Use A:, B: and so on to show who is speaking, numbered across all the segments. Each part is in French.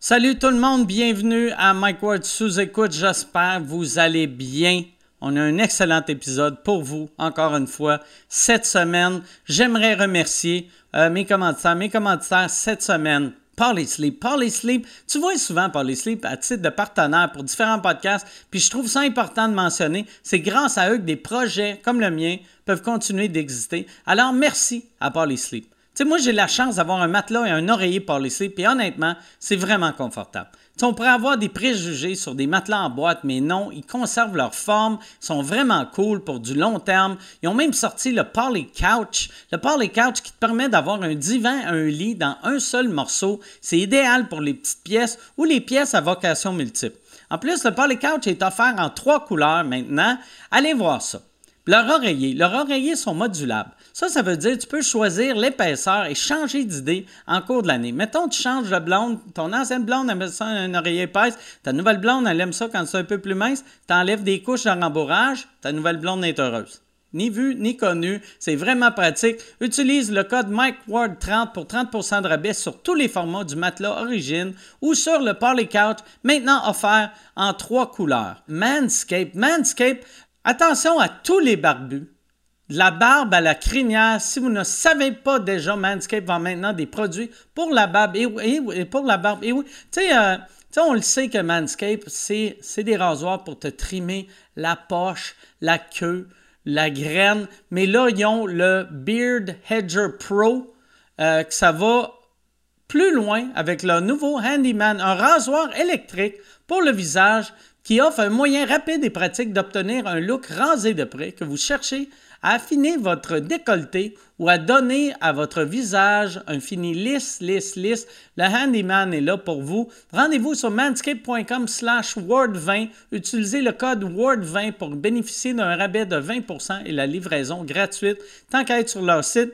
A: Salut tout le monde, bienvenue à Mike Ward sous écoute. J'espère que vous allez bien. On a un excellent épisode pour vous, encore une fois, cette semaine. J'aimerais remercier euh, mes commanditaires, mes commanditaires cette semaine. Parley Sleep, Parley Sleep, tu vois souvent Parley Sleep à titre de partenaire pour différents podcasts, puis je trouve ça important de mentionner, c'est grâce à eux que des projets comme le mien peuvent continuer d'exister. Alors merci à Parley Sleep. Tu sais, moi, j'ai la chance d'avoir un matelas et un oreiller par les sleep, puis honnêtement, c'est vraiment confortable. Tu sais, on pourrait avoir des préjugés sur des matelas en boîte, mais non, ils conservent leur forme, sont vraiment cool pour du long terme. Ils ont même sorti le Parley Couch. Le Parley Couch qui te permet d'avoir un divan, un lit dans un seul morceau. C'est idéal pour les petites pièces ou les pièces à vocation multiple. En plus, le Parley Couch est offert en trois couleurs maintenant. Allez voir ça. Leur oreiller, leurs oreillers sont modulables. Ça, ça veut dire que tu peux choisir l'épaisseur et changer d'idée en cours de l'année. Mettons, tu changes de blonde, ton ancienne blonde aime ça un oreiller épaisse, ta nouvelle blonde, elle aime ça quand c'est un peu plus mince, t'enlèves des couches de rembourrage, ta nouvelle blonde est heureuse. Ni vu, ni connu, c'est vraiment pratique. Utilise le code MikeWard30 pour 30% de rabais sur tous les formats du matelas Origine ou sur le Parley Couch, maintenant offert en trois couleurs. Manscape, Manscape, Attention à tous les barbus. De la barbe à la crinière. Si vous ne savez pas déjà, Manscaped vend maintenant des produits pour la barbe. Et, oui, et pour la barbe. Et oui. Tu sais, euh, tu sais, on le sait que Manscaped, c'est, c'est des rasoirs pour te trimer la poche, la queue, la graine. Mais là, ils ont le Beard Hedger Pro, euh, que ça va plus loin avec le nouveau Handyman, un rasoir électrique pour le visage qui offre un moyen rapide et pratique d'obtenir un look rasé de près que vous cherchez à affiner votre décolleté ou à donner à votre visage un fini lisse, lisse, lisse. Le handyman est là pour vous. Rendez-vous sur manscaped.com slash word20. Utilisez le code word20 pour bénéficier d'un rabais de 20% et la livraison gratuite. Tant qu'à être sur leur site,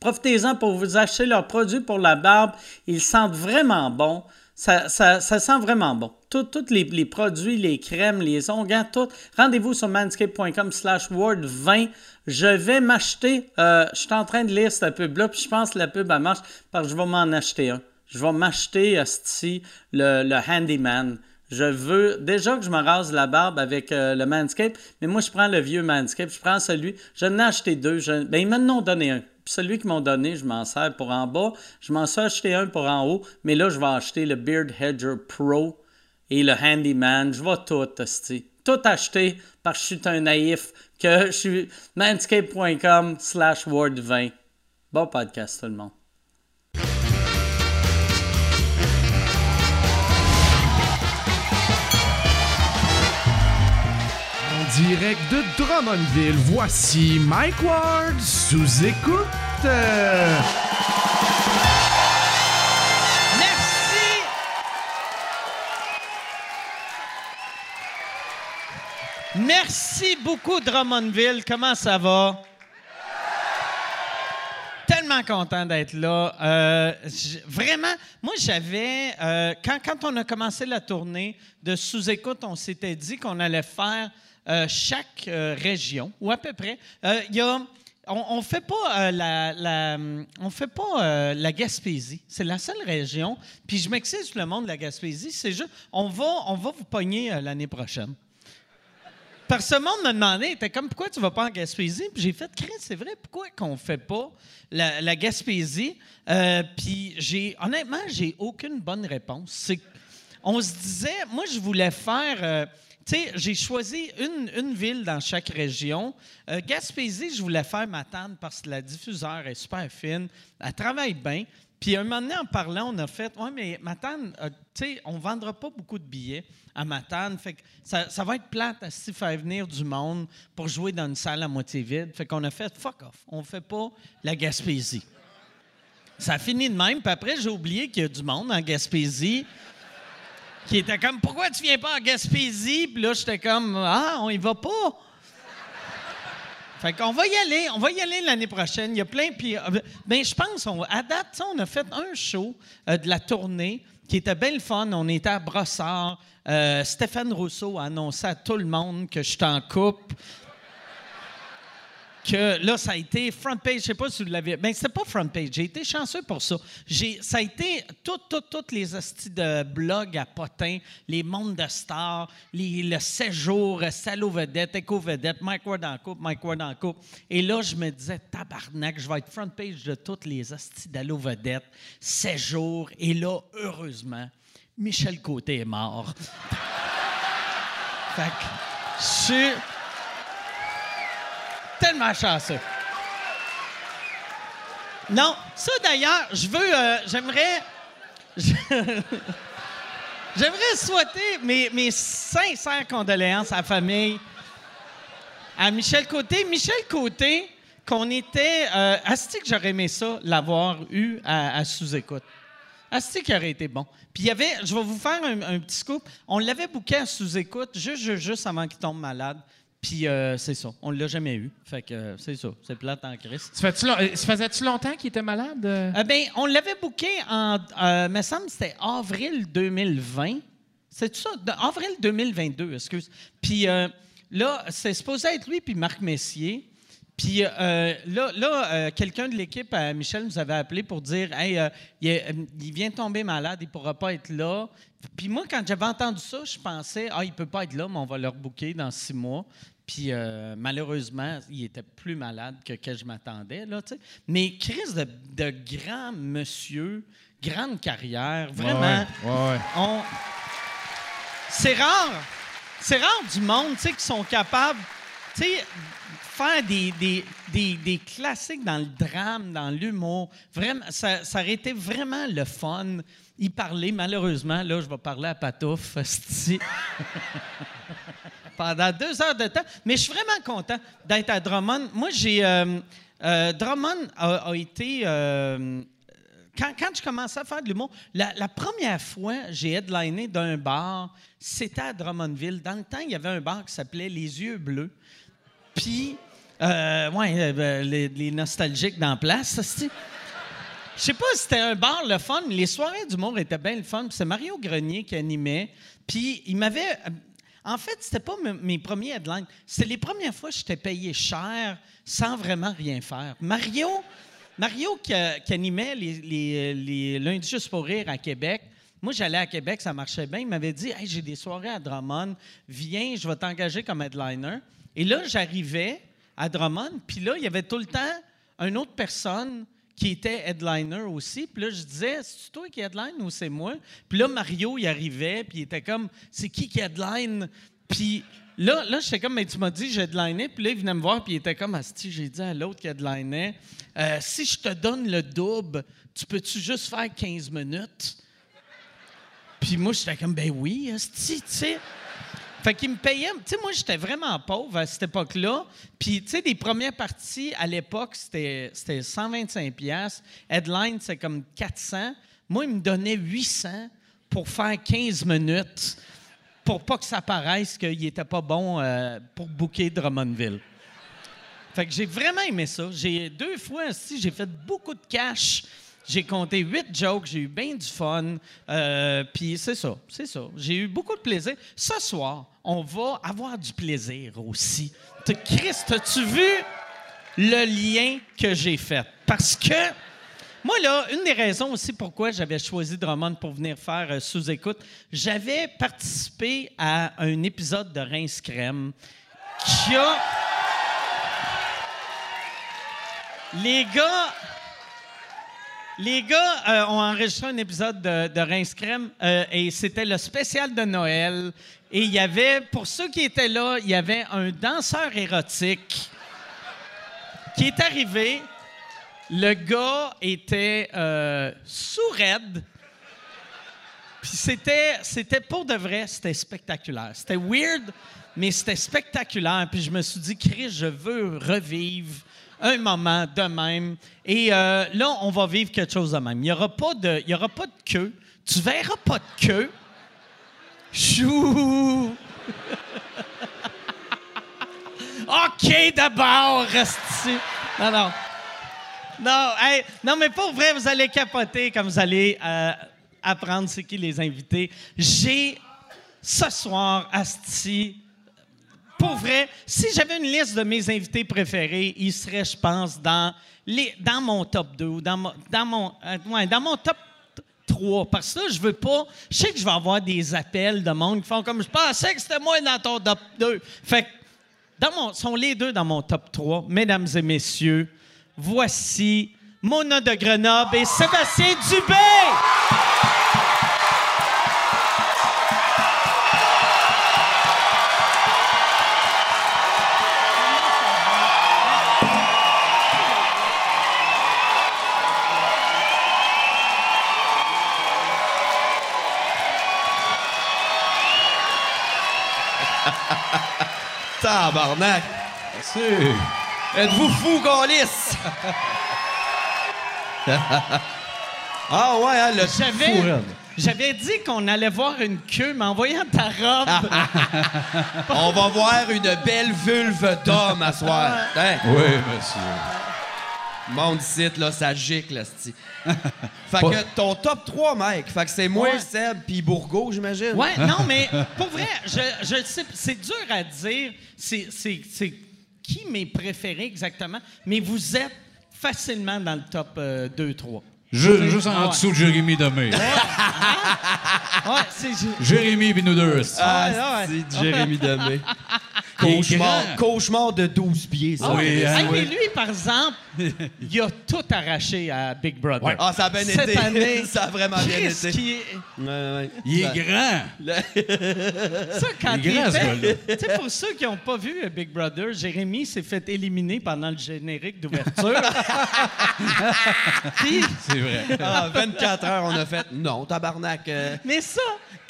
A: profitez-en pour vous acheter leurs produits pour la barbe. Ils sentent vraiment bon. Ça, ça, ça, sent vraiment bon. Tous les, les, produits, les crèmes, les onguents, tout. Rendez-vous sur manscape.com slash word 20. Je vais m'acheter, euh, je suis en train de lire cette pub-là, puis je pense que la pub, elle marche, parce que je vais m'en acheter un. Je vais m'acheter, ici le, le handyman. Je veux déjà que je me rase la barbe avec euh, le Manscape, mais moi je prends le vieux Manscape, je prends celui, je n'ai acheté deux, je, ben, ils m'en ont donné un. Puis celui qu'ils m'ont donné, je m'en sers pour en bas. Je m'en suis acheté un pour en haut, mais là, je vais acheter le Beard Hedger Pro et le Handyman. Je vais tout tester. Tout acheter parce que je suis un naïf que je suis manscape.com slash word 20. Bon podcast tout le monde.
B: direct de Drummondville, voici Mike Ward sous écoute.
A: Merci. Merci beaucoup Drummondville. Comment ça va? Tellement content d'être là. Euh, vraiment, moi j'avais, euh, quand, quand on a commencé la tournée de sous-écoute, on s'était dit qu'on allait faire euh, chaque euh, région, ou à peu près. Euh, y a, on ne fait pas, euh, la, la, on fait pas euh, la Gaspésie. C'est la seule région. Puis je m'excuse le monde de la Gaspésie. C'est juste, on va, on va vous pogner euh, l'année prochaine. Parce que ce monde me demandait, était comme pourquoi tu vas pas en Gaspésie? Puis j'ai fait, Chris, c'est vrai, pourquoi qu'on fait pas la, la Gaspésie? Euh, puis j'ai, honnêtement, j'ai aucune bonne réponse. C'est, on se disait, moi, je voulais faire euh, tu sais, j'ai choisi une, une, ville dans chaque région. Euh, Gaspésie, je voulais faire ma tante parce que la diffuseur est super fine. Elle travaille bien. Puis un moment donné, en parlant, on a fait Ouais, mais Matane, euh, tu sais, on ne vendra pas beaucoup de billets à Matane. Fait que ça, ça va être plate à s'y faire venir du monde pour jouer dans une salle à moitié vide. Fait qu'on a fait Fuck off. On fait pas la Gaspésie. Ça finit de même. Puis après, j'ai oublié qu'il y a du monde en Gaspésie qui était comme Pourquoi tu viens pas en Gaspésie? Puis là, j'étais comme Ah, on y va pas. fait qu'on va y aller, on va y aller l'année prochaine. Il y a plein. Puis, ben, je pense, on, à date, on a fait un show euh, de la tournée qui était belle fun. On était à Brossard. Euh, Stéphane Rousseau a annoncé à tout le monde que j'étais en couple.
C: que là, ça a été front page. Je sais pas si vous l'avez. Mais c'était pas front page. J'ai été chanceux pour ça. J'ai, ça a été toutes tout, tout les hosties de blogs à potins, les mondes de stars, les, le séjour, euh, Salo Vedette, Echo Vedette, Mike Ward en coupe, Mike Ward en coupe. Et là, je me disais, tabarnak, je vais être front page de toutes les hosties d'Allo Vedette, séjour. Et là, heureusement, Michel Côté est mort. fait que je suis tellement chanceux. Non, ça d'ailleurs, je veux, euh, j'aimerais, j'aimerais souhaiter mes, mes sincères condoléances à la famille, à Michel Côté. Michel Côté, qu'on était, euh, asti que j'aurais aimé ça, l'avoir eu à, à sous-écoute. Asti Ah, qui aurait été bon. Puis il y avait, je vais vous faire un, un petit scoop. On l'avait bouqué à sous-écoute juste, juste, juste avant qu'il tombe malade. Puis euh, c'est ça, on l'a jamais eu. Fait que euh, c'est ça, c'est plate en Christ.
D: Ça fait-tu long- euh, ça faisait-tu longtemps qu'il était malade? euh?
C: Euh, ben, on l'avait booké en, euh, me semble, que c'était avril 2020. C'est ça, de- avril 2022, excuse. Puis euh, là, c'est supposé être lui puis Marc Messier. Puis euh, là, là euh, quelqu'un de l'équipe, euh, Michel, nous avait appelé pour dire Hey, euh, il, est- euh, il vient de tomber malade, il ne pourra pas être là. Puis moi, quand j'avais entendu ça, je pensais Ah, il ne peut pas être là, mais on va le rebooker dans six mois. Puis euh, malheureusement, il était plus malade que, que je m'attendais. Là, tu sais. Mais Chris, de, de grand monsieur, grande carrière, vraiment.
B: Ouais, ouais, ouais.
C: On- C'est rare. C'est rare du monde, tu sais, qui sont capables, tu sais, faire des, des, des- des classiques dans le drame, dans l'humour. Vraiment, ça, ça aurait été vraiment le fun. Y parler, malheureusement, là, je vais parler à Patouf esti, pendant deux heures de temps. Mais je suis vraiment content d'être à Drummond. Moi, j'ai. euh, euh, Drummond a, a été. euh, quand, quand je commençais à faire de l'humour, la, la première fois, j'ai headliné d'un bar, c'était à Drummondville. Dans le temps, il y avait un bar qui s'appelait Les Yeux Bleus. Puis, euh, ouais, euh, ben, les, les nostalgiques dans la place, ça, c'est- Je sais pas si c'était un bar le fun, mais les soirées d'humour étaient bien le fun. Puis C'est Mario Grenier qui animait. Puis, il m'avait. euh, En fait, c'était pas me- mes premiers headlines. C'était les premières fois que j'étais payé cher sans vraiment rien faire. Mario, Mario qui, euh, qui animait les, les- euh, les lundis juste pour rire à Québec. Moi, j'allais à Québec, ça marchait bien. Il m'avait dit Hey, j'ai des soirées à Drummond, viens, je vais t'engager comme headliner. Et là, j'arrivais à Drummond, puis là, il y avait tout le temps une autre personne qui était headliner aussi. Puis là, je disais, c'est toi qui headline ou c'est moi? Puis là, Mario, il arrivait, puis il était comme, c'est qui qui headline? Puis là, là j'étais comme, mais tu m'as dit, j'ai headliné. Puis là, il venait me voir, puis il était comme, Asti, j'ai dit à l'autre qui headlinait, Euh, si je te donne le double, tu peux-tu juste faire 15 minutes? Puis moi, j'étais comme, ben oui, Asti, tu sais. Fait qu'ils me payaient. Tu sais, moi, j'étais vraiment pauvre à cette époque-là. Puis, tu sais, les premières parties à l'époque, c'était c'était 125$. piastres. Headline, c'est comme 400$. Moi, ils me donnaient 800$ pour faire 15 minutes pour pas que ça paraisse qu'il était pas bon euh, pour booker Drummondville. Fait que j'ai vraiment aimé ça. J'ai deux fois aussi, j'ai fait beaucoup de cash. J'ai compté huit jokes, j'ai eu bien du fun. Euh, Puis c'est ça, c'est ça. J'ai eu beaucoup de plaisir. Ce soir, on va avoir du plaisir aussi. T'as- Chris, as-tu vu le lien que j'ai fait? Parce que moi, là, une des raisons aussi pourquoi j'avais choisi Drummond pour venir faire euh, sous-écoute, j'avais participé à un épisode de Rince Crème qui a. Les gars. Les gars euh, ont enregistré un épisode de, de Rince Crème euh, et c'était le spécial de Noël. Et il y avait, pour ceux qui étaient là, il y avait un danseur érotique qui est arrivé. Le gars était euh, sous-raide. Puis c'était, c'était pour de vrai, c'était spectaculaire. C'était weird, mais c'était spectaculaire. Puis je me suis dit, Chris, je veux revivre un moment de même. Et euh, là, on va vivre quelque chose de même. Il n'y aura, pas de- il y aura pas de queue. Tu verras pas de queue. Chou! OK, d'abord, restez. Non, non. Non, hey, non, mais pour vrai, vous allez capoter comme vous allez euh, apprendre c'est qui les invités. J'ai ce soir, Asti, pour vrai, si j'avais une liste de mes invités préférés, ils seraient, je pense, dans, les, dans mon top 2 ou dans, mon- dans, mon, euh, ouais, dans mon top 3. Parce que là, je veux pas. Je sais que je vais avoir des appels de monde qui font comme je pensais que c'était moi dans ton top 2. Fait que, dans mon, sont les deux dans mon top 3, mesdames et messieurs. Voici Mona de Grenoble et Sébastien Dubé.
E: Tabarnak! Bien sûr! Êtes-vous fou, Gaulis? ah ouais, hein, le fou,
C: J'avais,
E: raide.
C: j'avais dit qu'on allait voir une queue, mais en voyant ta
F: Ah.
C: robe,
E: On va voir une belle vulve d'homme à soir.
C: Ah
E: Oui, monsieur. Monde site, là, ça gicle, là, c'ti. Fait que ton top 3, mec. Fait que c'est moi,
C: Ouais.
E: Seb, puis Bourgo, j'imagine.
C: Ouais, non, mais pour vrai, je, je le sais, c'est dur à dire. C'est, c'est, c'est qui mes préférés exactement, mais vous êtes facilement dans le top 2-3.
F: Ju- juste
C: Ah
F: en
C: ouais. Ah
F: dessous de Jérémy Demé.
C: Ouais, c'est. ju-
F: Jérémy puis nous deux. c'est-
E: Ah,
C: Ah, ouais.
E: c'est Jérémy Demé.
F: Il est
E: Cauchemar,
F: grand.
E: cauchemar de 12 pieds, ça.
C: Ah,
F: oui, hein,
C: hey,
F: oui.
C: Mais lui, par exemple, il a tout arraché à Big Brother.
F: Ouais.
E: Ah, ça a bien
C: Cette
E: été.
C: année,
E: ça a vraiment bien
C: Chris,
E: été.
C: qui est-
E: Ouais, ouais, Ben, ouais.
F: Il
E: Ouais.
F: est grand.
C: Ça, quand
F: Il est
C: il
F: grand, ce
C: était-
F: gars-là.
C: Tu sais, pour ceux qui n'ont pas vu euh, Big Brother, Jérémy s'est fait éliminer pendant le générique d'ouverture. Puis,
F: C'est vrai.
E: Ah, 24 heures, on a fait non, tabarnak. euh,
C: Mais ça,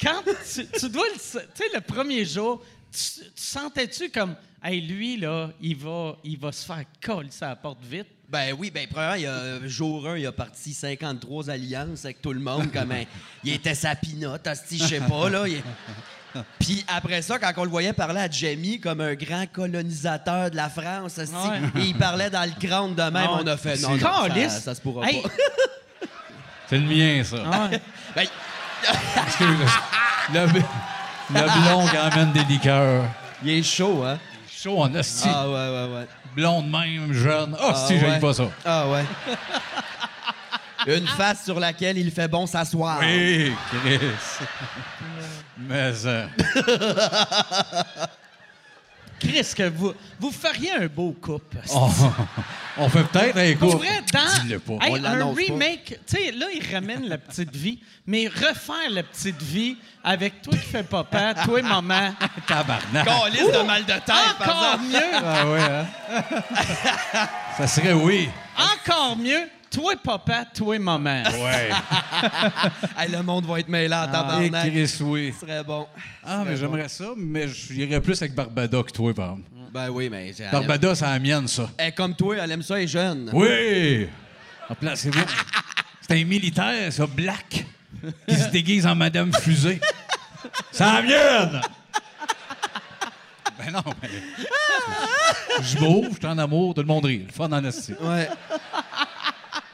C: quand tu, tu dois le. Tu sais, le premier jour, tu, tu sentais-tu comme. Hey, lui, là, il va, il va se faire coller sa porte vite.
E: ben oui, ben premièrement, il y a, jour 1, il a parti 53 alliances avec tout le monde. Comme un- il était sa pinotte, hostie, je sais pas, là. il- Puis après ça, quand on le voyait parler à Jamie comme un grand colonisateur de la France, hostie,
C: Ouais.
E: et il parlait dans le crâne de même, Ben, on a fait non, non, ça,
C: Caliste.
E: ça se pourra
C: Hey,
E: pas.
F: C'est le mien, ça.
C: ouais.
E: Ben,
F: Excuse. Le, b- le blond qui amène des liqueurs.
E: il est chaud, hein?
F: Chaud en hostie.
E: Ah ouais, ouais, ouais.
F: Blond de même, jeune. Oh,
E: Ah,
F: si,
E: ouais.
F: j'aime pas ça.
E: Ah ouais. Une face sur laquelle il fait bon s'asseoir.
F: Oui, Chris. Mais euh,
C: Chris, que vous, vous feriez un beau couple.
F: on, Oh. on fait peut-être un coup.
C: Pour vrai, dans
F: Dis-le pas. Oh,
C: Hey,
E: on
C: un
E: l'annonce pas.
C: remake, tu sais, là, il ramène la petite vie, mais refaire la petite vie avec toi qui fais papa, toi maman,
F: Tabarnak.
E: Calisse de mal de tête, par
C: encore
E: exemple.
C: mieux,
F: Ah ouais, hein? ça serait oui.
C: encore mieux, toi papa, toi maman.
F: Ouais.
E: Hey, le monde va être mêlé
C: Ah.
E: en
F: Et
E: tabarnak.
F: Chris, oui.
E: Ce serait bon.
F: Ah, mais j'aimerais ça, mais j'irais plus avec Barbada que toi, par exemple.
E: Ben oui, mais... j'ai- Elle,
F: Barbada, c'est la mienne, ça.
E: elle, comme toi, elle aime ça, elle est jeune.
F: Oui! Remplacez-vous. C'est un militaire, ça, black, qui se déguise en Madame Fusée. C'est la mienne! Ben non, mais... Je m'ouvre, je suis en amour, tout le monde rit. Le fun en esti.
E: Ouais.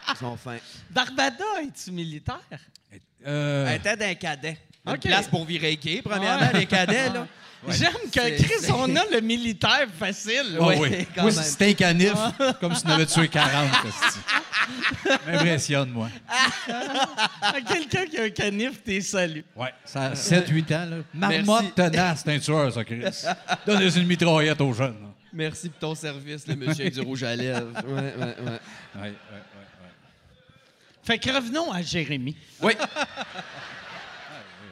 E: Ils sont fins.
C: Barbada, es-tu militaire?
F: Euh,
E: Elle était d'un cadet. Une
C: Ok.
E: place pour virer gay, premièrement, les cadets, là.
C: J'aime
E: C'est-
C: que Chris,
E: c'est-
C: on a le militaire facile.
F: Ah
E: Ouais,
F: oui.
E: quand
F: Moi,
E: même.
F: c'était un canif, comme si on avait tué 40. esti. M'impressionne, moi.
C: À Quelqu'un qui a un canif, t'es salut.
F: Ouais, ça a 7-8 ans. Là. Marmotte tenace, c'est un tueur, ça, Chris. Donnez une mitraillette aux jeunes. là.
E: Merci pour ton service, le monsieur avec du rouge à lèvres. Ouais, ouais, ouais.
F: Ouais, ouais, ouais,
C: Fait que revenons à Jérémy.
E: Oui.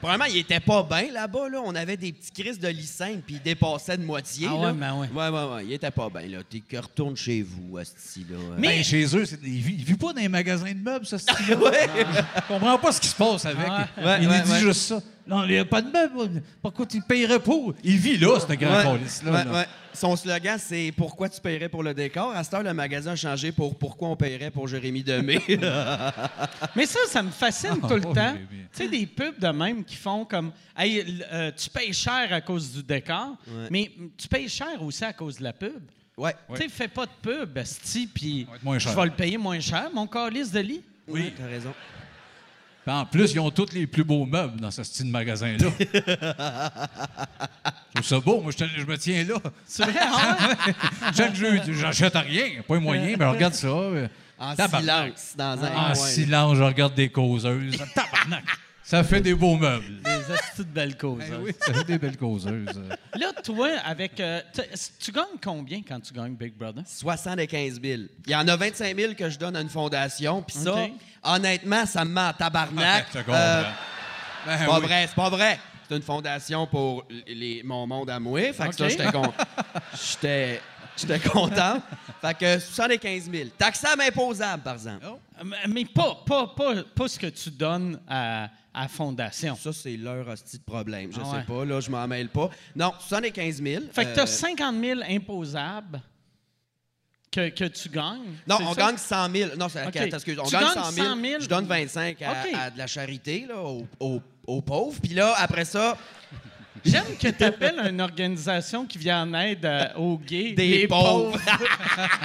E: Probablement, il était pas bien là-bas. Là. On avait des petits crises de lycéne, puis il dépassait de moitié.
C: Ah
E: là.
C: ouais, ben ouais.
E: Ouais, ouais, ouais, Il était pas bien. là. T'es que retourne chez vous, Asti. Là.
F: ouais.
C: Mais-
F: Ben, chez eux, c'est- ils vivent ils vivent pas dans les magasins de meubles, ça, style
E: Ben, ouais.
F: Je comprends pas ce qui se passe avec.
E: Ouais. Ouais,
F: il nous
E: ouais,
F: dit
E: ouais.
F: juste ça. Non, il n'y a pas de meubles. Pourquoi tu payerais pour? Il vit là, ce grand
E: Ouais,
F: calice-là,
E: ouais,
F: là.
E: ouais. Son slogan, c'est Pourquoi tu paierais pour le décor À cette heure, le magasin a changé pour Pourquoi on paierait pour Jérémy Demé.
C: Mais ça, ça me fascine
F: Ah,
C: tout le
F: oui,
C: temps.
F: oui.
C: Tu sais, des pubs de même qui font comme Hey, l- euh, tu payes cher à cause du décor,
E: Ouais.
C: mais mm, tu payes cher aussi à cause de la pub.
E: ouais.
C: Tu sais, fais pas de pub, esti, puis
F: va être moins
C: je
F: cher.
C: vais le payer moins cher, mon calice de lit.
E: Oui. T'as raison.
F: Puis en plus, ils ont tous les plus beaux meubles dans ce style de magasin-là. Je trouve ça beau. Moi, je, te- je me tiens là.
C: C'est vrai, hein?
F: Chaque jeu, j'achète rien. Pas les moyens, mais je regarde ça. euh,
E: En
F: tabarnak. Ah,
E: silence, dans un
F: En
E: coin.
F: silence, je regarde des causeuses. Tabarnak! Ça fait des beaux meubles.
C: Des astuces de belles causes. hein.
F: Eh oui, ça fait des belles causeuses.
C: Là, toi, avec. euh, t- tu gagnes combien quand tu gagnes Big Brother?
E: 75 000. Il y en a 25 000 que je donne à une fondation. Puis ça,
C: OK.
E: honnêtement, ça me met en tabarnak.
F: Je comprends.
E: Euh,
F: Ben
E: c'est pas
F: oui.
E: vrai, c'est pas vrai. C'est une fondation pour les, mon monde à moi. Fait que ça,
C: OK.
E: j'étais con- j'étais- J'étais content. Fait que 75 000. Taxable imposable, par exemple.
C: Euh, mais- Mais pas, pas, pas, pas ce que tu donnes à, à la fondation.
E: Ça, c'est leur hostie de problème. Je
C: Ah ouais.
E: sais pas, là, je m'en mêle pas. Non, 75 000.
C: Fait que tu
E: euh,
C: as 50 000 imposables que, que tu gagnes.
E: Non,
C: c'est
E: on
C: ça?
E: gagne 100 000. Non, c'est-
C: OK.
E: attends, excuse, on
C: Tu
E: gagne
C: gagnes
E: 100 000.
C: 100 000.
E: Je donne 25 à,
C: OK.
E: à de la charité là, aux, aux- aux pauvres. Puis là, après ça,
C: J'aime que tu appelles une organisation qui vient en aide euh, aux gays.
E: Des
C: les
E: pauvres.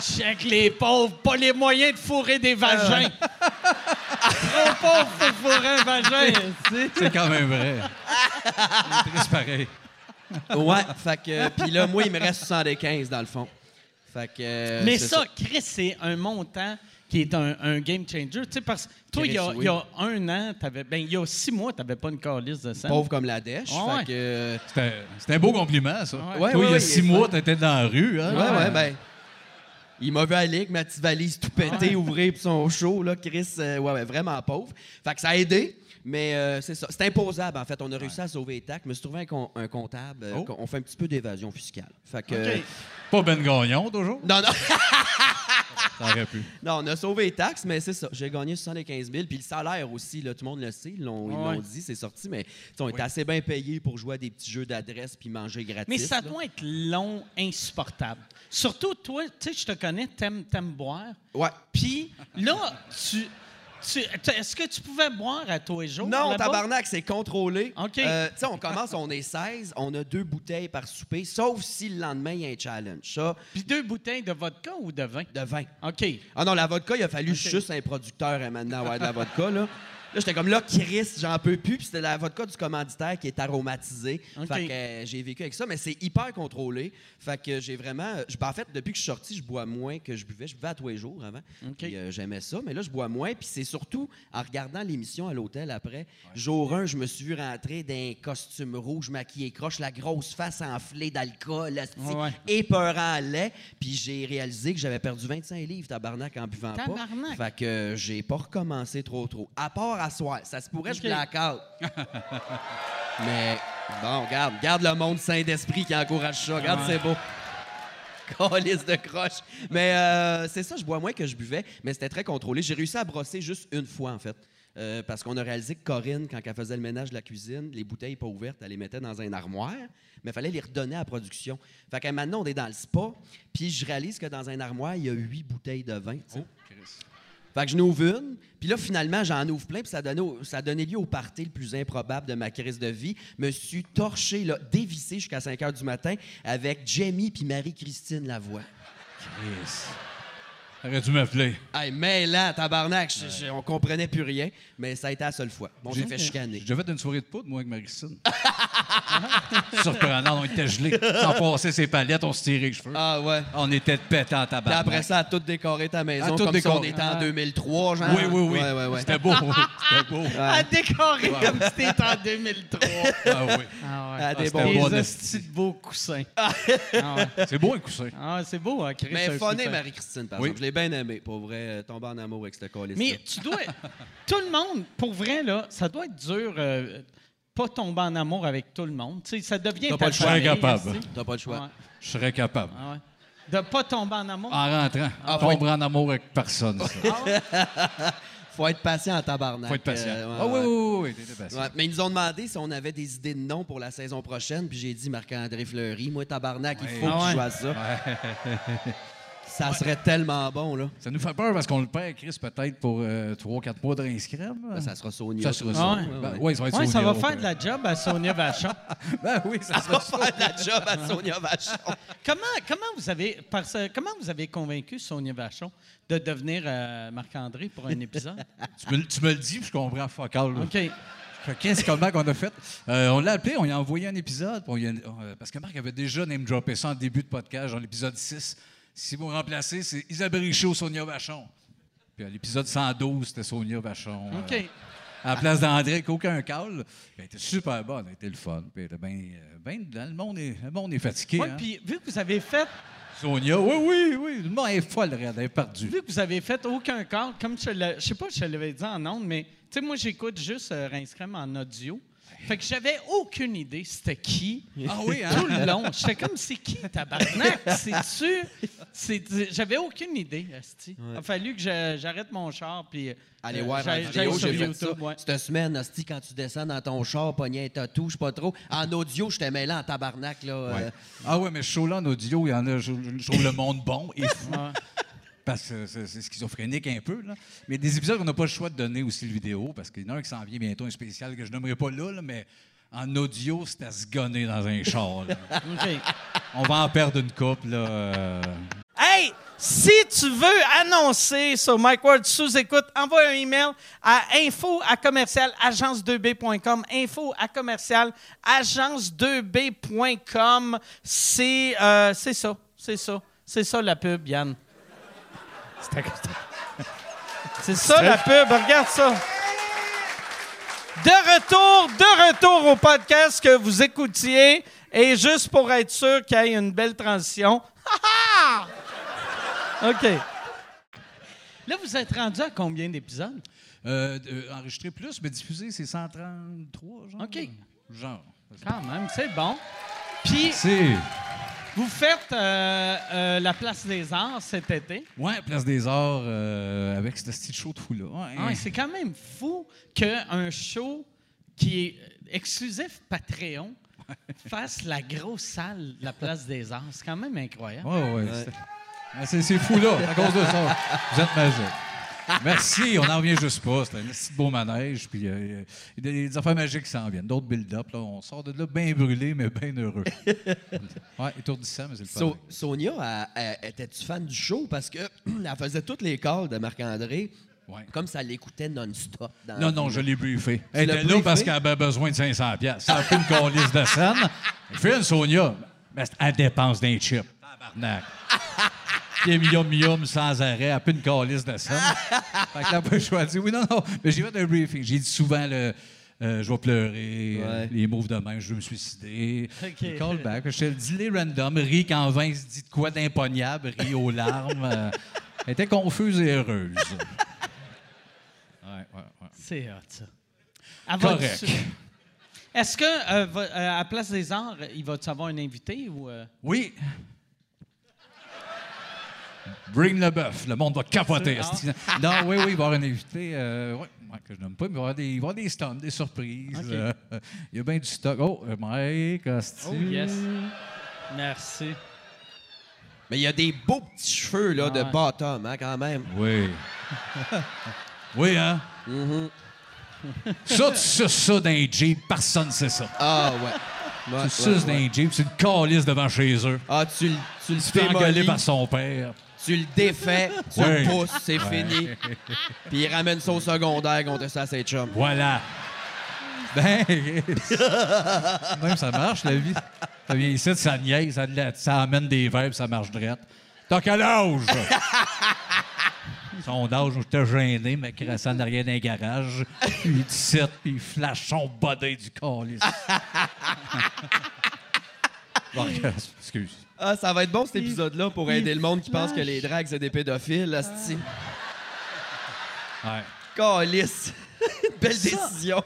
C: Check les pauvres, pas les moyens de fourrer des vagins. Trop pauvre pour fourrer un vagin.
F: C'est quand même vrai. C'est triste pareil.
E: ouais, fait que puis là, moi, il me reste 75 dans le fond. Fait que euh,
C: Mais
E: c'est
C: ça, Chris, c'est un montant qui est un, un game changer. Tu sais, parce que toi, il y, a-
E: Chris,
C: il
E: oui.
C: y a un an, t'avais, ben, il y a six mois, tu n'avais pas une calice de sang.
E: pauvre comme la dèche.
C: Ah
E: fait
C: ouais.
E: que euh,
F: C'est un- c'est un beau compliment, ça.
E: Ouais,
F: Toi,
E: ouais,
F: il y a
E: ouais,
F: six
E: il est
F: mois,
E: fin.
F: t'étais dans la rue. Hein?
E: ouais, ouais, ben il m'a vu aller avec ma petite valise tout pétée, ouvrir puis son show là, Chris, euh, ouais, ouais, vraiment pauvre. Fait que ça a aidé. Mais euh, c'est ça, c'est imposable en fait. On a réussi à sauver les taxes. Je me suis trouvé un, com- un comptable. euh,
F: Oh.
E: qu'on- On fait un petit peu d'évasion fiscale. Fait que euh,
C: OK.
F: Pas Ben Gagnon, toujours.
E: non, non.
F: Ça aurait pu.
E: Non, on a sauvé les taxes, mais c'est ça. J'ai gagné 75 000. Puis le salaire aussi, là, tout le monde le sait. Ils l'ont ils
C: Ouais.
E: l'ont dit, c'est sorti. Mais tu sais, on est assez bien payé pour jouer à des petits jeux d'adresse puis manger gratis.
C: Mais ça
E: là.
C: doit être long, insupportable. Surtout, toi, tu sais, je te connais, t'aimes, t'aimes boire.
E: Ouais.
C: Puis là, tu, tu- tu- est-ce que tu pouvais boire à tous les jours?
E: Non,
C: là-bas?
E: tabarnak, c'est contrôlé.
C: OK.
E: Euh, tu sais, on commence, on est 16, on a deux bouteilles par souper, sauf si le lendemain, il y a un challenge. Ça,
C: Puis deux bouteilles de vodka ou de vin?
E: de vin.
C: OK.
E: Ah non, la vodka, il a fallu juste un producteur euh, maintenant avoir de la vodka, là. Là, j'étais comme là, Chris, j'en peux plus. Puis c'était la vodka du commanditaire qui est aromatisée.
C: OK.
E: Fait que euh, j'ai vécu avec ça, mais c'est hyper contrôlé. Fait que j'ai vraiment. je- ben, en fait, depuis que je suis sorti, je bois moins que je buvais. Je buvais à tous les jours avant.
C: OK.
E: Puis, euh, j'aimais ça, mais là, je bois moins. Puis c'est surtout en regardant l'émission à l'hôtel après. Jour 1, je me suis vu rentrer d'un costume rouge, maquillé croche, la grosse face enflée d'alcool, hostie,
C: Ouais.
E: épeurant à lait. Puis j'ai réalisé que j'avais perdu 25 livres, tabarnak, en buvant pas.
C: Tabarnak.
E: Fait que euh, j'ai pas recommencé trop trop. À part à soir, ça se pourrait que
C: OK.
E: je blackout. Mais bon, regarde, regarde le monde sain d'esprit qui encourage ça. Regarde, c'est beau. Calice de croche. Mais euh, c'est ça, je bois moins que je buvais, mais c'était très contrôlé. J'ai réussi à brosser juste une fois, en fait. Euh, parce qu'on a réalisé que Corinne, quand elle faisait le ménage de la cuisine, les bouteilles pas ouvertes, elle les mettait dans un armoire, mais il fallait les redonner à la production. Fait que maintenant, on est dans le spa, puis je réalise que dans un armoire, il y a huit bouteilles de vin. tu sais. Fait que je n'ouvre une, puis là, finalement, j'en ouvre plein, puis ça donnait, au- ça donnait lieu au party le plus improbable de ma crise de vie. Me suis torché, là, dévissé jusqu'à 5 heures du matin avec Jamie puis Marie-Christine Lavoie.
F: Aurait dû m'appeler.
E: Hey, mais là, tabarnak, je- je- on comprenait plus rien, mais ça a été la seule fois. Bon, j'ai fait
F: J'ai
E: chicaner.
F: déjà fait une soirée de poudre, moi, avec Marie-Christine. Surprenant, on était gelés. Sans passer ses palettes, on se tirait les cheveux.
E: Ah ouais.
F: On était de pétant en
E: Puis
F: tabac.
E: après ça, a tout décoré ta
F: À
E: maison,
F: tout
E: comme ça, on
F: décorer.
E: était en 2003, genre.
F: Oui, oui, oui.
E: hein? Ouais, ouais, ouais.
F: C'était beau. C'était beau.
C: À décorer comme si t'étais en 2003.
F: Ah oui.
C: Ah
E: Ah, des
F: c'était
E: bons-
F: bon.
C: Des
F: de-
C: hosties de beaux coussins. Ah, ouais.
F: C'est beau un coussin.
C: Ah, c'est beau, hein, Chris?
E: Mais
C: un
E: funné,
C: coussin.
E: Marie-Christine, par
F: Oui.
E: exemple. Je l'ai bien aimé, pour vrai, euh, tomber en amour avec cette calice
C: Mais tu dois. tout le monde, pour vrai, là, ça doit être dur. euh, pas tomber en amour avec tout le monde. Tu sais, ça devient
E: T'as
C: ta
E: pas le choix.
C: famille,
F: Incapable.
C: tu sais.
E: T'as pas le choix.
C: Ouais,
F: Je serais capable.
C: ouais. De pas tomber en amour.
F: En rentrant,
E: Ah,
F: tomber en amour avec personne. ça.
E: Faut être patient en tabarnak.
F: Faut être patient.
E: Euh, Ah,
F: ah oui,
E: ouais, ouais.
F: oui, oui, oui, t'étais patient.
E: Ouais, mais ils nous ont demandé si on avait des idées de noms pour la saison prochaine, puis j'ai dit Marc-André Fleury, moi tabarnak, il faut
C: Ah ouais.
E: que je joue à ça. Ça serait tellement bon, là.
F: Ça nous fait peur parce qu'on le perd, Chris, peut-être pour 3-4 mois de réinscrire.
E: Ça Ah, sera Sonia.
F: Ça sera
E: tout
F: ça.
A: ouais.
F: Ben, ouais, ça va être
C: Oui, ça
F: Sonia,
C: va
F: on
C: faire
F: peut-
C: de la job à Sonia Vachon.
F: Ben oui, ça
E: On
F: sera
E: va
F: ça.
E: faire de la job à Sonia Vachon.
C: comment, comment, vous avez, parce- comment vous avez convaincu Sonia Vachon de devenir euh, Marc-André pour un épisode?
F: tu, me, tu me le dis, puis je comprends focal.
C: OK.
F: Fait Qu'est-ce qu'on qu'on a fait? Euh, on l'a appelé, on lui a envoyé un épisode. puis on lui a- euh, parce que Marc avait déjà name-droppé ça en début de podcast, dans l'épisode 6. Si vous me remplacez, c'est Isabelle Richaud, Sonia Vachon. Puis à l'épisode 112, c'était Sonia Vachon. euh,
C: OK.
F: à la place d'André, qu'aucun call. Puis Elle était super bonne, elle était le fun. Puis elle était bien. euh, bien dedans. le, monde est, le monde est fatigué.
C: Ouais,
F: hein?
C: puis vu que vous avez fait,
F: Sonia, oui, oui, oui. Le monde est folle, elle est perdue.
C: vu que vous avez fait aucun corps, comme je le, je sais pas, si je l'avais dit en ondes, mais tu sais, moi j'écoute juste euh, Rince Crème en audio. Fait que j'avais aucune idée c'était qui.
F: Ah oui, hein?
C: Tout le long, j'étais comme c'est qui tabarnak, c'est tu J'avais aucune idée, asti. Il a fallu que je- j'arrête mon char puis euh,
E: Allez voir ma
C: j'aille-
E: vidéo,
C: j'aille sur
E: j'ai fait ça.
C: YouTube, ouais.
E: Cette semaine, hostie, quand tu descends dans ton char, pogné un tatou, je sais pas trop. En audio, je t'ai mêlé en tabarnak, là. euh,
F: Ah ouais, mais chaud là en audio, il y en a, je, je trouve le monde bon et fou. Parce que c'est c'est schizophrénique un peu. Là. Mais des épisodes qu'on n'a pas le choix de donner aussi le vidéo, parce qu'il y en a un qui s'en vient bientôt, un spécial que je nommerai pas là, là, mais en audio, c'est à se gonner dans un char. là.
C: OK.
F: On va en perdre une coupe. Là, euh.
C: Hey, si tu veux annoncer sur Mike Ward sous écoute, envoie un email à info à commercial agence2b.com. Info à commercial agence2b.com. C'est euh, c'est ça, c'est ça, c'est ça la pub, Yann. C'est ça la pub, regarde ça. De retour, de retour au podcast que vous écoutiez. Et juste pour être sûr qu'il y ait une belle transition. Ha, ha! OK. Là, vous êtes rendu à combien d'épisodes?
F: Euh, euh, enregistrer plus, mais diffuser, c'est 133, genre.
C: OK.
F: Genre.
C: Quand même, c'est bon. Puis,
F: C'est.
C: vous faites euh, euh, la Place des Arts cet été.
F: Ouais, Place des Arts, euh, avec ce style show de fou-là. Ouais.
C: Ah, c'est quand même fou qu'un show qui est euh, exclusif Patreon fasse la grosse salle de la Place des Arts. C'est quand même incroyable.
F: Ouais, ouais. c'est- Ah, C'est, c'est fou, là, à cause de ça. Vous êtes magique. Merci, on n'en revient juste pas. C'est un petit beau manège, puis euh, il y a des affaires magiques qui s'en viennent. D'autres build-up, là. On sort de là bien brûlé, mais bien heureux. Ouais, étourdissant, mais c'est le fun.
E: So- Sonia, elle- elle- étais-tu fan du show? Parce que elle faisait toutes les calls de Marc-André,
F: Ouais.
E: comme ça l'écoutait non-stop. dans-
F: Non, non, je l'ai briefé.
E: l'as
F: Elle était là
E: briefé?
F: parce qu'elle avait besoin de 500 pièces. Ça a fait une colisse de scène. Elle fait une Sonia. Mais c'est- elle dépense d'un chip. Tabarnak. Puis mium mium sans arrêt. Elle fait une colisse de scène. Fait que là, après, je lui ai dit oui, non, non. Mais j'ai fait un briefing. J'ai dit souvent le. euh, je vais pleurer, euh,
E: Ouais.
F: les moves de main, je vais me suicider.
C: Ok.
F: Les Call back. Je te le dis, les random, rit quand Vince dit de quoi d'imponiable, rit aux larmes. Euh, elle était confuse et heureuse. Ouais, ouais, ouais.
C: C'est hot, ça. Elle va
F: Correct.
C: dessus. Est-ce que euh, va- euh, à Place des Arts, il va-tu avoir un invité ou euh,
F: Oui. Bring le bœuf. Le monde va capoter.
C: Ah.
F: esti. Non, oui, oui, il va y avoir un invité. euh, ouais, ouais, que je nomme pas, mais il va y avoir des, il va y avoir des stunts, des surprises.
C: Ok.
F: euh, il y a bien du stock. Oh, euh, Mike, esti.
C: Oh, yes. Merci.
E: Mais il y a des beaux petits cheveux là, de
C: Ouais.
E: bottom, hein, quand même.
F: Oui. oui, hein? Ça, tu suces ça dans un Jeep, personne sait ça.
E: Ah, ouais. Ouais,
F: Tu
E: ouais,
F: suces dans
E: ouais.
F: un Jeep, c'est une calice devant chez eux.
E: Ah, tu, le- tu le
F: Tu t'es engueulé
E: démolis,
F: par son père.
E: tu le défais, tu
F: Ouais.
E: le pousses, c'est fini. Puis il ramène ça au secondaire contre ça à ses chums.
F: Voilà. Ben, même ça marche, la vie. Ça vient ici, ça niaise, ça, la- ça amène des verbes, ça marche drette. T'as quel âge? Son âge, j'étais gêné, mais crassant derrière d'un garage. Puis il tire, puis il flash son body du corps. bon, excuse.
E: Ah, ça va être bon cet épisode-là pour aider le monde qui pense que les drags, c'est des pédophiles, hostie.
F: Ouais.
E: Calice. Belle décision.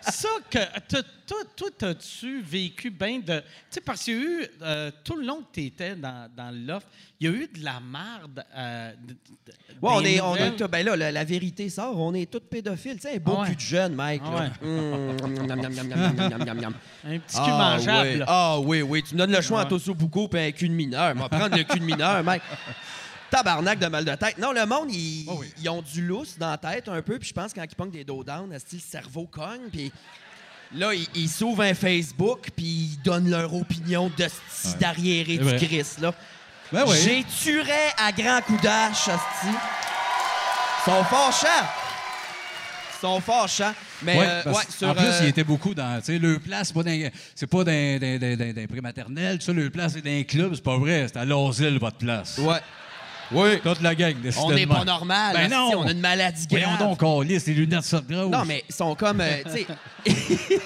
C: ça que t'as- toi, toi, t'as-tu vécu bien de. Tu sais, parce qu'il y a eu, euh, tout le long que tu étais dans, dans le loft, il y a eu de la marde. euh, de- de-
E: Ouais, on
C: des
E: est, on est
C: nouvelles.
E: tout- ben là, la, la vérité sort, on est tous pédophiles. Tu sais, un beau
C: Ah ouais.
E: cul de jeune, Mike.
C: Ah
E: là.
C: ouais.
E: Mmh, miam, miam, miam, miam, miam, miam, miam, miam, miam.
C: Un petit cul
E: Ah
C: mangeable.
E: oui. Ah oui, oui. Tu me donnes le choix entre Tosso Bucco et un cul de mineur. On va prendre le cul de mineur, Mike. Tabarnak de mal de tête. Non, le monde, ils,
F: Oh oui.
E: ils ont du lousse dans la tête un peu, puis je pense quand ils pognent des dos down, asti, le cerveau cogne, puis là, ils, ils s'ouvrent un Facebook, puis ils donnent leur opinion de sti d'arriéré
F: C'est vrai.
E: du Christ, là.
F: Ben oui.
E: J'ai tuerais à grands coups d'âge, asti. Ils sont fâchants. Ils sont fâchants. Mais,
F: Ouais,
E: euh,
F: parce-
E: ouais, sur,
F: en plus,
E: euh,
F: il était beaucoup dans. Tu sais, le place, c'est pas dans- c'est pas dans dans- dans- dans- dans les prématernelles. Ça, le place, c'est dans les clubs. C'est pas vrai. C'est à Lozille, votre place.
E: Ouais. Oui.
F: Toute la gang, décidément.
E: On n'est pas normal.
F: Ben
E: asti,
F: non.
E: On a une maladie
F: Voyons
E: grave.
F: donc, on lisse les lunettes sortent grosses.
E: Non, mais ils sont comme. euh, tu sais,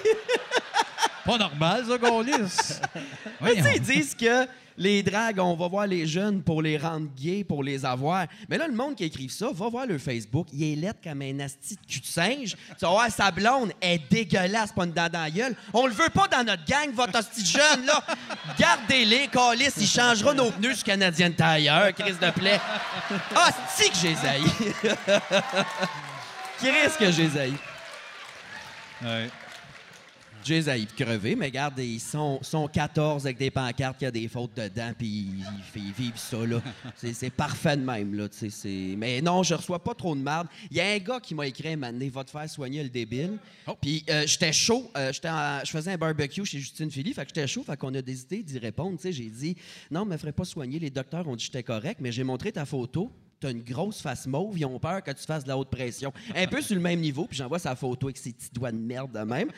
F: Pas normal, ça, qu'on lisse.
E: Mais tu sais, ils disent que les dragues, on va voir les jeunes pour les rendre gays, pour les avoir. Mais là, le monde qui écrive ça, va voir le Facebook. Il est laid comme un asti de cul de singe. Tu vas voir, sa blonde est dégueulasse, pas une dent dans la gueule. On le veut pas dans notre gang, votre asti de jeune, là. Gardez-les, Calis, il changera nos pneus sur Canadien Tire, Chris de plaie. Asti que j'ai zaï. Chris que j'ai zaï.
F: Ouais.
E: J'ai zaï pis crevé, mais regarde, ils sont, sont 14 avec des pancartes qui a des fautes dedans, puis ils, ils- ils vivent ça, là. C'est, c'est parfait de même, là, tu sais, c'est- Mais non, je reçois pas trop de marde. Il y a un gars qui m'a écrit un moment donné, va te faire soigner le débile. Puis euh, j'étais chaud, euh, j'étais en- je faisais un barbecue chez Justine Philly, fait que j'étais chaud, fait qu'on a décidé d'y répondre, tu sais. J'ai dit, non, me ferais pas soigner, les docteurs ont dit que j'étais correct, mais j'ai montré ta photo, T'as une grosse face mauve, ils ont peur que tu fasses de la haute pression. Un peu sur le même niveau, puis j'envoie sa photo avec ses petits doigts de merde de même.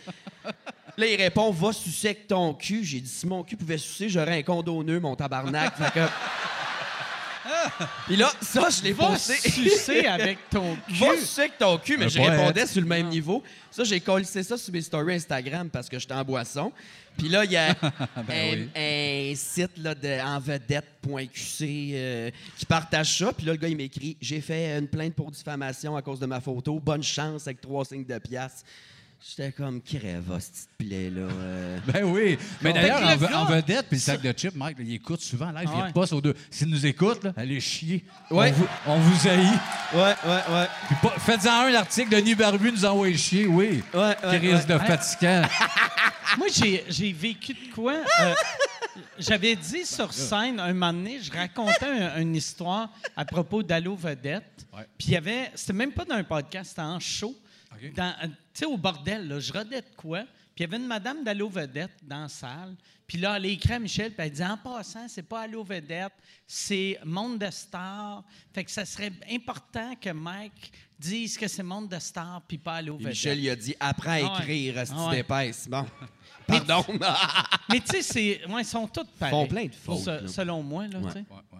E: Là, il répond Va sucer avec ton cul. J'ai dit Si mon cul pouvait sucer, j'aurais un condonneux, mon tabarnak. fait que. Puis là, ça, je l'ai
C: Va
E: posté.
C: sucer Euh, avec ton cul.
E: Va sucer avec ton cul, mais
F: Un
E: je
F: poète.
E: répondais sur le même niveau. Ça, j'ai collé ça sur mes stories Instagram parce que j'étais en boisson. Puis là, il y a
F: Ben
E: un, un site là, de envedette.qc euh, qui partage ça. Puis là, le gars, il m'écrit J'ai fait une plainte pour diffamation à cause de ma photo. Bonne chance avec trois signes de piastre. J'étais comme crève, s'il te plaît, là. euh.
F: Ben oui. Mais
C: Fait
F: d'ailleurs,
C: que le
F: en, ve-
C: gars-
F: en vedette, puis le sac de chips, Mike, là, il écoute souvent live,
C: Ah
F: il
C: ouais.
F: repasse aux deux. S'il nous écoute, là, allez chier.
E: Ouais.
F: On vous, on vous haït.
E: Ouais, ouais, ouais.
F: Puis pas- Faites-en un article de Nu Barbu nous envoie chier, oui.
E: Ouais, ouais,
F: Crise
E: ouais.
F: de fatigant.
C: Moi, j'ai, j'ai vécu de quoi? Euh, j'avais dit sur scène, un moment donné, je racontais un- une histoire à propos d'Allo Vedette.
F: Ouais.
C: Puis il y avait... C'était même pas dans un podcast, c'était en show.
F: OK.
C: Dans- euh, Tu sais, au bordel, là, je redais de quoi? Puis il y avait une madame d'Allo Vedette dans la salle. Puis là, elle écrit à Michel, puis elle dit, en passant, c'est pas Allo Vedette, c'est Monde de Stars. Fait que ça serait important que Mike dise que c'est Monde de Stars, puis pas Allo Vedette.
E: Michel, il a dit Apprends à
C: Ah ouais.
E: écrire, à
C: Ah ouais.
E: d'épaisse. Bon. Pardon.
C: Mais tu sais, c'est- ouais, ils sont tous pareils.
E: font plein de fautes,
C: Se-
E: là.
C: selon moi, là, tu sais.
F: Ouais, ouais.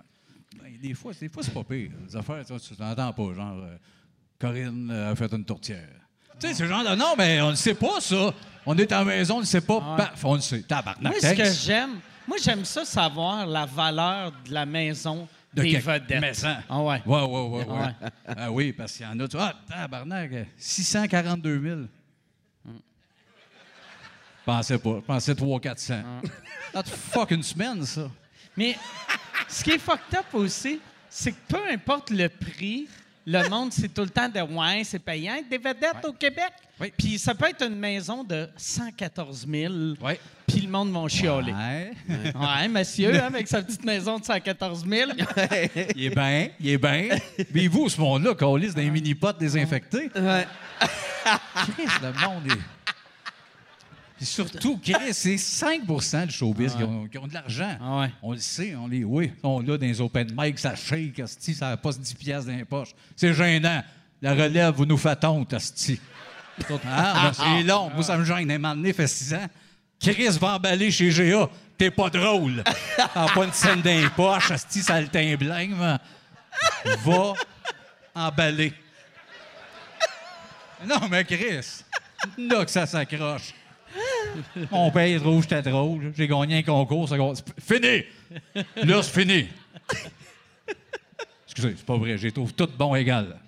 F: Ben, des fois, des fois c'est pas pire. Les affaires, tu tu t'entends pas, genre euh, Corinne euh, a fait une tourtière. Tu sais, c'est genre de, non, mais on ne sait pas ça. On est en maison, on ne sait pas. Paf, on le sait. Tabarnak.
C: Moi, ce que
F: thanks.
C: j'aime, moi, j'aime ça savoir la valeur de la maison
F: de
C: des
F: quelque-
C: vedettes.
F: Mais ça.
C: Ah ouais.
F: Ouais, ouais, ouais, ouais.
C: Ouais.
F: Ah oui, parce qu'il y en a. Tu vois, ah, tabarnak, 642 000.
C: Mm.
F: Pensais pas. Pensais 3 400.
C: Mm.
F: Not fucking semaine, ça.
C: Mais ce qui est fucked up aussi, c'est que peu importe le prix, le monde, c'est tout le temps de « ouais, c'est payant ». Des vedettes au Québec,
F: Oui.
C: puis ça peut être une maison de 114 000,
F: Oui.
C: puis le monde va chialer. Ouais, monsieur, hein, avec sa petite maison de 114 000.
F: Il est bien, il est bien. Mais vous, ce monde-là, qu'on lisse dans les mini-potes désinfectés.
E: Ouais.
F: Chris, le monde est. Puis surtout, Chris, c'est 5 du showbiz qui, ont, qui ont de l'argent.
C: Ah ouais.
F: On le sait, on les. Oui, on l'a dans les open mic, ça shake, asti, ça passe 10 piastres dans les poches. C'est gênant. La relève, vous nous faites honte, asti. Ah, ben, c'est long. Moi, ça me gêne. Un moment donné, fait 6 ans. Chris va emballer chez GA. T'es pas drôle. T'as pas une scène dans les poches, asti, ça le teint blême. Va emballer. Non, mais Chris, là que ça s'accroche. Mon père trouve que j'étais drôle. J'ai gagné un concours. ça compte. C'est Fini! Là, c'est fini. Excusez, c'est pas vrai. J'ai trouve tout bon égal.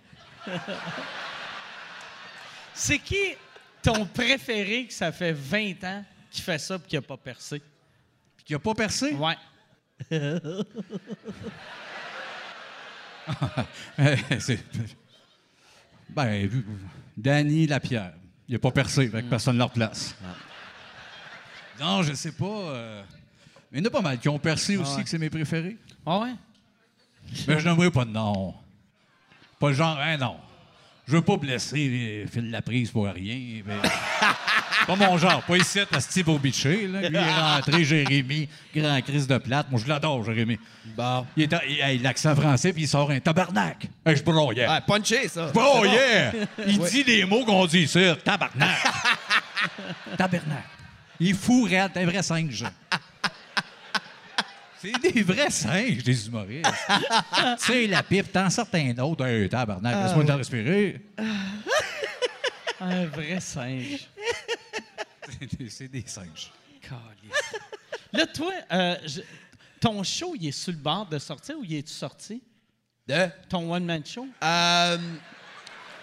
C: C'est qui ton préféré que ça fait 20 ans qui fait ça puis qui n'a pas percé?
F: Puis qu'il a pas percé.
C: Ouais.
F: C'est- ben, vu- Danny Lapierre. Il a pas percé. Fait que personne ne le replace. Non, je sais pas. euh, Mais il y en a pas mal qui ont percé aussi, que c'est mes préférés.
C: Ah ouais?
F: Mais je n'aimerais pas de nom. Pas le genre, hein, non. Je veux pas blesser euh, Phil Laprise pour rien. mais- pas mon genre. Pas ici, à Steve Obitché. Là. Lui, il est rentré, Jérémy, grand crise de plate. Moi, je l'adore, Jérémy.
E: Bon.
F: Il est en- il- hey, l'accent français, puis il sort un tabarnak. Hey, je broyais.
E: Ah, punché, ça.
F: Oh yeah! Il dit des mots qu'on dit ici. Tabarnak. Tabarnak. Il est fou, raide, un vrai singe. C'est des vrais singes, des humoristes. tu sais, la pipe, t'en sors un autre. Hey, tabarnak, laisse-moi le temps de respirer.
C: Un vrai singe.
F: C'est des- C'est des singes.
C: Caliste. Là, toi, euh, je- ton show, il est sur le bord de sortir ou il est-tu sorti?
E: De?
C: Ton one-man show?
E: Euh,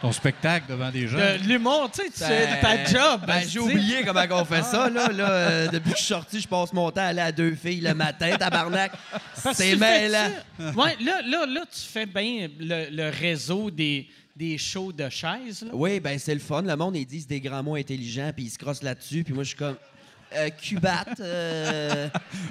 F: Ton spectacle devant des gens.
C: De Euh, L'humour, tu sais, tu
E: ben,
C: sais, ta job.
E: ben,
C: tu sais.
E: j'ai oublié comment on fait ça, là. là Euh, depuis que je suis sorti, je passe mon temps à aller à deux filles le matin, tabarnak.
C: Parce que
E: C'est
C: tu fais
E: mêlant.
C: ça. Ouais, là, là, là, tu fais bien le, le réseau des, des shows de chaises. là.
E: Oui, ben c'est le fun. Le monde, ils disent des grands mots intelligents, puis ils se crossent là-dessus. Puis moi, je suis comme... Euh, cubate, euh,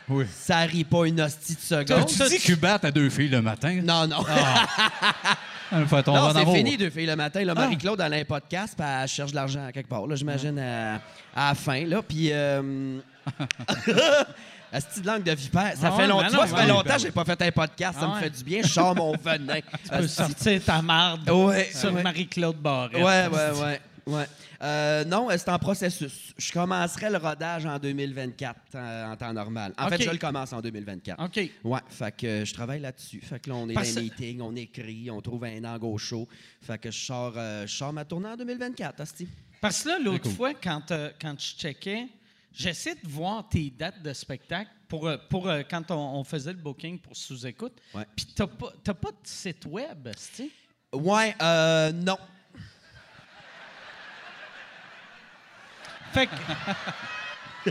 F: Oui.
E: ça rit pas une hostie de seconde.
F: As-tu dit Cubat à deux filles le matin?
E: Non, non.
C: Ah,
F: Fait, on va
E: Non,
F: en
E: c'est
F: avoir.
E: fini, deux filles le matin.
C: Ah.
E: Là, Marie-Claude, elle a un podcast, puis elle cherche de l'argent à quelque part, là, j'imagine,
C: Ah.
E: à, à la fin. Là, puis. Euh... La petite langue de vipère. Ça
C: Ah
E: fait
C: ouais,
E: longtemps,
C: mais
E: tu
C: non,
E: vois, ça fait
C: ouais.
E: longtemps que j'ai pas fait un podcast.
C: Ah
E: ça me
C: ouais.
E: fait du bien. Je sors mon venin.
C: Tu peux sortir ta marde
E: Ouais,
C: sur
E: ouais.
C: Marie-Claude Barrette.
E: Ouais, ouais, ouais. ouais. Euh, non, euh, c'est en processus. Je commencerai le rodage en 2024 euh, en temps normal. En
C: OK.
E: fait, je le commence en 2024.
C: OK.
E: Ouais, fait que euh, je travaille là-dessus. Fait que là, on est
C: Parce-
E: dans les meetings, on écrit, on trouve un angle au chaud. Fait que je sors, euh, je sors ma tournée en 2024, hostie.
C: Parce que là, l'autre fois, quand, euh, quand je checkais, j'essaie de voir tes dates de spectacle pour, euh, pour euh, quand on, on faisait le booking pour sous-écoute.
E: Ouais.
C: Puis t'as pas, t'as pas de site web, tu
E: Ouais, euh, non.
C: Fait que. fait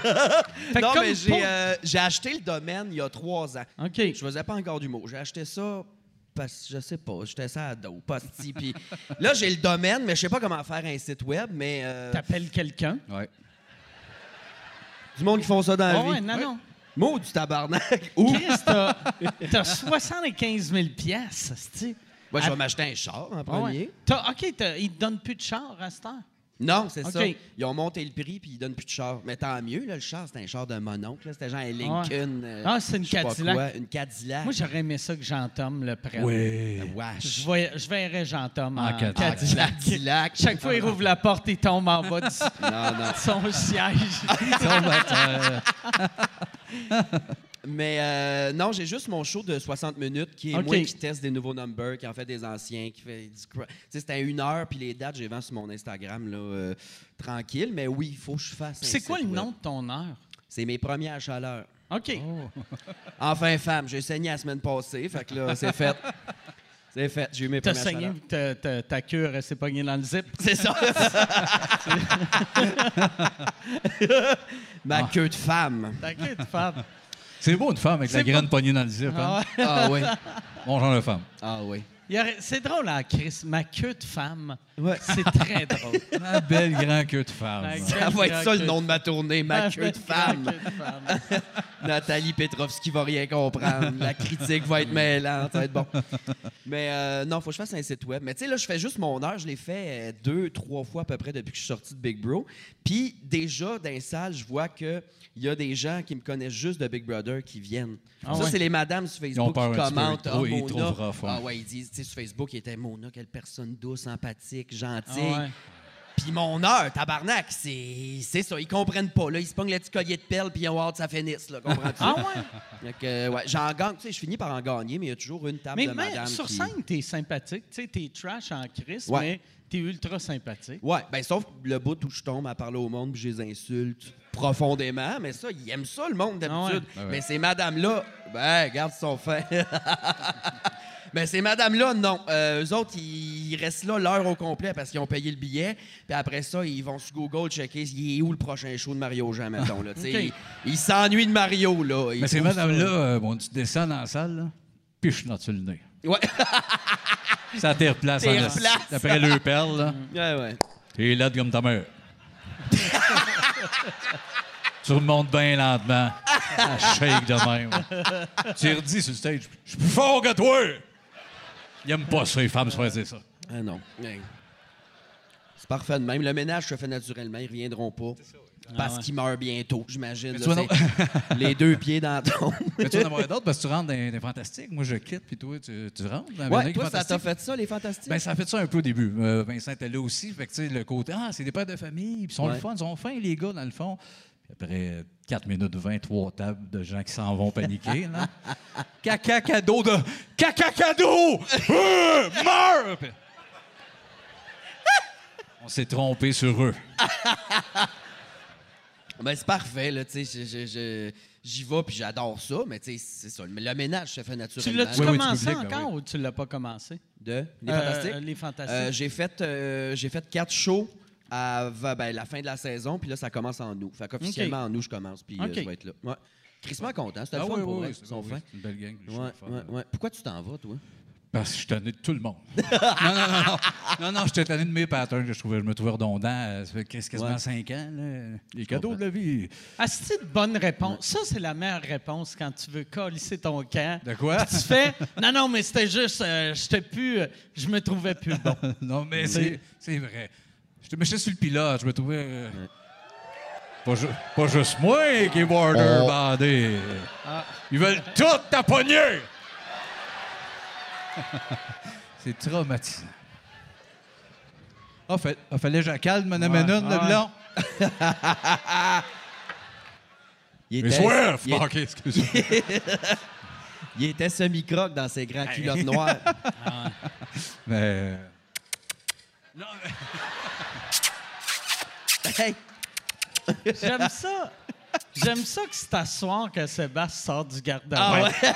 C: que
E: non,
C: comme
E: mais
C: pour-
E: j'ai euh, j'ai acheté le domaine il y a trois ans.
C: OK.
E: Je faisais pas encore d'humour. J'ai acheté ça parce que je sais pas, j'étais ça à dos, pas si, puis là j'ai le domaine, mais je sais pas comment faire un site web, mais euh,
C: T'appelles quelqu'un.
F: Ouais.
E: du monde qui font ça dans la
C: Ah ouais,
E: vie.
C: non, non.
E: Mot du tabarnak. Ou
C: Chris, t'as t'as 75 000 piastres, tu
E: moi je vais m'acheter un char en premier.
C: OK, t'as- ils te donnent plus de char à cette heure.
E: Non, c'est
C: OK.
E: ça. Ils ont monté le prix puis ils donnent plus de char. Mais tant mieux, là, le char, c'était un char de mon oncle. là. C'était genre un Lincoln. euh,
C: Ah, c'est une
E: je sais pas
C: Cadillac.
E: quoi, une Cadillac. Ah,
C: Moi, j'aurais aimé ça que Jean-Tom le prenne.
F: Oui.
E: Wesh.
C: Je, voyais- je verrais Jean-Tom en,
F: En Cadillac.
E: Ah,
C: Cadillac.
E: Cadillac.
C: Chaque fois, il rouvre la porte, il tombe en bas du- de
E: Non, non.
C: son siège.
E: Mais euh, non, j'ai juste mon show de 60 minutes qui est
C: OK.
E: moi qui teste des nouveaux numbers, qui en fait des anciens, qui fait du cra- Tu sais, c'était à une heure, puis les dates, j'ai vends sur mon Instagram, là, euh, tranquille. Mais oui, il faut que je fasse. un
C: C'est quoi le
E: site web.
C: nom de ton heure?
E: C'est mes premières chaleurs.
C: OK.
E: Oh. Enfin, femme, j'ai saigné la semaine passée, fait que là, c'est fait. C'est fait, j'ai eu mes
C: T'as
E: premières
C: saigné,
E: chaleurs.
C: ta, ta, ta cure, elle s'est pognée dans le zip.
E: C'est ça. Ma queue de femme.
C: T'inquiète, Fab.
F: C'est beau, une femme avec la
C: C'est
F: graine poignée dans le zip. hein?
C: Ah ouais.
E: Ah oui.
F: Bon genre de femme.
E: Ah oui.
C: Il y aurait- C'est drôle, hein, Chris? Ma queue de femme.
E: Ouais.
C: C'est très drôle.
F: Ma belle grande queue de femme.
C: Ma
E: Ça va être ça le nom de ma tournée, ma
C: Ah, Ma
E: queue de femme. Ah,
C: queue de femme.
E: Nathalie Petrovski va rien comprendre. La critique va être mêlante, ça va être bon. Mais euh, non, faut que je fasse un site web. Mais tu sais, là, je fais juste mon heure. Je l'ai fait euh, deux, trois fois à peu près depuis que je suis sorti de Big Bro. Puis déjà, dans les salles, je vois qu'il y a des gens qui me connaissent juste de Big Brother qui viennent.
C: Ah
E: ça,
C: ouais.
E: c'est les madames sur
F: ont
E: Facebook
F: peur
E: qui
F: un petit peu.
E: commentent. Ah,
F: Oui, ils
E: Mona.
F: trouvent rough, ouais.
E: Ah ouais, ils disent, tu sais, sur Facebook, il était Mona, quelle personne douce, empathique,
C: Ah
E: gentille.
C: ouais.
E: Puis mon heure, tabarnak, c'est c'est ça. Ils comprennent pas. Là. Ils se pognent le petit collier de perles puis ils ont hâte que ça finisse. Là, comprends-tu?
C: Ah ouais?
E: Donc, euh, ouais, j'en gagne. Tu sais, je finis par en gagner, mais il y a toujours une table
C: Mais
E: de
C: même
E: madame
C: sur
E: qui-
C: scène, t'es sympathique. Tu sais, t'es trash en Chris,
E: Ouais.
C: mais t'es ultra sympathique.
E: Ouais, ben sauf le bout où je tombe à parler au monde puis je les insulte profondément, mais ça, ils aiment ça, le monde, d'habitude.
F: Ah ouais.
E: Mais ces madames-là, ben, garde son fin. Mais ces madames-là, non. Euh, eux autres, ils restent là l'heure au complet parce qu'ils ont payé le billet. Puis après ça, ils vont sur Google checker il est où le prochain show de Mario Jean, mettons. Là, tu sais.
C: OK.
E: Ils- Ils s'ennuient de Mario, là. Ils
F: Mais ces
E: trouvent ça-
F: madames-là, euh, bon, tu descends dans la salle, là, puis je suis sur le nez.
E: Ouais.
F: Ça te replace en
E: Te
F: esti.
E: replace.
F: Après le perle, là,
E: ouais, ouais.
F: t'es laide comme ta mère. tu remontes bien Ah, lentement. Ça shake de même. Tu redis sur le stage, je suis plus fort que toi! Il aime pas ça, les femmes se faire dire ça.
E: Ah non. Hey. C'est parfait de même. Le ménage se fait naturellement, ils reviendront pas. Parce qu'ils meurent bientôt, j'imagine.
F: tu
E: là,
F: vas
E: c'est- les deux pieds dans la tombe.
F: Mais tu vas en avoir d'autres parce que tu rentres dans les fantastiques. Moi, je quitte, puis toi, tu, tu rentres dans
E: Ouais,
F: les
E: toi, ça
F: fantastiques.
E: t'a fait ça, les fantastiques?
F: Ben, ça a fait ça un peu au début. Euh, Vincent était là aussi. Fait que, tu sais, le côté, ah, c'est des pères de famille, puis ils sont le
E: Ouais.
F: fun, ils sont fins, les gars, dans le fond. Puis après 4 minutes 20, trois tables de gens qui s'en vont paniquer, là. Caca cadeau de. Caca cadeau! Euh, Meurs! Puis- On s'est trompé sur eux.
E: Ben, c'est parfait, là, tu sais, je- je- je- j'y vais, puis j'adore ça, mais tu sais, c'est ça, le le ménage se fait
C: Tu
E: naturellement.
C: l'as-tu
F: oui, du
C: commencé
F: public, ben
C: encore ou tu l'as pas commencé?
E: De? Les
C: Euh,
E: Fantastiques?
C: euh, les Fantastiques.
E: Euh, j'ai fait, euh, j'ai fait quatre shows à ben, la fin de la saison, puis là, ça commence en août. Fait qu'officiellement, en août, je commence, puis euh,
C: OK.
E: je vais être là. Ouais. Crissement content, c'était
F: Ah
E: le fun
F: oui,
E: pour
F: oui,
E: vrai,
F: oui,
E: ils
F: c'est
E: sont
F: oui,
E: fins.
F: c'est une belle gang. les
E: Ouais,
F: chauffeurs, là.
E: ouais, ouais. Pourquoi tu t'en vas, toi?
F: Parce que je suis tanné de tout le monde. non, non, non, non. Non, non, je suis tanné de mes patterns. Je, trouvais, je me trouvais redondant. euh, Ça fait qu'est-ce- quasiment
E: Ouais.
F: 5 ans. Là. Les cadeaux de la vie.
C: Ah, c'est une bonne réponse. Ça, c'est la meilleure réponse quand tu veux colisser ton camp.
F: De quoi?
C: Tu fais, non, non, mais c'était juste, euh, j'étais plus, euh, je me trouvais plus bon.
F: non, mais c'est, c'est vrai. Je te mettais sur le pilote. Je me trouvais. euh, Pas, ju- pas juste moi qui est border bandé.
C: Ah.
F: Ils veulent tout ta poignée! c'est traumatisant. Ah, fait, ah, fallait que je la calme, mon aménone, le
C: ouais.
F: blanc.
E: Il
F: Mais
E: était,
F: soif!
E: il,
F: Ah, OK, excuse-moi.
E: il était semi-croque dans ses grands culottes noires.
F: Mais. euh,
E: Hey,
C: J'aime ça. J'aime ça que c'est à soir que Sébastien sort du garde-robe.
E: Ah ouais.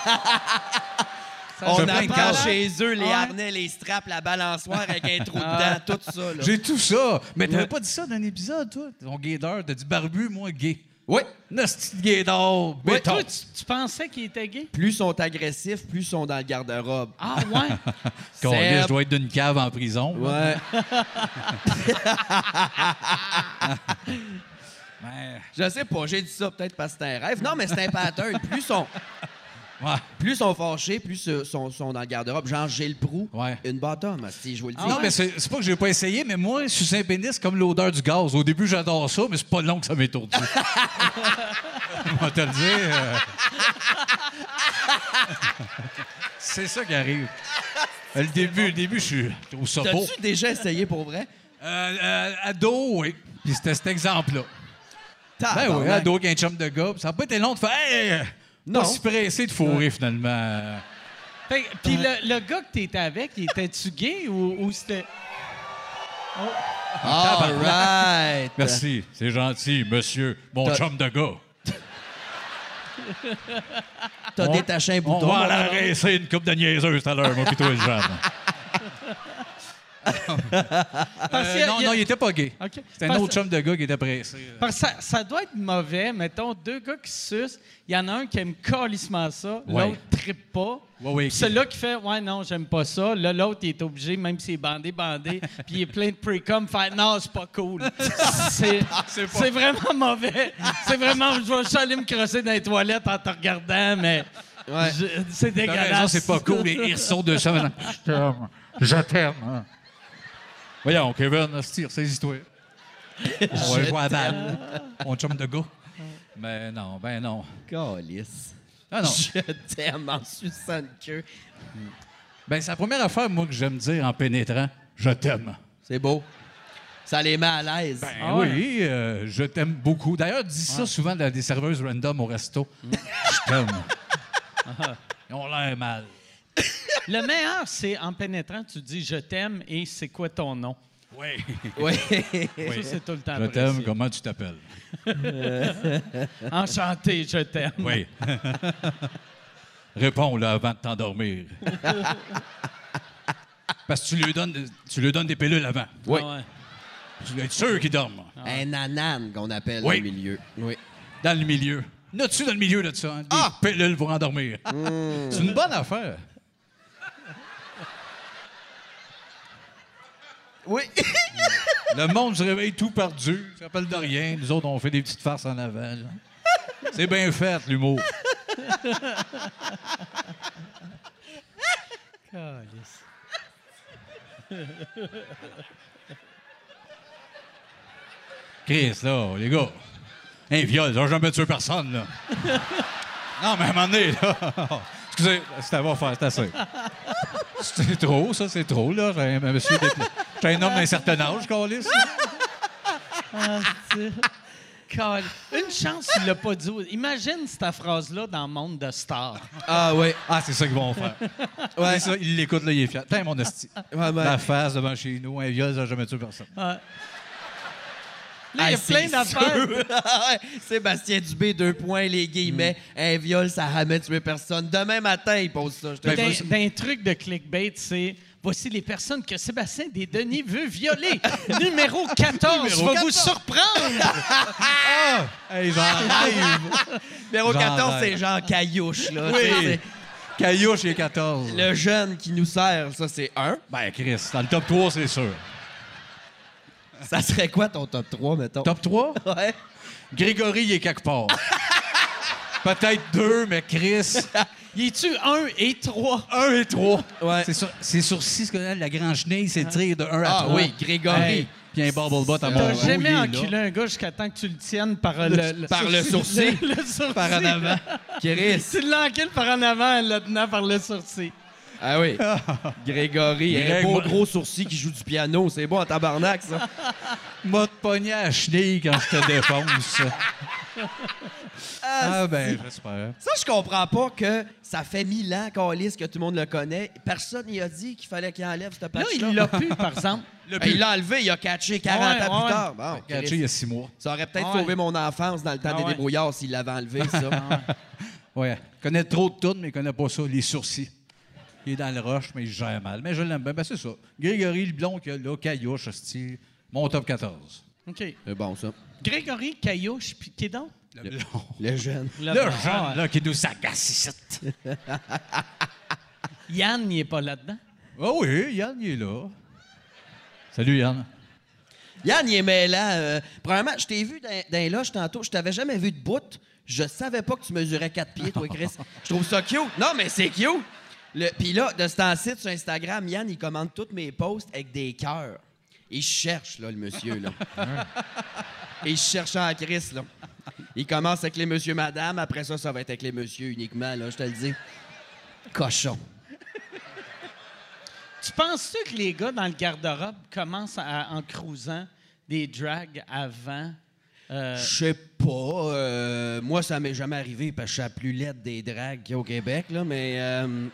C: Ça,
E: on
C: c'est
E: apprend
C: pas mal.
E: chez eux les
C: Ouais.
E: harnais, les straps, la balançoire avec un trou
F: Ah.
E: dedans, tout ça. là.
F: J'ai tout ça. Mais t'avais pas dit ça dans un épisode, toi? Ton gaydar, t'as dit barbu, moi, gay.
E: Oui.
F: Nasty de gaydar,
C: Mais
F: béton.
C: toi, tu, tu pensais qu'il était gay?
E: Plus ils sont agressifs, plus ils sont dans le garde-robe.
C: Ah ouais?
F: Câlisse,
E: Seb.
F: je dois être d'une cave en prison.
E: Ouais.
F: Mais,
E: Je sais pas, j'ai dit ça peut-être parce que c'est un rêve. Non, mais c'est un pattern. Plus ils sont,
F: ouais.
E: plus ils sont fâchés, plus ils sont, sont dans le garde-robe. Genre, j'ai le prou,
F: Ouais.
E: une bottom, si je vous le dis.
F: Ah non, mais c'est c'est pas que j'ai pas essayé, mais moi, je suis un pénis comme l'odeur du gaz. Au début, j'adore ça, mais c'est pas long que ça m'étourdit. On va te le dire. euh. c'est ça qui arrive. Le début, le début, je suis je trouve ça beau.
E: T'as-tu déjà essayé pour vrai?
F: Euh, euh, ado, oui. Puis c'était cet exemple-là. Ben oui,
E: Tabarnak.
F: ado qui a un chum de gars. puis Ça n'a pas été long de faire. Hey! euh,
E: Non.
F: Pas si pressé de fourrer, finalement. euh,
C: Fait que- Puis le, le gars que t'étais avec, il était-tu gay ou, ou c'était...
E: All right.
F: Merci. C'est gentil, monsieur. Mon
E: T'as-
F: chum de gars.
E: T'as
F: On-
E: détaché un
F: On
E: bouton.
F: va Euh,
E: mon
F: aller
E: homme.
F: racer une coupe de niaiseuse tout à l'heure, moi, puis toi, le jeune.
C: Parce qu'il y
F: Euh,
C: a-
F: non,
C: il y a-
F: non, il était pas gay.
C: OK.
F: C'était un
C: Parce-
F: autre chum de gars qui était pressé.
C: Parce que ça, ça doit être mauvais, mettons, deux gars qui sucent, il y en a un qui aime calissement ça,
F: Ouais.
C: l'autre trippe pas.
F: Ouais, ouais,
C: Puis Celui-là qui fait « Ouais, non, j'aime pas ça », là, l'autre, il est obligé, même s'il est bandé, bandé, puis il est plein de pre-com, faire « Non, c'est pas cool ». C'est c'est vraiment mauvais. C'est vraiment, je vais juste aller me crosser dans les toilettes en te regardant, mais
E: Ouais.
C: je- c'est
F: T'as raison,
C: dégueulasse.
F: c'est pas cool. Les hirçons de ça. maintenant. Je t'aime. Je t'aime. Voyons, Kevin, tire ses histoires. On va jouer à la balle. On chum de gars. Mais non, ben non.
E: Calisse.
F: Ah non.
E: Je t'aime en suçant le queue.
F: Ben, c'est la première affaire, moi, que j'aime dire en pénétrant. Je t'aime.
E: C'est beau. Ça les met à l'aise.
F: Ben oui, euh, je t'aime beaucoup. D'ailleurs, dis ça souvent à des serveuses random au resto. Je t'aime. Ils ont l'air mal.
C: Le meilleur, c'est en pénétrant, tu dis « Je t'aime » et « C'est quoi ton nom?
F: Oui. »
E: Ah, Oui.
C: Ça, c'est tout le temps
F: Je t'aime,
C: apprécié.
F: comment tu t'appelles?
C: Enchanté, je t'aime.
F: Oui. Réponds là avant de t'endormir. Parce que tu lui donnes, tu lui donnes des pilules avant.
E: Oui.
C: Ah ouais.
F: Tu dois être sûr qu'il dorme.
E: Un anane qu'on appelle
F: Oui.
E: au milieu. Oui.
F: Dans le milieu. Là-dessus, dans le milieu de ça. hein, des pilules pour endormir. C'est une bonne affaire.
E: Oui.
F: Le monde se réveille tout perdu, ne se rappelle de rien. Nous autres, on fait des petites farces en avant. là. C'est bien fait, l'humour. Chris, là, les gars. Un viol, j'aurais jamais tué personne, là. non, mais à un moment donné, là. Excusez, c'est à vous faire, c'est assez. C'est trop, ça, c'est trop, là. J'ai un monsieur. dépla- J'ai un homme d'un certain âge, Carlis.
C: Col- Une chance, il l'a pas dit. Imagine cette phrase-là dans le monde de stars.
E: Ah oui.
F: Ah, c'est ça qu'ils vont faire. Ouais. Ça, il l'écoute, là, il est fier. Tiens, mon hostie.
E: Ouais, ouais.
F: La face devant chez nous, un viol, j'aurais jamais tué personne.
C: Là, il y a plein d'affaires.
E: Ah ouais. Sébastien Dubé, deux points, les guillemets. Un viol, ça ramène tuer personne. Demain matin, il pose ça. je te
C: D'un
E: jure.
C: d'un truc de clickbait, c'est voici les personnes que Sébastien Desdenis veut violer. Numéro 14 va vous surprendre.
F: Hey, j'en rêve.
E: Numéro
F: Jean
E: 14,
F: Rey.
E: c'est Jean Caillouche. Là,
F: Oui.
E: Tu sais,
F: Caillouche et 14.
E: c'est le jeune qui nous sert, ça, c'est un.
F: Ben, Chris, dans le top 3, c'est sûr.
E: Ça serait quoi ton top 3, mettons?
F: Top 3?
E: Ouais.
F: Grégory, il est quelque part. Peut-être deux, mais Chris,
C: Y es-tu un et trois?
F: un et trois.
E: Ouais.
F: C'est sur, c'est sur six que la grande chenille s'étire de un à
E: Ah
F: trois.
E: oui, Grégory.
F: Hey, Puis un bubble butt à Ah, mon
C: T'as
F: goût, il
C: jamais
F: est
C: enculé
F: là.
C: un gars jusqu'à temps que tu le tiennes par euh, le,
E: Par le sourcil.
C: Le, le sourcil.
E: Par en avant. Chris.
C: Tu l'encules par en avant en le tenant par le sourcil.
E: Ah oui. Grégory, un
F: Greg-
E: beau gros sourcil qui joue du piano. C'est bon en tabarnak, ça.
F: M'a te pogné à la chenille quand je te défonce. ah ben, j'espère.
E: Ça, je comprends pas que ça fait mille ans, Calis, que tout le monde le connaît. Personne n'y a dit qu'il fallait qu'il enlève cette
C: Là,
E: patch-là.
C: il l'a pu, par exemple.
E: Ben, il l'a enlevé, il a catché 40
C: Ouais,
E: ans plus
C: ouais.
E: tard. Bon,
F: Catché
E: Chris.
F: il y a six mois.
E: Ça aurait peut-être
C: Ouais.
E: sauvé mon enfance dans le temps
C: Ah
E: des
C: ouais.
E: débrouillards s'il l'avait enlevé, ça.
F: Ouais. Il connaît trop de tunes, mais il connaît pas ça, les sourcils. Il est dans le roche, mais il gère mal. Mais je l'aime bien. Ben, c'est ça. Grégory, le blond qui a là, caillouche, hostie. Mon top 14.
C: OK.
E: C'est Euh, bon, ça.
C: Grégory Caillouche, puis qui donc?
F: Le blond.
E: Le jeune.
C: Le,
F: jeune, là, qui nous agace ici.
C: Yann, il est pas là-dedans.
F: Ah oui, Yann, il est là. Salut, Yann.
E: Yann, il est mêlant. euh, premièrement, je t'ai vu dans, dans les loges tantôt. Je t'avais jamais vu de bout. Je savais pas que tu mesurais quatre pieds, toi, Chris. je trouve ça cute. Non, mais c'est cute. Le- Puis là, de ce temps-ci, sur Instagram, Yann, il commande toutes mes posts avec des cœurs. Il cherche, là, le monsieur, là. Il cherche en Chris, là. Il commence avec les monsieur, madame. Après ça, ça va être avec les monsieur uniquement, là, je te le dis. Cochon.
C: Tu penses-tu que les gars dans le garde-robe commencent à- en cruisant des drags avant? euh,
E: Je sais pas. euh, moi, ça m'est jamais arrivé parce que je suis la plus laide des dragues qu'il y a au Québec, là, mais. euh,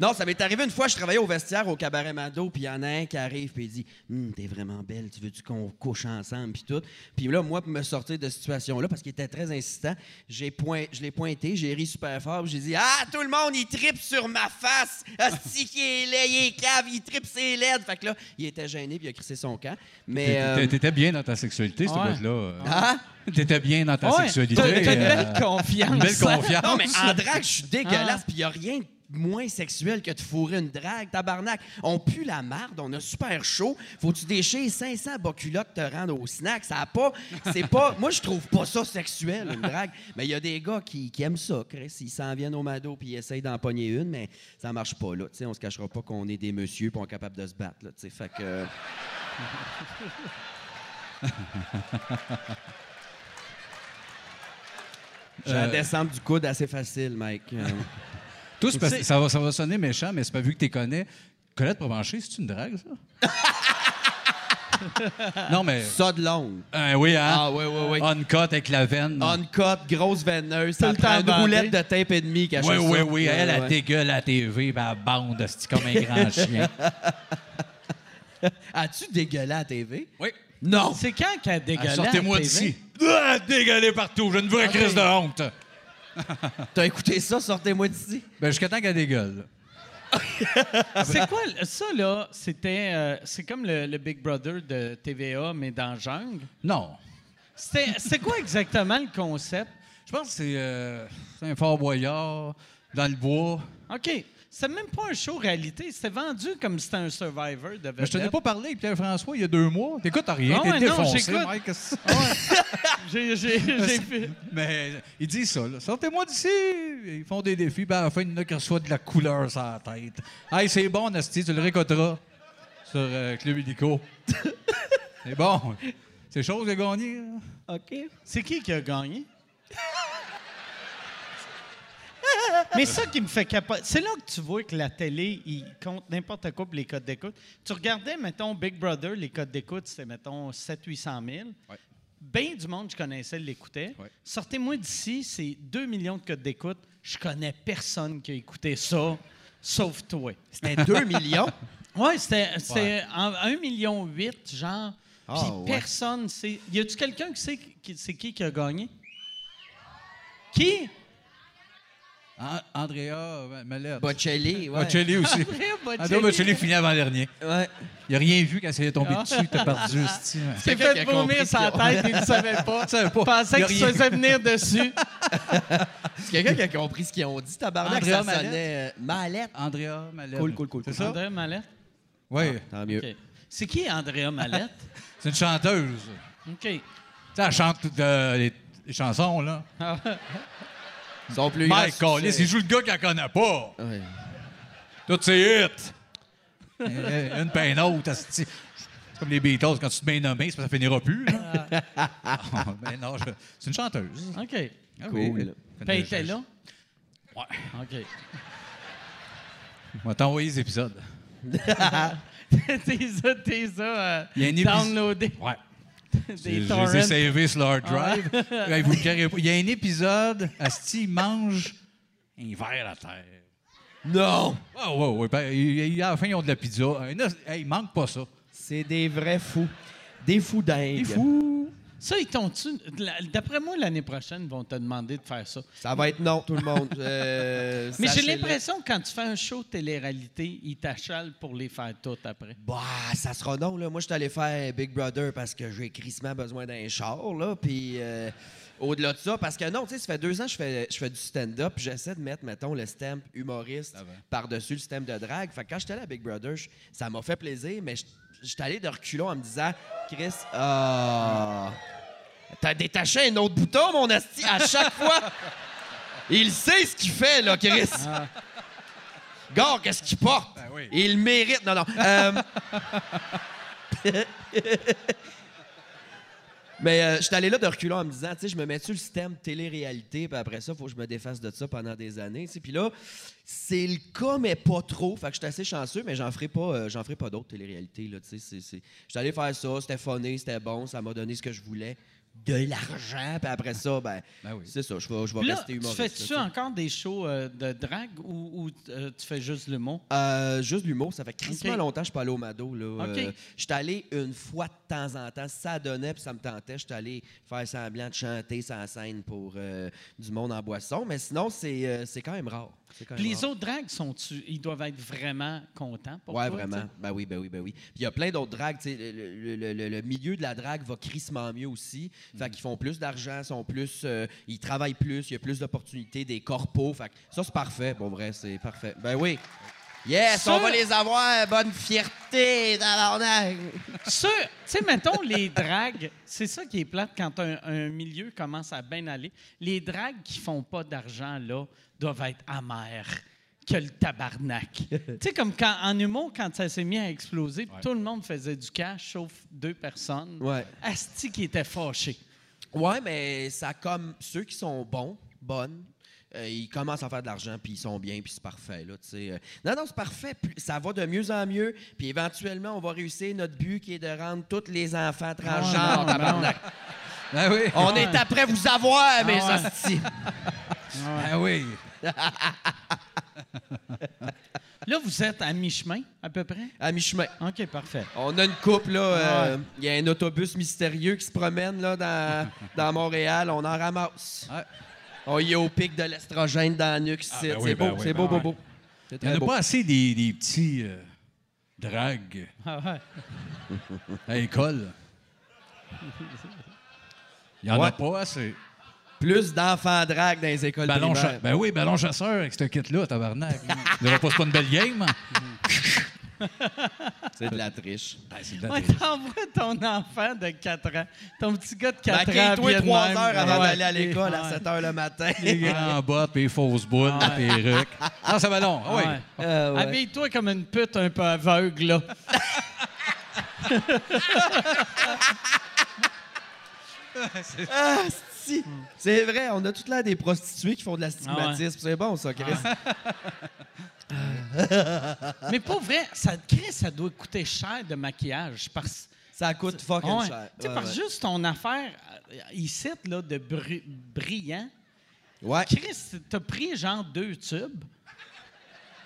E: non, ça m'est arrivé une fois, je travaillais au vestiaire au cabaret Mado, puis il y en a un qui arrive, puis il dit Hum, T'es vraiment belle, tu veux-tu qu'on couche ensemble, puis tout. Puis là, moi, pour me sortir de cette situation-là, parce qu'il était très insistant, j'ai point, je l'ai pointé, j'ai ri super fort, puis j'ai dit Ah, tout le monde, il tripe sur ma face Asti qui est laid, il est cave, il tripe ses laides. Fait que là, il était gêné, puis il a crissé son camp. Mais.
F: T'étais-
E: euh,
F: T'étais bien dans ta sexualité, ce
C: ouais.
F: bout-là. euh.
E: Hein?
F: T'étais bien dans ta
C: ouais,
F: sexualité.
C: t'as- t'as une
F: euh,
C: belle confiance.
F: une belle confiance.
E: Non, mais en drague, je suis dégueulasse, puis il a rien de moins sexuel que de fourrer une drague, tabarnak. On pue la marde, on a super chaud. Faut-tu déchirer 500 bas culottes te rendre au snack? Ça a pas... C'est pas... Moi, je trouve pas ça sexuel, une drague. Mais il y a des gars qui, qui aiment ça, Chris. Ils s'en viennent au mado, puis ils essayent d'en pogner une, mais ça marche pas, là. Tu sais, on se cachera pas qu'on est des messieurs, puis on est capable de se battre, là. Tu sais, fait que... euh, J'ai la
F: Euh,
E: descente du coude assez facile, Mike. Euh,
F: Tous, parce que ça va, ça va sonner méchant, mais c'est pas vu que tu connais. Colette Provencher, c'est une drague, ça? non, mais.
E: ça de longue.
F: Euh, oui, hein?
E: Ah, oui, oui, oui.
F: Uncut avec la veine.
E: Ah, Uncut, grosse veineuse,
C: Tout
E: ça
C: le
E: prend
C: temps
E: une
C: bandé.
E: roulette de tape et demi cachée
F: Oui,
E: ça.
F: oui, oui. Elle, elle
E: ouais.
F: dégueule à la TV, ben, elle bande, c'est comme un grand chien.
E: As-tu dégueulé à la TV?
F: Oui.
E: Non!
C: C'est quand qu'elle dégueulasse?
F: Ah, Sortez-moi d'ici. Ah, dégueulée partout, j'ai une vraie crise de honte.
E: T'as écouté ça? Sortez-moi d'ici.
F: Ben, jusqu'à temps qu'elle dégueule.
C: Ah, C'est quoi? le- Ça, là, c'était... euh, c'est comme le, le Big Brother de TVA, mais dans Jungle.
F: Non.
C: C'était- C'est quoi exactement le concept?
F: Je pense que c'est euh, c'est un fort boyard dans le bois.
C: OK. C'était même pas un show réalité. C'était vendu comme si c'était un Survivor de
F: Mais je t'en ai
C: vedettes.
F: pas parlé avec Pierre-François il y a deux mois. T'écoutes rien,
C: Ah
F: t'es
C: ouais, non,
F: défoncé,
C: j'écoute. Ah
F: Mike. Qu'est-ce que-
C: J'ai- j'ai- j'ai fait-
F: Mais il dit ça, là. Sortez-moi d'ici! Ils font des défis, ben à la fin, il y en a qui reçoivent de la couleur sur la tête. Hey, c'est bon, Nasty, tu le récolteras. sur euh, Club Illico. C'est bon. C'est chose de gagner. hein. là.
C: OK.
A: C'est qui qui a gagné?
C: Mais ça qui me fait capoter, c'est là que tu vois que la télé, il compte n'importe quoi pour les codes d'écoute. Tu regardais, mettons, Big Brother, les codes d'écoute, c'était, mettons, 700-800 000.
F: Ouais.
C: Bien du monde que je connaissais l'écoutait.
F: Ouais.
C: Sortez-moi d'ici, c'est 2 millions de codes d'écoute. Je connais personne qui a écouté ça, sauf toi.
E: C'était 2 millions.
C: Oui, c'était c'était en 1 million 8, genre. Puis
B: Ah, ouais.
C: personne sait. Y a-tu quelqu'un qui sait qui- c'est qui qui a gagné? Qui?
F: An- Andrea euh, Mallet.
E: Bocelli, ouais.
F: Bocelli aussi. Andrea Bocelli finit avant-dernier.
E: Ouais.
F: Il a rien vu quand il est tombé dessus. T'as perdu, esti.
C: T'es
E: Quelqu'un qui
C: fait
E: a
C: vomir
E: compris
C: sa
E: qu'il-
C: tête, il ne savait pas.
F: Tu savais pas.
C: pensait
F: Il a
C: qu'il se
F: rien
C: faisait venir dessus.
E: C'est quelqu'un qui a compris ce qu'ils ont dit, tabarnak.
F: Andrea
E: Ça
F: Mallette.
E: sonnait euh, Mallette.
F: Andrea Mallet.
E: Cool, cool, cool,
F: C'est
E: cool.
F: ça?
C: Andrea Mallette?
F: Oui.
E: Tant mieux.
C: OK. C'est qui Andrea Mallette?
F: C'est une chanteuse.
C: OK.
F: Tu sais, elle chante toutes euh, les, les chansons, là.
E: Ils sont plus
F: Mike
E: grands
F: Collis,
E: succès.
F: il joue le gars qu'elle connaît pas.
E: Ouais.
F: Toutes ses hits. Euh, une peine autre. asti. C'est comme les Beatles, quand tu te mets nommé, c'est parce que ça finira plus. là. Ah, ben non, je- c'est une chanteuse.
C: OK.
F: Ah
E: Cool.
F: oui.
C: Puis elle était là?
F: Ouais.
C: OK.
F: On va t'envoyer les épisodes.
C: t'es ça, t'es ça. euh,
F: Il y a un épisode-
C: downloadé
F: Ouais.
C: des
F: Je les ai
C: torrents.
F: savés sur leur drive. Hey, vous le carrez pas. Il y a un épisode, Asti il mange un verre à terre.
E: Non!
F: Ouais, ouais, ouais. Ben, il- il- À la fin, ils ont de la pizza. Un os- hey, il manque pas ça.
E: C'est des vrais fous. Des fous dingues.
F: Il est fou.
C: Ça, ils t'ont-tu. la- D'après moi, l'année prochaine, ils vont te demander de faire ça.
E: Ça va être non, tout le monde. Euh,
C: Mais j'ai
E: sachez-le.
C: l'impression que quand tu fais un show de télé-réalité, ils t'achalent pour les faire toutes après.
E: Bah, ça sera non, là. Moi, je suis allé faire Big Brother parce que j'ai crissement besoin d'un char, là. Puis euh, au-delà de ça, parce que non, tu sais, ça fait deux ans que je fais, je fais du stand-up. puis J'essaie de mettre, mettons, le stamp humoriste
F: Ah
E: par-dessus le stamp de drague. Fait que quand j'étais allé à Big Brother, je- ça m'a fait plaisir, mais je- j'étais allé de reculons en me disant, Chris, ah. T'as détaché un autre bouton, mon asti, à chaque fois. Il sait ce qu'il fait, là, Chris. Gare, qu'est-ce qu'il porte?
F: Ah. Ben oui.
E: Il mérite. Non, non. Euh, Mais euh, je suis allé là de reculant en me disant, tu sais, je me mets sur le système télé-réalité, puis après ça, il faut que je me défasse de ça pendant des années. tu sais. Puis là, c'est le cas, mais pas trop. Fait que je suis assez chanceux, mais j'en ferai pas, euh, j'en ferai pas d'autres télé-réalité. là, tu sais. C'est- c'est- Je suis allé faire ça, c'était funné, c'était bon, ça m'a donné ce que je voulais, de l'argent. Puis après ça, ben,
F: Ben oui.
E: c'est ça, je vais, je vais
C: Puis Là,
E: rester
C: tu
E: humoriste. là,
C: fais-tu
E: tu sais.
C: encore des shows euh, de drague ou, ou, euh, tu fais juste le mot?
E: Euh, juste l'humour, ça fait crissement
C: Ok.
E: longtemps que je suis pas allé au Mado. Là.
C: Ok.
E: Euh, j'étais allé une fois de temps en temps, si ça donnait puis ça me tentait, j'étais allé faire semblant de chanter sans scène pour euh, du monde en boisson. Mais sinon, c'est, euh, c'est quand même rare. C'est quand même
C: Puis les
E: rare.
C: autres dragues, sont-tu, ils doivent être vraiment contents hein, pour
E: Ouais,
C: toi,
E: vraiment.
C: t'sais?
E: Ben oui, ben oui, ben oui. Puis il y a plein d'autres dragues. tu sais, Le, le- le- le milieu de la drague va crissement mieux aussi.
C: Mm.
E: Fait qu'ils font plus d'argent, sont plus, euh, ils travaillent plus, il y a plus d'opportunités, des corpos. Fait que ça, c'est parfait. Bon, vrai, c'est parfait. Ben oui. Yes,
C: Ça-
E: on va les avoir. Bonne fierté, tabarnak.
C: Ça, tu sais, mettons, les dragues, c'est ça qui est plate quand un, un milieu commence à bien aller. Les dragues qui font pas d'argent, là, doivent être amères que le tabarnak. tu sais, comme quand, en humour, quand ça s'est mis à exploser, puis tout le monde faisait du cash, sauf deux personnes.
E: Ouais.
C: Asti qui était fâché.
E: Ouais, mais ça comme ceux qui sont bons, bonnes, euh, ils commencent à faire de l'argent, puis ils sont bien, puis c'est parfait. Là, tu sais. Euh, non, non, c'est parfait. puis Ça va de mieux en mieux, puis éventuellement, on va réussir notre but qui est de rendre tous les enfants
C: Oh,
E: transgenres. Ah, tabarnak.
F: Ben oui.
E: On est après vous
F: Ah
E: avoir, mes
C: ouais.
E: hosties.
F: Ben oui.
C: Là, vous êtes à mi-chemin, à peu près?
E: À mi-chemin.
C: OK, parfait.
E: On a une coupe, là.
F: Ah
E: euh, Il y a un autobus mystérieux qui se promène, là, dans, dans Montréal. On en ramasse.
F: Ouais.
E: On y est au pic de l'estrogène dans le nuque.
F: Ah,
E: c'est
F: ben oui,
E: c'est
F: ben
E: beau,
F: oui,
E: c'est
F: ben
E: beau, beau,
F: ouais.
E: beau. C'est
F: Il n'y en
E: très
F: a
E: beau.
F: pas assez des, des petits euh, dragues
C: Ah ouais.
F: à l'école. Il n'y en a pas assez.
E: Plus d'enfants drague dans les écoles
F: Ballon
E: primaires.
F: cha- ben oui, ballon chasseur avec ce kit-là, tabarnak. Il ne pas, c'est pas une belle game.
E: C'est de la triche.
F: Ben, c'est de la
C: Ouais,
F: triche.
C: t'envoies ton enfant de 4 ans, ton petit gars de 4 ans.
E: Maquille-toi
C: bien de
E: trois
C: même.
E: heures avant
C: Ouais.
E: d'aller à l'école à
C: Ouais.
E: 7 heures le matin.
F: Les grands bottes, puis les fausses boules,
C: Ah ouais.
F: les perruques. Ah, c'est ballon. Ah oui.
C: Ouais.
E: Euh, ouais.
C: Habille-toi comme une pute un peu aveugle, là.
E: Ah, si. C'est vrai, on a toute l'air des prostituées qui font
C: Ah
E: de la stigmatisme. C'est bon, ça, Chris.
C: Mais pour vrai, ça, Chris, ça doit coûter cher de maquillage. Parce,
E: Ça coûte fucking
C: Ouais.
E: cher.
C: Tu sais,
E: Ouais,
C: parce
E: ouais.
C: juste ton affaire euh, ici, là, de bru- brillant,
E: Ouais.
C: Chris, t'as pris genre deux tubes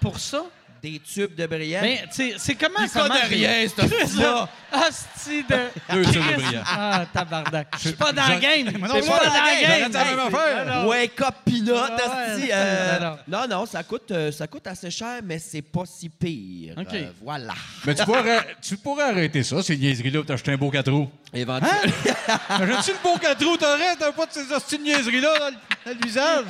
C: pour ça.
E: Des tubes de brillant.
C: Ben, tu sais, c'est comment
E: Il
C: ça
E: connaît
C: marche?
E: rien, ce type-là.
C: Hostie de...
F: Deux tubes de
C: Chris.
F: brillant.
C: Ah, tabarnak. Je suis pas dans la game. Je suis
F: Moi non
C: pas
F: plus.
C: dans la
E: J'aurais
C: game.
E: dit la même
C: Hey,
F: affaire.
C: non, non.
E: Wake up peanut,
C: Ah ouais,
E: asti,
C: non,
E: euh,
C: non,
E: non, non, ça coûte, euh, ça coûte assez cher, mais c'est pas si pire.
C: OK. Hein?
E: Euh, voilà.
F: Mais tu pourrais, tu pourrais arrêter ça, ces niaiseries-là, pour t'acheter un beau 4 roues.
E: Éventuellement.
F: Imagine-tu le beau 4 roues, t'aurais, t'as pas de ces hosties de niaiseries-là dans, le- dans le visage.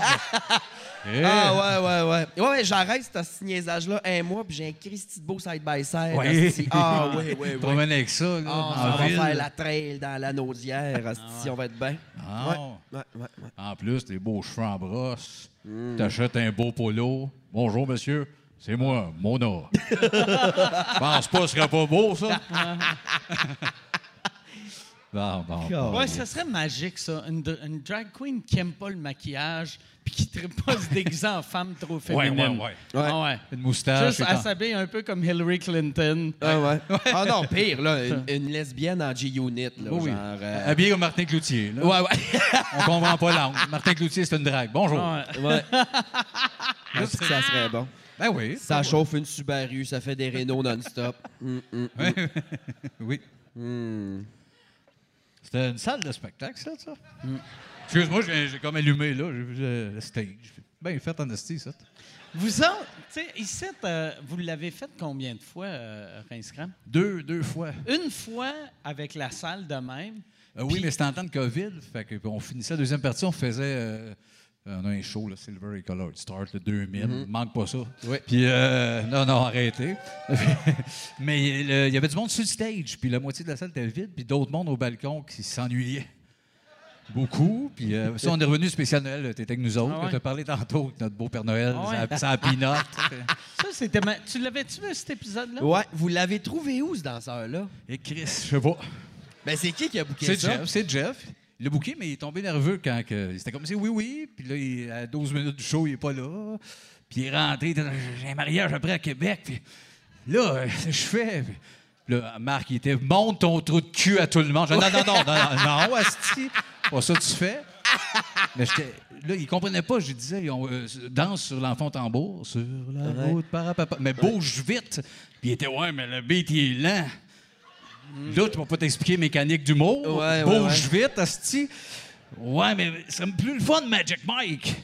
F: Eh.
E: Ah, ouais, ouais, ouais. Ouais, ouais, j'arrête ce niaisage-là un mois, puis j'ai un Christy de beau side-by-side.
F: Ouais.
E: asti. Ah, ouais, ouais,
F: Te
E: ouais.
F: Promène avec ça, là,
E: Ah,
F: en
E: on va
F: ville.
E: faire la trail dans la naudière, asti, on va être bien.
F: Ah,
E: Ouais, ouais, ouais.
F: En plus, tes beaux cheveux en brosse, t'achètes un beau polo. Bonjour, monsieur. C'est moi, Mona. Pense pas, ce serait pas beau, ça. bon, bon, bon.
C: Ouais, ça serait magique, ça. Une, dr- une drag queen qui aime pas le maquillage puis qui ne pas se déguiser en femme trop féminine.
F: ouais, ouais.
C: Ah ouais.
F: Une moustache.
C: Juste
F: et
C: à
F: tant-
C: s'habiller un peu comme Hillary Clinton.
E: Ah, ouais. Ah, non, pire, là, une, une lesbienne en G-Unit, là,
F: Oh Oui, oui.
E: genre. euh,
F: Habillé comme Martin Cloutier. Là.
E: Ouais, ouais.
F: On comprend pas l'angle. Martin Cloutier, c'est une drague. Bonjour.
C: Ah ouais.
E: Ouais. Est-ce que ça serait bon.
F: Ben oui.
E: Ça chauffe une Subaru, ça fait des Renault non-stop. Mm, mm.
F: Oui. C'était une salle de spectacle, ça, ça?
E: Hmm.
F: Excuse-moi, j'ai j'ai comme allumé, là. J'ai vu le le stage. Ben, fait en esti, ça.
C: Vous autres, tu sais, ici, euh, vous l'avez fait combien de fois, euh, Rince-Cram?
F: Deux, deux fois.
C: Une fois avec la salle de même.
F: Euh, oui,
C: Puis-
F: mais c'était en temps de COVID. Fait que, on finissait la deuxième partie, on faisait. euh, on a un show, là, Silver et Colored Start, le 2000.
C: Mm-hmm.
F: Manque pas ça.
E: Oui.
F: Puis, euh, non, non, arrêtez. mais le- il y avait du monde sur le stage, puis la moitié de la salle était vide, puis d'autres mondes au balcon qui s'ennuyaient. Beaucoup. Puis, euh, ça, on est revenu spécial Noël. T'étais avec nous autres.
C: Ah ouais.
F: Tu as parlé tantôt avec notre beau Père Noël,
C: Ah ouais.
F: ça, ça a peanut.
C: Ça, c'était. ma- Tu l'avais-tu vu, cet épisode-là?
E: Ouais, vous l'avez trouvé où, ce danseur-là?
F: Et Chris, je sais pas.
E: Ben, c'est qui qui a bouqué
F: C'est
E: ça?
F: Jeff, c'est Jeff. Il l'a bouqué, mais il est tombé nerveux quand que, c'était comme si oui, oui. Puis là, il- à 12 minutes du show, il n'est pas là. Puis il est rentré, il était dans- j'ai un mariage après à Québec. Puis là, euh, qu'est-ce que je fais. Puis là, Marc, il était monte ton trou de cul à tout le monde. Je dis, non, non, non, non, non, non, asti, pas ça que tu fais. Mais j'étais- là, il comprenait pas. Je lui disais, on euh, danse sur l'enfant tambour, sur la route, parapapa. Mais bouge vite. Puis il était, ouais, mais le beat, il est lent. Là, tu vas pas t'expliquer mécanique du mot.
E: Mm. Ouais, ouais,
F: bouge vite, Asti. Ouais, mais ça me plus le fun, Magic Mike.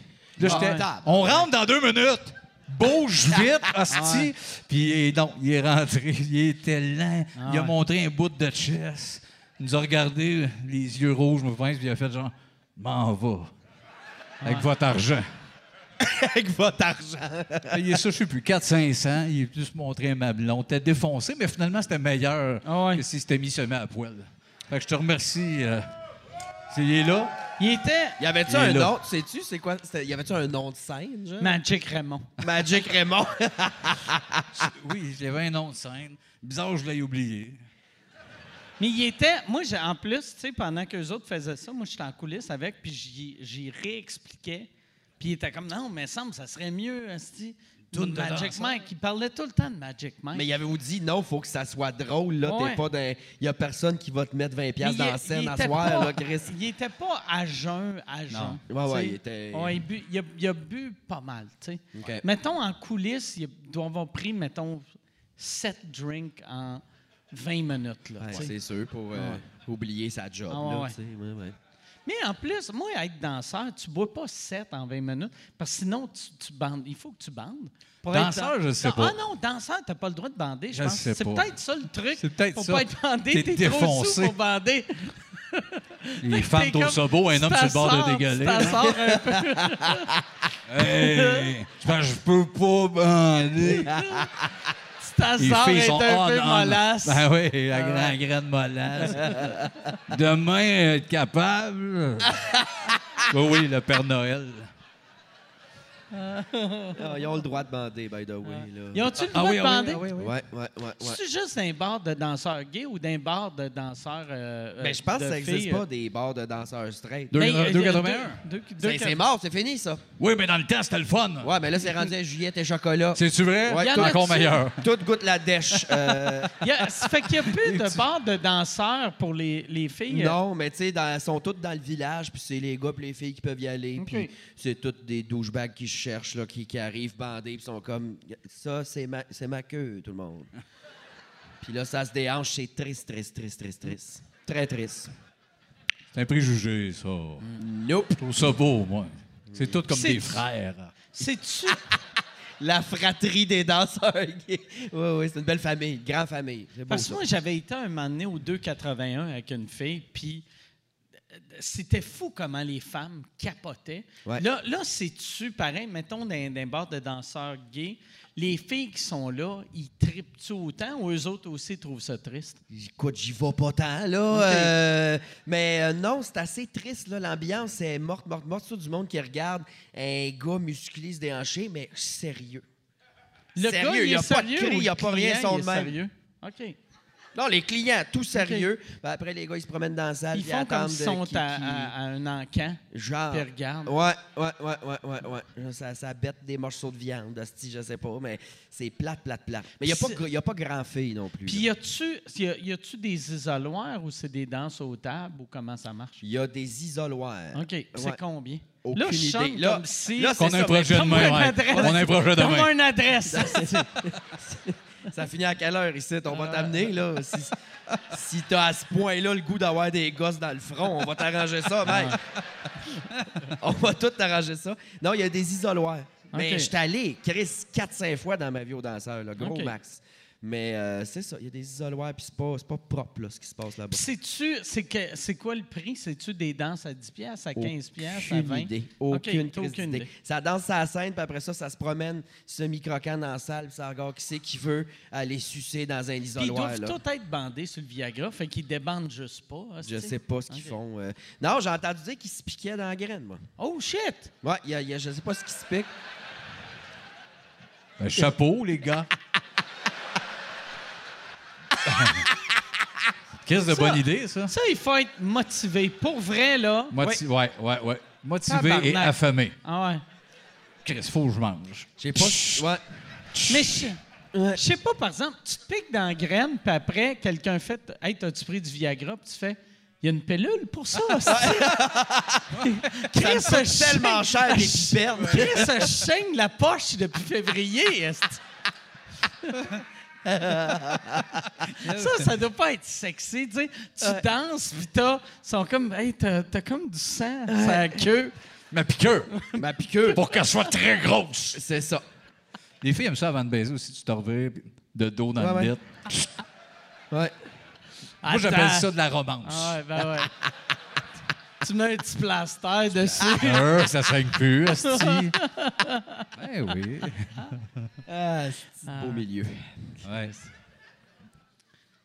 F: Là, j'étais,
E: Ah ouais.
F: on rentre dans deux minutes. Bouge vite, Asti. Puis non, il est rentré. Il était lent. il a montré un bout de chess. Il nous a regardé, les yeux rouges, me pense, puis il a fait genre, m'en va. Avec votre argent. Euh,
E: Avec votre argent.
F: Il est ça, je sais plus, 400-500. Il est plus montré un mamelon. T'es défoncé, mais finalement, c'était meilleur
C: Ah ouais.
F: que si c'était mis seulement à poil. Fait que je te remercie. euh, s'il est là.
C: Il était
E: Y avait-tu
F: Il est
E: un
F: là.
E: nom? Sais-tu, c'est quoi? c'était- Y avait-tu un nom de scène, genre?
C: Magic Raymond.
E: Magic Raymond.
F: Oui, j'avais un nom de scène. Bizarre, je l'ai oublié.
C: Mais il était. Moi, j'ai- en plus, tu sais, pendant qu'eux autres faisaient ça, moi, j'étais en coulisses avec, puis j'y- j'y réexpliquais. Puis il était comme, non, mais semble, ça serait mieux, asti.
F: Tourne de
C: Magic
F: danseur.
C: Mike. Il parlait tout le temps de Magic Mike.
E: Mais y avait-vous dit, non, faut que ça soit drôle, là.
C: Ouais.
E: T'es pas d'un. Y a personne qui va te mettre 20$
C: Mais
E: piastres dans
C: il-
E: la scène
C: il
E: à
C: était
E: soir,
C: pas-
E: là, Chris.
C: Il était pas à jeun, à jeun.
E: Ouais, ouais,
C: tu sais.
E: il était-
C: Ouais, il, bu- il a, il a bu pas mal, tu sais.
E: OK.
C: Mettons, en coulisses, il doit avoir pris, mettons, 7 drinks en 20 minutes, là,
E: Ouais,
C: tu sais.
E: c'est sûr, pour euh, oublier sa job,
C: Ah, ouais,
E: là,
C: ouais.
E: tu sais, ouais, ouais.
C: Mais en plus, moi, être danseur, tu bois pas 7 en 20 minutes, parce que sinon, tu, tu bandes. Il faut que tu bandes. Pour être
F: Danseur,
C: dans-
F: je sais
C: Non,
F: pas.
C: Ah non, danseur, t'as pas le droit de bander, je
F: Je
C: pense.
F: sais
C: C'est
F: pas.
C: peut-être ça le truc.
F: C'est peut-être
C: Faut
F: ça.
C: pas être
F: T'es
C: bandé, t'es, trop sous
F: défoncé.
C: pour bander.
F: Les femmes trouvent ça beau, un homme sur le bord de dégueuler.
C: Ça sort un peu.
F: Hey, je pense que je peux pas bander.
C: Ta
F: Les
C: sœur
F: filles
C: est
F: sont
C: un
F: on,
C: peu
F: on.
C: mollasse.
F: Ben oui, la grande, grande mollasse. Demain, être capable. oui, oui, le Père Noël.
E: Ah, ils ont le droit de bander, by the way. Là.
C: Ils ont-tu le
F: Ah
C: droit
F: oui,
C: de
F: ah oui,
C: bander?
F: ah oui, oui.
E: Ouais, ouais, ouais. ouais.
C: C'est juste d'un bar de danseurs gays ou d'un bar de danseurs. euh,
E: Ben, je pense
C: de
E: que ça n'existe
C: filles,
E: pas des bars de danseurs straight.
F: Deux-
C: Ben, euh,
F: deux 81.
C: deux- deux-
E: Ben, C'est c'est mort, c'est fini, ça.
F: Oui, mais dans le temps, c'était le fun.
E: Ouais, mais là, c'est rendu à Juliette et chocolat.
F: C'est-tu vrai?
E: Ouais,
C: Y en
F: C'est encore
C: a-tu?
F: meilleur.
E: Tout goûte la dèche. euh,
C: Il y a- ça fait qu'il n'y a plus de bar de danseurs pour les, les filles.
E: non, mais tu sais, dans- elles sont toutes dans le village, puis c'est les gars puis les filles qui peuvent y aller. Puis c'est toutes des douchebags qui se cherchent, là, qui, qui arrivent bandés, puis sont comme... Ça, c'est ma, c'est ma queue, tout le monde. puis là, ça se déhanche, c'est triste, triste, triste, triste, triste.
C: Mm.
E: Très triste.
F: C'est un préjugé, ça.
E: Nope.
F: Je trouve ça beau, moi. C'est tout comme
C: C'est-
F: des frères.
C: C'est-tu.
E: Ah, La fratrie des danseurs gays. Oui, oui, c'est une belle famille, grande famille. C'est beau,
C: Parce que
E: ça.
C: moi, j'avais été un moment donné au 281 avec une fille, puis euh, c'était fou comment les femmes capotaient.
E: Ouais.
C: Là, là c'est-tu pareil? Mettons, dans un bar de danseurs gays, les filles qui sont là, ils tripent-tu autant ou eux autres aussi trouvent ça triste?
E: Écoute, j'y vais pas tant, là. euh, mais euh, non, c'est assez triste, là. L'ambiance est morte, morte, morte. Surtout du monde qui regarde un gars musclé se déhancher, mais sérieux.
C: Le
E: Sérieux,
C: gars, il
E: y a
C: est
E: pas de
C: sérieux
E: cri,
C: ou
E: y a
C: le
E: pas rien,
C: client,
E: ils sont
C: il
E: de
C: est
E: même.
C: sérieux? OK.
E: Non, les clients, tout sérieux. Ben, après, les gars, ils se promènent dans la salle.
C: Ils
E: puis
C: font comme
E: attendent
C: s'ils
E: de-
C: sont
E: qui-
C: à,
E: qui-
C: à- à un encan.
E: Genre.
C: puis ils regardent.
E: Ouais, ouais, ouais, ouais, ouais, ouais. Là, Ça, ça bête des morceaux de viande, hostie, je sais pas, mais c'est plate, plate, plate. Mais il n'y a, pas
C: Puis
E: gr- y a pas grand-fille non plus.
C: Puis
E: là.
C: y a-tu y a- y a-tu des isoloirs ou c'est des danses aux tables ou comment ça marche?
E: Il y a des isoloirs.
C: OK,
E: Euh, Ouais.
C: c'est combien?
E: Aucune
C: là, je
E: idée.
C: sonne
E: Là-
C: comme si...
E: là, c'est
F: Qu'on a un
E: ça,
F: projet de
C: Donne-moi
F: main.
C: une adresse.
F: On a un projet de
C: Donne-moi
F: main.
C: une adresse.
E: Ça finit à quelle heure ici? On va
C: Euh.
E: t'amener, là. Si, si t'as à ce point-là le goût d'avoir des gosses dans le front, on va t'arranger ça,
C: Ah.
E: mec. on va tout t'arranger ça. Non, il y a des isoloirs. Mais
C: OK.
E: je suis allé, Chris, 4-5 fois dans ma vie au danseur, là, gros
C: OK.
E: max. Mais euh, c'est ça, il y a des isoloirs, puis c'est pas, c'est pas propre, là, ce qui se passe là-bas.
C: Puis c'est-tu... C'est que- c'est quoi le prix? C'est-tu des danses à 10 piastres, à 15 piastres, à
E: Aucune
C: 20?
E: idée.
C: OK,
E: Aucune,
C: t'as
E: crise d'idée. Ça danse sa scène, puis après ça, ça se promène semi-croquant dans la salle, puis ça regarde qui c'est qui veut aller sucer dans un
C: Puis ils
E: isoloir.
C: doivent
E: là.
C: tous être bandés sur le Viagra, fait qu'ils débandent juste pas.
E: Je
C: hostie.
E: sais pas ce qu'ils
C: Ok.
E: font. euh. Non, j'ai entendu dire qu'ils se piquaient dans la graine, moi.
C: Oh, shit!
E: Ouais, il y a- il y a- je sais pas ce qu'ils se piquent.
F: Ben, chapeau, les gars. Qu'est-ce de bonne idée, ça?
C: Ça, il faut être motivé. Pour vrai, là...
F: Moti- ouais, ouais, ouais. Motivé
C: Tabarnak.
F: et affamé.
C: Ah ouais.
F: Chris, faut que je mange.
E: J'ai pas. Ouais.
C: Mais je je sais pas, par exemple, tu te piques dans la graine, puis après, quelqu'un fait Hey, t'as-tu pris du Viagra? Puis tu fais Il y a une pilule pour ça, hostie. Chris,
E: Ça me coûte
C: je
E: tellement
C: saigne-
E: cher, les pipernes.
C: Chris, je saigne la poche depuis février. esti. ça, ça doit pas être sexy, tu sais. Tu danses, puis t'as. Ils sont comme Hey, t'as t'as comme du sang sur la queue.
F: Ma piqûre,
E: Ma piqûre.
F: pour qu'elle soit très grosse.
E: C'est ça.
F: Les filles aiment ça avant de baiser aussi. Tu te revires puis de dos dans
E: Ouais,
F: le
E: ouais.
F: bit.
E: Ouais.
F: Moi, j'appelle ça de la romance.
C: Ah ouais, ben ouais. tu mets un petit plaster dessus.
F: Euh, ça saigne plus, asti. ben oui.
E: Ah, c'est beau milieu.
C: Ah.
F: Ouais.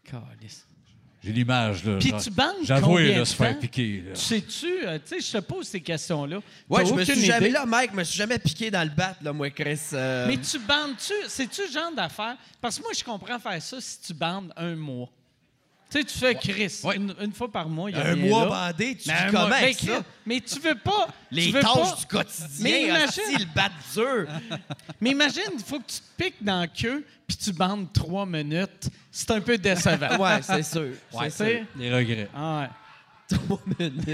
C: Câlisse.
F: J'ai l'image, là.
C: Puis
F: J'a-
C: tu bandes
F: J'avoue,
C: combien
F: là,
C: de
F: se faire
C: temps?
F: piquer. là.
C: Tu Sais-tu, euh, tu sais, je te pose ces questions-là.
E: Ouais,
C: T'as
E: je me suis
C: aucune
E: jamais.
C: idée.
E: Là, mec, je me suis jamais piqué dans le bat, là, moi, Chris. euh,
C: Mais tu bandes-tu, c'est-tu le genre d'affaire? Parce que moi, je comprends faire ça si tu bandes un mois. Tu sais, tu fais Chris,
F: Ouais.
C: une, une fois par mois, il y a
E: Un
C: rien
E: mois
C: là.
E: bandé, tu
C: Mais
E: dis
C: un
E: comment
C: mois-
E: avec
C: mais
E: ça?
C: Chris, Mais tu veux pas. tu
E: Les
C: veux pas-
E: tâches du quotidien,
C: Mais imagine-
E: hostie, le bat dur.
C: Mais imagine, il faut que tu te piques dans la queue puis tu bandes trois minutes. C'est un peu décevant.
E: Ouais, c'est sûr.
F: Ouais,
E: c'est
C: c'est-
E: sûr.
F: Des regrets.
C: Ah ouais.
E: Trois minutes.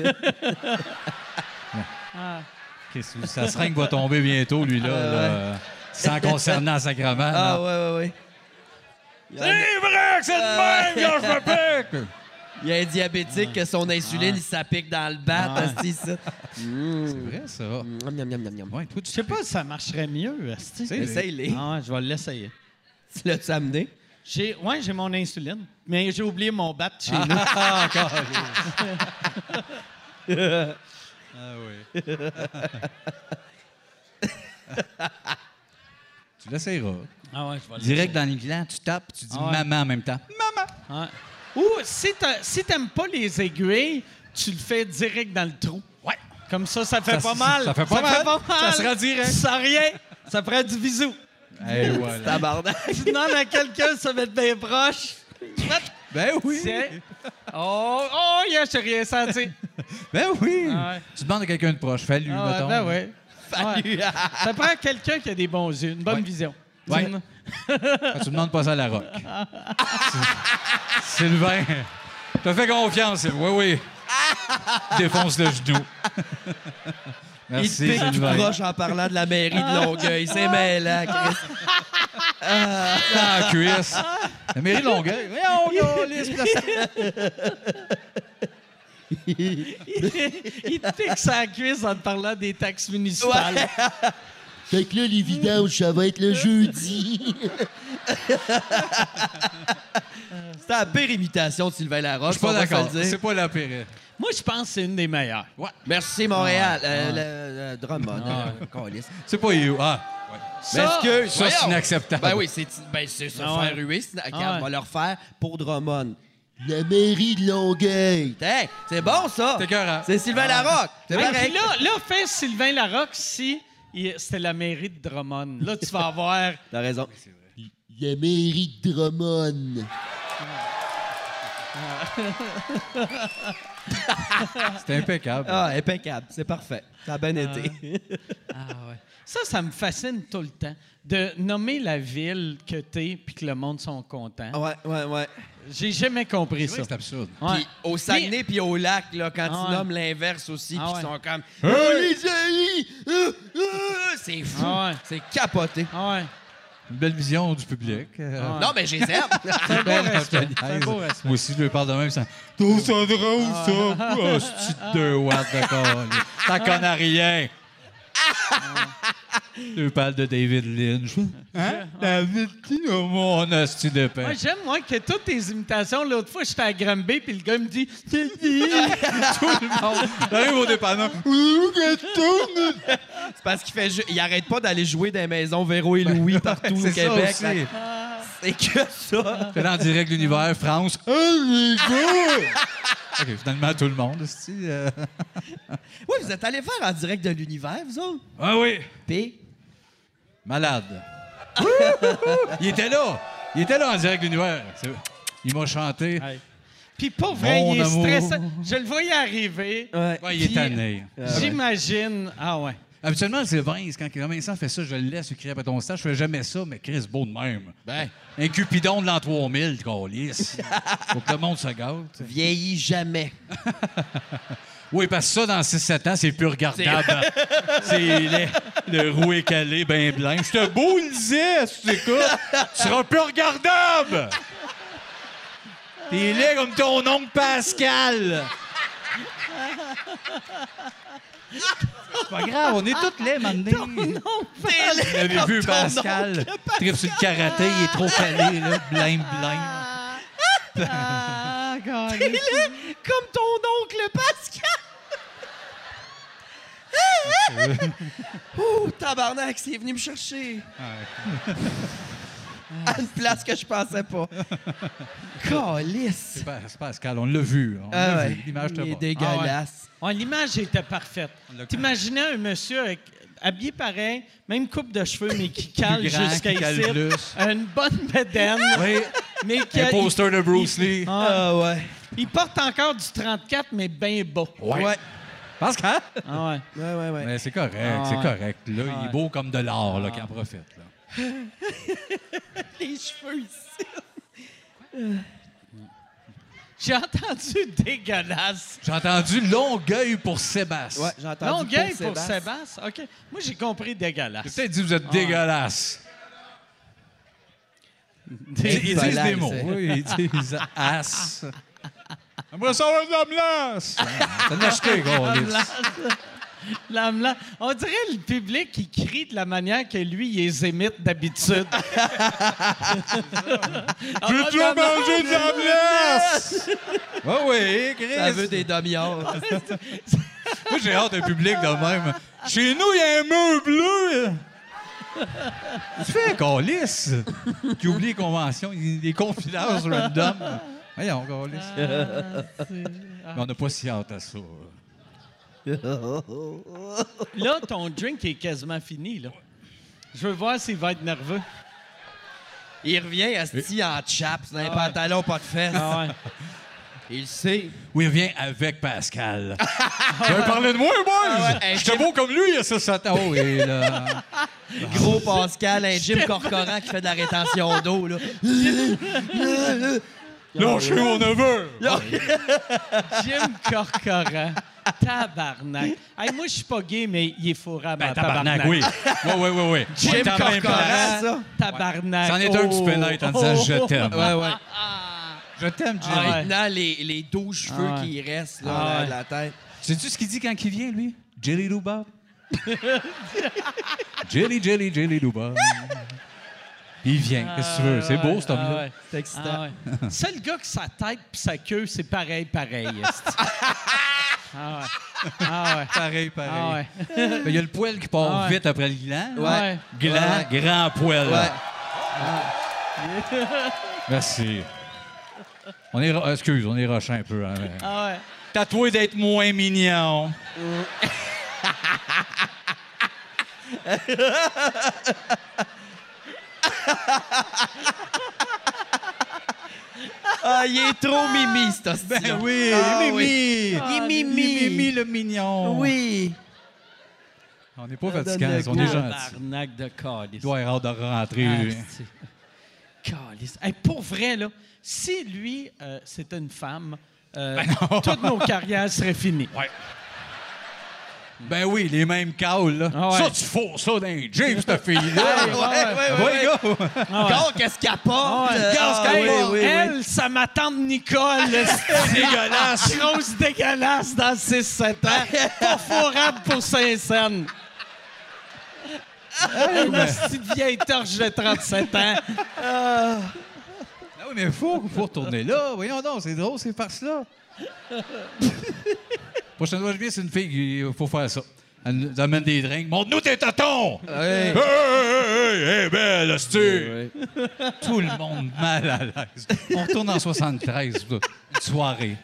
F: Qu'est-ce que- Ça seringue va tomber bientôt, lui, là.
C: Ah,
F: là. Sans concernant sacrement.
E: Ah,
F: là.
E: ouais, ouais, ouais. Euh, Il y en a-
F: C'est vrai que c'est de même, gars, Ah, je me pique!
E: Il y a un diabétique que son insuline, il s'applique dans le bat. hostie, ça.
F: C'est vrai, ça.
E: Miam, miam, miam, miam, miam.
F: Ouais, toi, tu
C: Je sais pas si ça marcherait mieux, esti.
F: sais,
E: Essaye-les.
C: Ah ouais, je vais l'essayer.
E: Tu l'as-tu amené?
C: J'ai, ouais, j'ai mon insuline, mais j'ai oublié mon bat de chez nous.
F: tu l'essayeras.
C: Ah ouais, je vais
F: Direct dans les glands, tu tapes, tu dis
C: Ah ouais.
F: maman en même temps.
C: Ouais. Ou si, t'a- si t'aimes pas les aiguilles, tu le fais direct dans le trou. Ouais. Comme ça, ça fait
F: Ça-
C: pas mal.
F: ça fait pas mal.
C: pas
F: Ça
C: mal.
F: sera direct.
C: Sans rien. Ça ferait du bisou.
F: Eh, voilà.
E: Tabarnak.
C: Tu demandes à quelqu'un de se mettre bien proche.
F: Ben oui.
C: C'est- Oh, oh, yeah, je t'ai rien senti.
F: Ben oui.
C: Ah ouais.
F: Tu demandes à quelqu'un de proche. Fais-lui,
C: Ah ouais,
F: mettons.
C: ben ouais. Ouais. Ça prend quelqu'un qui a des bons yeux, une bonne
F: ah. Ouais.
C: vision.
F: Ouais.
C: Une-
F: Ah, Tu me demandes pas ça à la rock. Sylvain, t'as fait confiance. Oui, oui. Défonce le genou.
E: Il te
F: Merci,
E: pique tout
F: Sylvain.
E: proche en parlant de la mairie de Longueuil. C'est mêlant, Chris.
F: Ah, cuisse. La mairie de Longueuil. Voyons, câlisse, puis la-
C: Il te pique sa cuisse en te parlant des taxes municipales.
G: Fait que là, les vidanges, ça va être le jeudi.
E: C'était la pire imitation de Sylvain Larocque.
F: Je suis pas
E: on va se
F: d'accord.
E: le dire.
F: C'est pas la pire.
C: Moi, je pense que c'est une des meilleures.
E: Merci, Montréal. Euh, le- le Drummond. euh, câlisse.
F: C'est pas you. Ah,
E: Mais
C: Ça,
E: est-ce que-
F: ça, c'est
E: voyons.
F: inacceptable.
E: Ben oui, c'est ben, c'est ça.
C: Ah ouais.
E: Faire ruer, c'est- regarde,
C: Ah ouais.
E: on va le refaire pour Drummond.
G: La mairie de Longueuil.
E: Hey, c'est bon, ça.
F: T'es cœur,
E: C'est Sylvain
F: Ah
E: Larocque. C'est
C: Hey,
E: pareil.
C: puis là, là, fais Sylvain Larocque si il- c'était la mairie de Drummond. Là, tu vas avoir...
E: T'as raison.
G: La mairie de Drummond.
F: C'est impeccable.
E: Ah, impeccable. C'est parfait. Ça a bien
C: Ah
E: été.
C: Ça, ça me fascine tout le temps, de nommer la ville que t'es puis que le monde sont contents.
E: ouais, ouais, ouais.
C: J'ai jamais compris
F: Oh. C'est vrai
C: ça.
F: que c'est absurde.
C: Ouais.
E: Puis au Saguenay, puis au lac, là, quand
C: Ah
E: ils
C: ouais.
E: nomment l'inverse aussi,
C: Ah
E: puis
C: ouais.
E: ils sont comme. Oh, les amis! Euh, euh, C'est fou.
C: Ah ouais.
E: C'est capoté.
C: Ah ouais.
F: Une belle vision du public. Euh,
E: Non, mais j'ai zéro.
F: très belle antithèse. Moi aussi, je lui parle de même. Ça... Tout ça drôle,
E: Ah.
F: ça. Oh, c'est deux watts de colis. Ça connaît rien.
E: Ah.
F: Je lui parle de David Lynch. Hein? David Lynch, oh, mon hostie de pain.
C: Moi, j'aime, moi, que toutes tes imitations, l'autre fois, j'étais à Granby, puis le gars me dit...
F: J'arrive au dépanneur.
E: C'est parce qu'il fait. ju- Il arrête pas d'aller jouer dans les maisons Véro et Louis partout au
F: C'est ça
E: Québec.
F: aussi.
E: C'est que ça.
F: Fait en direct l'univers, France.
E: Ah,
F: Hey, les gars! OK, finalement, tout le monde, hostie, euh.
E: Oui, vous êtes allé faire en direct de l'univers, vous autres?
F: Ah oui!
E: Puis.
F: Malade. il était là. Il était là en direct de l'univers. C'est- Il m'a chanté.
C: Hey. Puis pour vrai,
F: Mon
C: il est
F: amour.
C: stressant. Je le voyais arriver.
E: Ouais.
F: Ouais, il est
C: Puis-
F: tanné.
C: J'imagine... Ah ouais.
F: Habituellement, c'est Vince. Quand Vincent fait ça, je le laisse écrire après ton stage. Je fais jamais ça, mais Chris beau de même.
E: Ben.
F: Un Cupidon de l'an 3000, câlisse. Faut que le monde se gâte.
E: Vieillis jamais.
F: Oui, parce que ça, dans 6-7 ans, c'est plus regardable. c'est laid. Le roux est calé, ben blanc. Je te beau, le disais, si tu écoutes. Tu seras plus regardable. T'es laid comme ton oncle Pascal. C'est pas grave, on est tous laids maintenant. Vous avez vu Pascal, trip sur le karaté, il est trop calé, là, blême, blême.
C: Ah,
E: Comme ton oncle Pascal! Ouh, tabarnak, c'est venu me chercher. à une place que je pensais pas. Calice!
F: C'est pas- c'est Pascal, on l'a vu, hein. on l'a
E: Ah ouais,
F: vu, l'image te
E: il est
F: va.
E: dégueulasse.
C: Ouais, L'image était parfaite. T'imaginais un monsieur avec- habillé pareil, même coupe de cheveux, mais qui cale
F: Ah grand, qui
C: jusqu'à
F: cale
C: ici.
F: plus.
C: Une bonne bedaine.
F: Oui,
C: Mais qui
F: un
C: a- il,
F: poster de Bruce Lee.
E: Ah ouais.
C: il porte encore du 34, mais bien bas.
E: Ouais. Ouais,
F: Pascal?
C: Ah ouais.
E: ouais, ouais.
F: Mais c'est correct,
C: Ah,
F: c'est
C: ouais.
F: correct. Là, il
C: ouais.
F: est beau comme de l'or, là, qui en profite. là.
E: Les cheveux ici.
C: J'ai entendu dégueulasse.
F: J'ai entendu Longueuil pour Sébastien.
E: Ouais, j'ai entendu.
C: Longueuil
E: pour
C: pour
E: Sébastien.
C: Sébastien. OK. Moi, j'ai compris
F: J'ai
C: dégueulasse.
F: peut-être dit vous êtes dégueulasse. Ils, ils disent des
E: Dégueulasse,
F: mots.
E: hein.
F: Oui, ils disent ass. Moi, ça va de l'ambulance. T'as de l'acheter, gros.
C: La- la- On dirait le public qui crie de la manière que lui, il les émite d'habitude.
F: J'ai toujours mangé de l'ambulance. Oui, oui, Chris.
E: Ça veut des demi-heures.
F: Moi, j'ai hâte d'un public de même. Chez nous, il y a un mur bleu. Tu fais calice. Qui oublie les conventions, il- les confidences random.
E: Ah,
F: Voyons, calice. Mais on n'a pas si hâte à ça.
C: Là, ton drink est quasiment fini. Là. Je veux voir s'il va être nerveux.
E: Il revient asti en chaps, dans les pantalons, pas de fesses.
C: Ah ouais.
E: Il sait.
F: Oui, viens avec Pascal. Tu veux parler de moi, moi?
E: Ah ouais,
F: J'étais beau comme lui il y a 6-7 ans. Oh, et là...
E: Gros Pascal, un Jim Corcoran qui fait de la rétention d'eau, là.
F: Lâchez mon neveu!
C: Jim Corcoran. Tabarnak. Hey, moi, je suis pas gay, mais il est fourré à ma
F: Ben, tabarnak, oui. Oui, oui, oui, oui.
E: Jim
F: T'en as plein place.
E: Corcoran, ça.
C: Tabarnak. Oh.
F: C'en est un que tu peux l'être en disant je t'aime.
E: Ouais, ouais.
F: Je t'aime, Jim.
C: Ah ouais.
E: Maintenant, les, les douze cheveux
C: Ah ouais.
E: qui restent, là,
C: Ah
E: de
C: ouais.
E: la tête.
F: Sais-tu ce qu'il dit quand il vient, lui? Jelly Lou Bob? jelly, jelly, jelly Lou Bob. Il vient, qu'est-ce que tu veux? C'est beau,
C: Ah,
F: cet homme-là.
C: C'est excitant.
E: Ah
C: C'est le Ah gars que sa tête puis sa queue, c'est pareil, pareil. esti. ah ouais. Ah ouais.
F: Pareil,
C: Ah ouais.
F: Mais Il y a le poil qui part
C: Ah ouais.
F: vite après le gland.
C: Ouais.
F: Gland, grand poil.
E: Ouais.
F: Merci. On est, ro- euh, excuse, on est rushé un peu. hein, mais-
C: Ah ouais.
F: Tatoué d'être moins mignon.
E: Ah, il est trop mimi, cet hostie.
F: Ben oui, Mimi.
E: Mimi.
F: Mimi le mignon.
E: Oui.
F: On n'est pas fatigant, on est gentil.
C: Tabarnak de calice.
F: Il doit avoir hâte de rentrer.
E: Ah,
F: lui.
C: Asti. Calice. Hey, pour vrai, là, si lui, euh, c'était une femme, euh, toutes nos carrières seraient finies.
F: Ben oui, les mêmes caules. Là.
C: Ah ouais. Ah
F: Ça, tu fous ça dans les jeans, cette fille-là.
E: Ouais, ouais, ouais, ouais,
F: Ouais,
E: ouais.
F: gars.
E: Gars, qu'est-ce qu'il apporte?
C: Ouais.
E: euh,
C: Gaz,
E: ah,
C: comme
E: oui,
C: bon.
E: oui, oui.
C: elle, ça ma tante Nicole. C'est dégueulasse. Grosse dégueulasse dans 6-7 ans. Pas fourrable pour Saint-Saëns. Une petite vieille torche de 37 ans.
F: Ah oui, mais faut, faut retourner là. Voyons donc, c'est drôle, c'est par là Prochaine fois que je viens, c'est une fille qui faut faire ça. Elle nous amène des drinks. Montre-nous tes tatons!
C: Ah
F: Hey, hey, hey, hey, hey, belle, hostie! Tout le monde mal à l'aise. On retourne en 73, là, une soirée.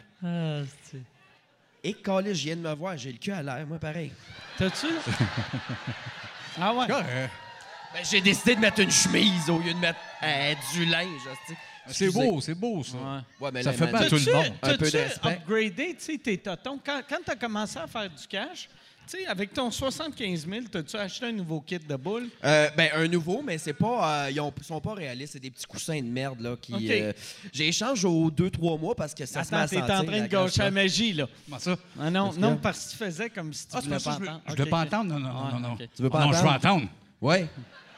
E: Et collé, je viens de me voir, j'ai le cul à l'air, moi, pareil.
C: T'as-tu? Ah ouais.
E: Ben, j'ai décidé de mettre une chemise au lieu de mettre euh, du linge, hostie.
F: C'est beau, c'est beau, ça.
E: Ouais, mais
F: Ça
E: là,
F: fait
E: man,
F: pas- tout le
C: T'as-tu-
F: monde.
E: Un peu
C: T'as-tu
E: de respect.
C: upgradé tu sais, tes totons? Quand, quand t'as commencé à faire du cash, tu sais, avec ton 75 000, t'as-tu acheté un nouveau kit de boules?
E: Euh, ben, un nouveau, mais c'est pas. euh, ils ont- sont pas réalistes. C'est des petits coussins de merde, là. Qui,
C: OK.
E: euh, J'échange aux deux, trois mois parce que ça se met
C: Attends,
E: à
C: t'es
E: sentir.
C: en train de
E: la grosse
C: gâcher la magie, là.
F: Comment ça?
C: Ah non, non, parce que tu faisais comme si tu
F: Ah, c'est
C: voulais
F: pas
C: pas
F: ça, je
C: entendre.
F: ne
C: Ok,
F: veux pas
C: ok.
F: entendre? Non, non,
C: Ouais,
F: non, non.
C: ok.
E: Tu veux pas
F: non, je veux
E: entendre?
F: entendre.
E: Ouais,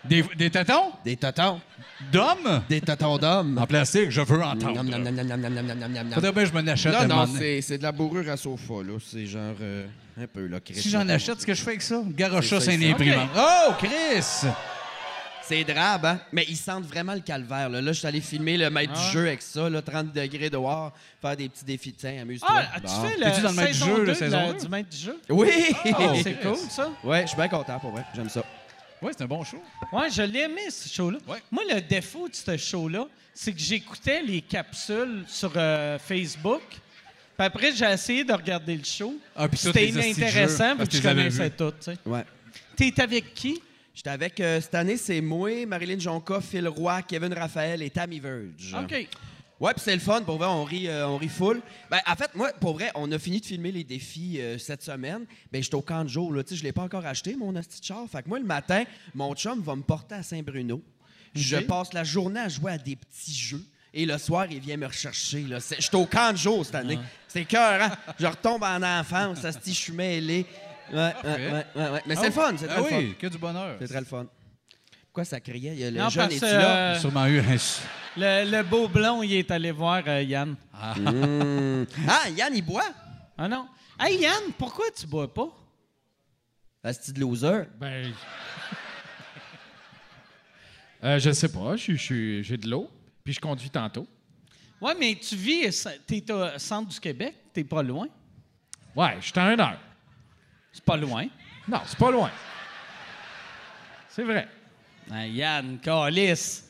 F: Des, des tatons?
E: des totons.
F: D'hommes?
E: Des totons d'hommes.
F: En plastique, je veux entendre.
E: Nom, nom, nom, nom, nom, nom, nom, nom, nom, nom.
F: Faudrait bien que je me l'achète un
E: Non, non,
F: moment donné.
E: c'est c'est de la bourrure à sofa, là. C'est genre. euh, un peu, là. Chris.
F: Si j'en achète, ce que je fais avec ça, garoche ça,
E: C'est
F: c'est
E: ça,
F: une
E: ça.
F: imprimante. Oh, Chris!
E: C'est drabe, hein? Mais ils sentent vraiment le calvaire, là. Là, je suis allé filmer le maître du jeu avec ça, là. 30 degrés dehors, faire des petits défis. Tiens, amuse-toi.
C: Ah, tu
E: Bon.
C: fais la
F: T'es-tu dans le maître du
C: saison
F: jeu,
C: 2
F: la
C: de
F: saison
C: la-
F: un?
C: du maître du jeu?
E: Oui!
C: Oh, c'est cool, ça.
E: Ouais, je suis bien content, pour vrai. J'aime ça.
F: Oui, c'est un bon show.
C: Ouais, je l'ai aimé, ce show-là.
F: Ouais.
C: Moi, le défaut de ce show-là, c'est que j'écoutais les capsules sur euh, Facebook. Puis après, j'ai essayé de regarder le show.
F: Ah, puis tous
C: C'était
F: les hosties de jeux,
C: inintéressant, vu
F: parce
C: que je
F: que je les avais
C: connaissais
F: vus.
C: tout, tu sais.
E: Ouais.
C: T'es avec qui?
E: J'étais avec, euh, cette année, c'est moi, Marilyn Jonca, Phil Roy, Kevin Raphaël et Tammy Verge.
C: OK.
E: Ouais, puis c'est le fun, pour vrai, on rit, euh, on rit full. Ben, en fait, moi, pour vrai, on a fini de filmer les défis euh, cette semaine. Ben, j'étais au camp de jour, là, tu sais, je l'ai pas encore acheté, mon asti de char. Fait que moi, le matin, mon chum va me porter à Saint-Bruno. Je passe la journée à jouer à des petits jeux. Et le soir, il vient me rechercher. là. C'est- J'étais au camp de jour cette année. C'est cœur, hein? Je retombe en enfance, asti, je suis mêlé. Ouais, ouais, ouais, ouais, ouais. Mais c'est le fun, c'est
F: Ah
E: très le fun.
F: oui, que du bonheur.
E: C'est très le fun. Pourquoi ça criait? Il y a le
C: Non,
E: jeune
C: parce
E: est
C: que
E: là?
F: J'ai
C: euh,
F: sûrement eu un... su-
C: le, le beau blond, il est allé voir euh, Yann.
E: Ah, Yann, il boit?
C: Ah non? Hey, Yann, pourquoi tu bois pas?
E: Asti de loser.
H: Ben. Euh, je sais pas, je suis- je suis- j'ai de l'eau, puis je conduis tantôt.
C: Ouais, mais tu vis, euh, ça- t'es au centre du Québec, t'es pas loin.
H: Ouais, je suis à une heure.
C: C'est pas loin.
H: Non, c'est pas loin. C'est vrai.
C: Ah, Yann, Calis.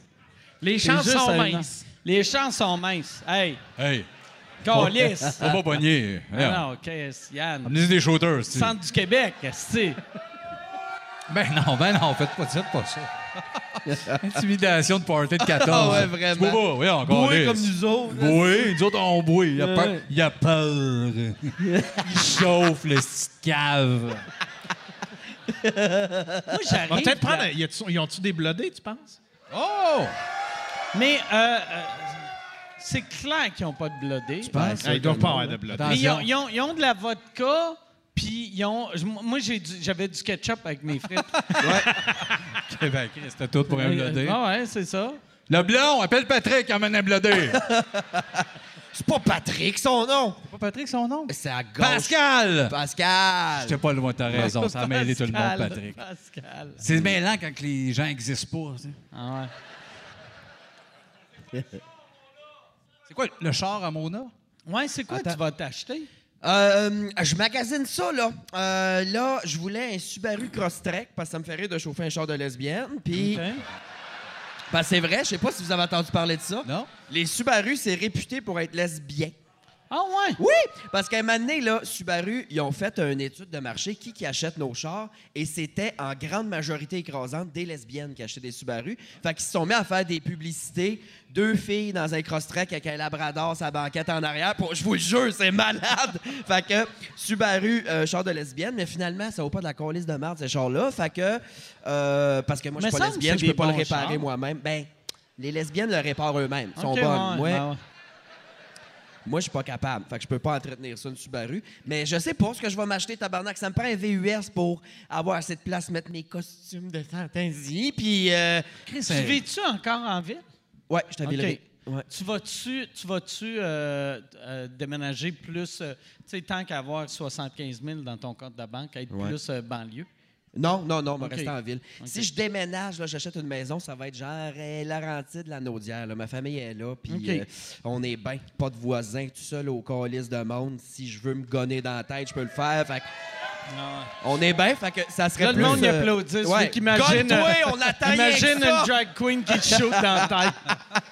H: Les
C: T'es
H: chances
C: juste
H: sont
C: à une-
H: minces.
C: Les chances sont minces. Hey,
F: Hey,
C: Calice!
F: Faut pas pogner.
C: Ah
F: Voyons.
C: Non, Chris,
E: Ah,
C: Yann.
F: Amenez des shooters, c'est-
C: Centre du Québec, c'est.
F: Ben non, ben non, faites pas, faites pas ça. Intimidation de party de 14. Ah
E: ouais, vraiment.
F: Tu peux pas, oui, encore.
E: Boué comme nous autres.
F: Boué, nous autres, on boué. Il a peur. Il a peur. Il chauffe, le petit cave.
C: Moi,
H: On va
C: j'arrive.
H: peut-être prendre.
C: là-
H: y a-tu- Ils ont-tu des blodés, tu penses?
F: Oh!
C: Mais euh, euh, c'est clair qu'ils n'ont pas de blodé.
H: Ah, ils doivent pas avoir de blodés.
C: Mais ils ont,
F: Attention.
C: ils ont- ils ont de la vodka, puis ils ont. je- Moi, j'ai du- j'avais du ketchup avec mes frites.
F: Eh ben, Chris, c'était tout pour un blodé.
C: Ah ouais, c'est ça.
F: Le blond, appelle Patrick, amène un blodé.
E: C'est pas Patrick, son nom.
F: pas Patrick, son nom?
E: C'est à gauche.
F: Pascal!
E: Pascal.
F: J'étais pas loin, t'as raison. Ça a mêlé tout le monde,
C: Pascal,
F: Patrick.
C: Pascal.
F: C'est mêlant quand les gens existent pas. tu sais.
C: Ah ouais.
F: C'est quoi, le char à Mona?
C: Ouais, c'est quoi tu vas t'acheter?
E: Euh, je magasine ça, là. Euh, là, je voulais un Subaru Crosstrek parce que ça me fait rire de chauffer un char de lesbienne. Puis,
C: Ok.
E: parce que c'est vrai, je sais pas si vous avez entendu parler de ça.
F: Non?
E: Les Subaru, c'est réputé pour être lesbien.
C: Ah ouais?
E: Oui, parce qu'à un moment donné, là, Subaru, ils ont fait une étude de marché, qui qui achète nos chars, et c'était en grande majorité écrasante des lesbiennes qui achetaient des Subaru. Fait qu'ils se sont mis à faire des publicités, deux filles dans un cross-track avec un labrador, sa banquette en arrière. Pour, je vous le jure, c'est malade! Fait que Subaru, euh, char de lesbienne, mais finalement, ça vaut pas de la colisse de merde, ces chars-là. Fait que, euh, parce que moi, je
C: Mais
E: suis pas
C: semble que
E: lesbienne,
C: c'est
E: je peux
C: des
E: pas le
C: bons
E: réparer
C: chars.
E: moi-même. Ben, les lesbiennes le réparent eux-mêmes. Ils sont
C: Ok,
E: bonnes.
C: ouais, Ah,
E: Ouais.
C: ouais, ouais.
E: Moi, je suis pas capable. Fait que je peux pas entretenir ça, une Subaru. Mais je sais pas ce que je vais m'acheter, tabarnak. Ça me prend un VUS pour avoir assez de place, mettre mes costumes de fantaisie. Puis, euh,
C: Tu vis-tu encore en ville?
E: ouais, je t'avais
C: Ok.
E: le ouais.
C: Tu vas-tu, tu vas-tu euh, euh, déménager plus, euh, tu sais, tant qu'avoir 75 000 dans ton compte de banque, être
E: Ouais.
C: plus euh, banlieue?
E: Non, non, non, on va
C: Ok.
E: rester en ville. Si je déménage, là, j'achète une maison, ça va être genre euh, Laurentide, la Naudière. là. Ma famille est là, puis
C: Ok.
E: euh, on est bien. Pas de voisins, tout seul au calice de monde. Si je veux me gonner dans la tête, je peux le faire. Fait que on est bien, fait que ça serait
C: Là,
E: plus...
C: le monde y
E: euh,
C: applaudit.
E: ouais.
C: Ouais. Imagine,
E: Gonne-toi, on attend rien que
C: euh, imagine
E: ça.
C: une drag queen qui te shoot dans la tête.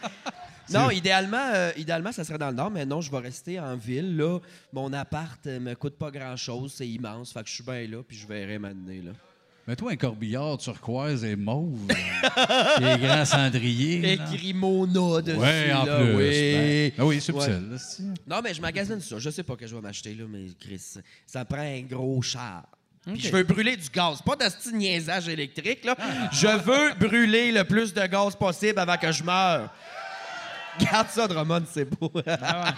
E: Non, idéalement, euh, idéalement, ça serait dans le nord, mais non, je vais rester en ville. Là. Mon appart euh, me coûte pas grand-chose, c'est immense. Fait que je suis bien là, puis je verrai m'amener là.
F: Mets-toi un corbillard turquoise et mauve. euh, des grands cendriers.
E: Et
F: là.
E: Grimona dessus.
F: Ouais, en
E: là,
F: plus.
E: Oui.
F: ben. Ah oui, subtil.
E: Ouais.
F: là, c'est-
E: Non, mais je magasine ça. Je sais pas que je vais m'acheter, là, mais Chris, ça prend un gros char. Puis je veux brûler du gaz. Pas de ce petit niaisage électrique, là. Je veux brûler le plus de gaz possible avant que je meure. Garde ça, Drummond, c'est beau.
C: Ah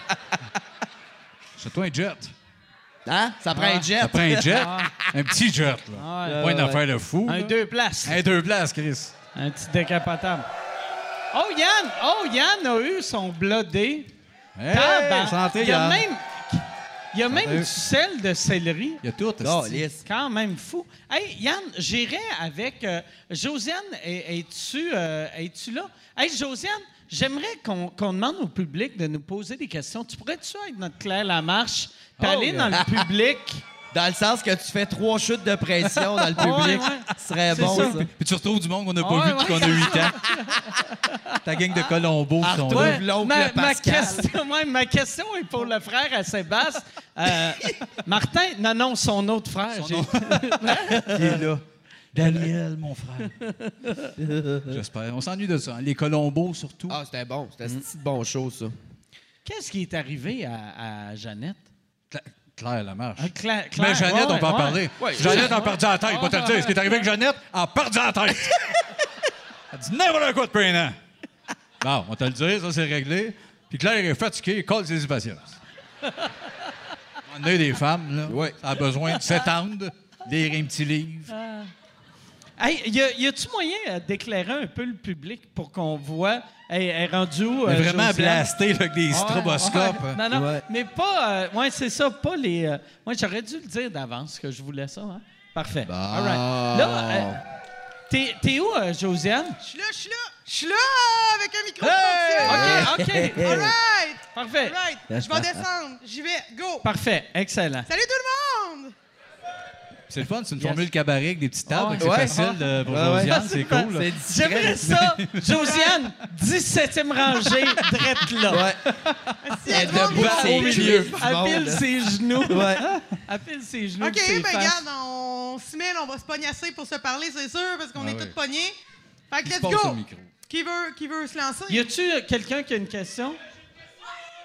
F: Achète-toi un jet.
E: Hein? Ça prend un jet.
F: Ça prend un jet. un petit jet. Là.
C: Ah
F: Pas une affaire de fou.
C: Un
F: là.
C: deux places.
F: Un deux places, Chris.
C: Un petit décapotable. Oh, Yann! Oh, Yann a eu son blodé.
F: Hey,
C: Tabarnak.
F: santé, hein.
C: Il y a
F: Yann.
C: même, il y a même
F: Santé.
C: du sel de céleri.
F: Il y a tout. esti.
E: Calisse.
C: Quand même fou. Hey, Yann, j'irai avec. euh, Josiane, es- es-tu euh, es-tu là? Hey, Josiane, j'aimerais qu'on qu'on demande au public de nous poser des questions. Tu pourrais-tu être notre Claire Lamarche? Puis
F: Oh,
C: aller
F: yeah.
C: dans le public.
E: Dans le sens que tu fais trois chutes de pression dans le
C: Ouais,
E: public.
C: ouais.
E: Ce serait
C: C'est
E: bon,
C: ça.
E: ça.
F: Puis tu retrouves du monde qu'on n'a pas
C: Ouais,
F: vu depuis
C: ouais.
F: qu'on a 8 ans. Ta gang de Colombo
C: Ah,
F: qui sont là.
E: Ouais. l'oncle
C: ma, ma
E: Pascal.
C: question, ouais, ma question est pour le frère à Sébastien. Euh, Martin, non, non, son autre frère. J'ai-
F: Il est
C: euh,
F: là. Daniel, mon frère. J'espère. On s'ennuie de ça. hein. Les Colombos, surtout.
E: Ah, c'était bon. C'était une petite bon show, ça.
C: Qu'est-ce qui est arrivé à, à Jeannette?
F: Cla- Claire Lamarche.
C: Ah, Cla- Claire,
F: Mais Jeannette,
C: ouais,
F: on va en
C: ouais.
F: parler.
E: Ouais.
F: Jeannette en perdit la tête, pas te le dire. Ce qui est arrivé avec Jeannette, en perdit la tête. Elle dit n'importe quoi depuis un an. hein. Bon, on te le dit, ça c'est réglé. Puis Claire est fatiguée, colle ses patience. On a des femmes, là.
E: Ouais.
F: Ça a besoin de s'étendre, lire un petit livre.
C: Hey, y a- y a-tu moyen euh, d'éclairer un peu le public pour qu'on voit hey, elle est rendue où? euh,
F: Mais vraiment
C: Josiane?
F: blasté là, avec des
C: Ouais,
F: stroboscopes.
C: ouais. Non, non,
E: Ouais.
C: mais pas. euh, ouais, c'est ça, pas les. euh, ouais, j'aurais dû le dire d'avance que je voulais ça. Hein? Parfait. All right. Là, euh, t'es, t'es où, euh, Josiane?
I: Je suis là, je suis là, je suis là avec un micro
C: OK, OK.
I: All
C: all right.
I: right,
C: Parfait.
I: all right. Je vais descendre, j'y vais, go.
C: Parfait. Excellent.
I: Salut tout le monde!
F: C'est le fun, c'est une formule cabaret avec des petites tables, donc c'est
E: Ouais.
F: facile de, pour
E: Ouais, ouais.
F: Josiane, c'est cool. là.
C: J'aimerais ça. Josiane, 17e rangée, drette là.
E: Ouais. Elle
I: drôle,
E: debout,
I: ça.
E: c'est
I: Au
E: milieu.
C: Appelle ses genoux.
E: Ouais.
C: Appelle ses genoux.
I: OK,
C: pis ses
I: ben
C: fesses.
I: regarde, on se mêle, on va se pognasser pour se parler, c'est sûr, parce qu'on
F: Ah
I: est
F: ouais.
I: tous pognés. Fait que let's
F: passe au
I: go!
F: micro.
I: Qui veut, qui veut se lancer?
C: Y a-tu euh, quelqu'un qui a une question?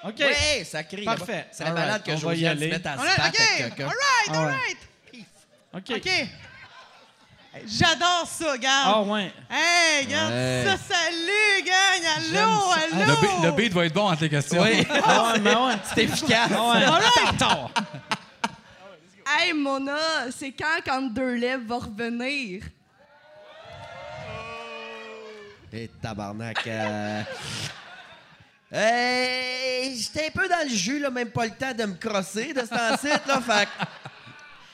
C: OK.
E: Ouais, ça crie.
C: Parfait.
E: C'est la
C: Alright,
E: malade
C: on
E: que
C: va y
E: Josiane se
C: aller.
E: mette à
I: On
E: se
I: a-
E: battre avec
I: OK, alright,
E: quelqu'un.
C: Ah ouais.
I: alright!
C: OK.
I: OK. J'adore ça,
C: Ah,
I: regarde.
C: ouais.
I: Hey, regarde
E: Hey.
I: ça, salut, gang!
C: J'aime
I: Allô,
C: ça.
I: allô!
F: Ah, Le, beat- le beat va être bon entre les questions.
E: Oui,
C: Ah, ouais, mais ouais.
E: c'est efficace.
C: Ah, ouais.
J: Hey, Mona, c'est quand quand deux lèvres va revenir?
E: Et tabarnak. euh. Hey, Euh, j'étais un peu dans le jus, là, même pas le temps de me crosser de ce temps-ci, là, fait que-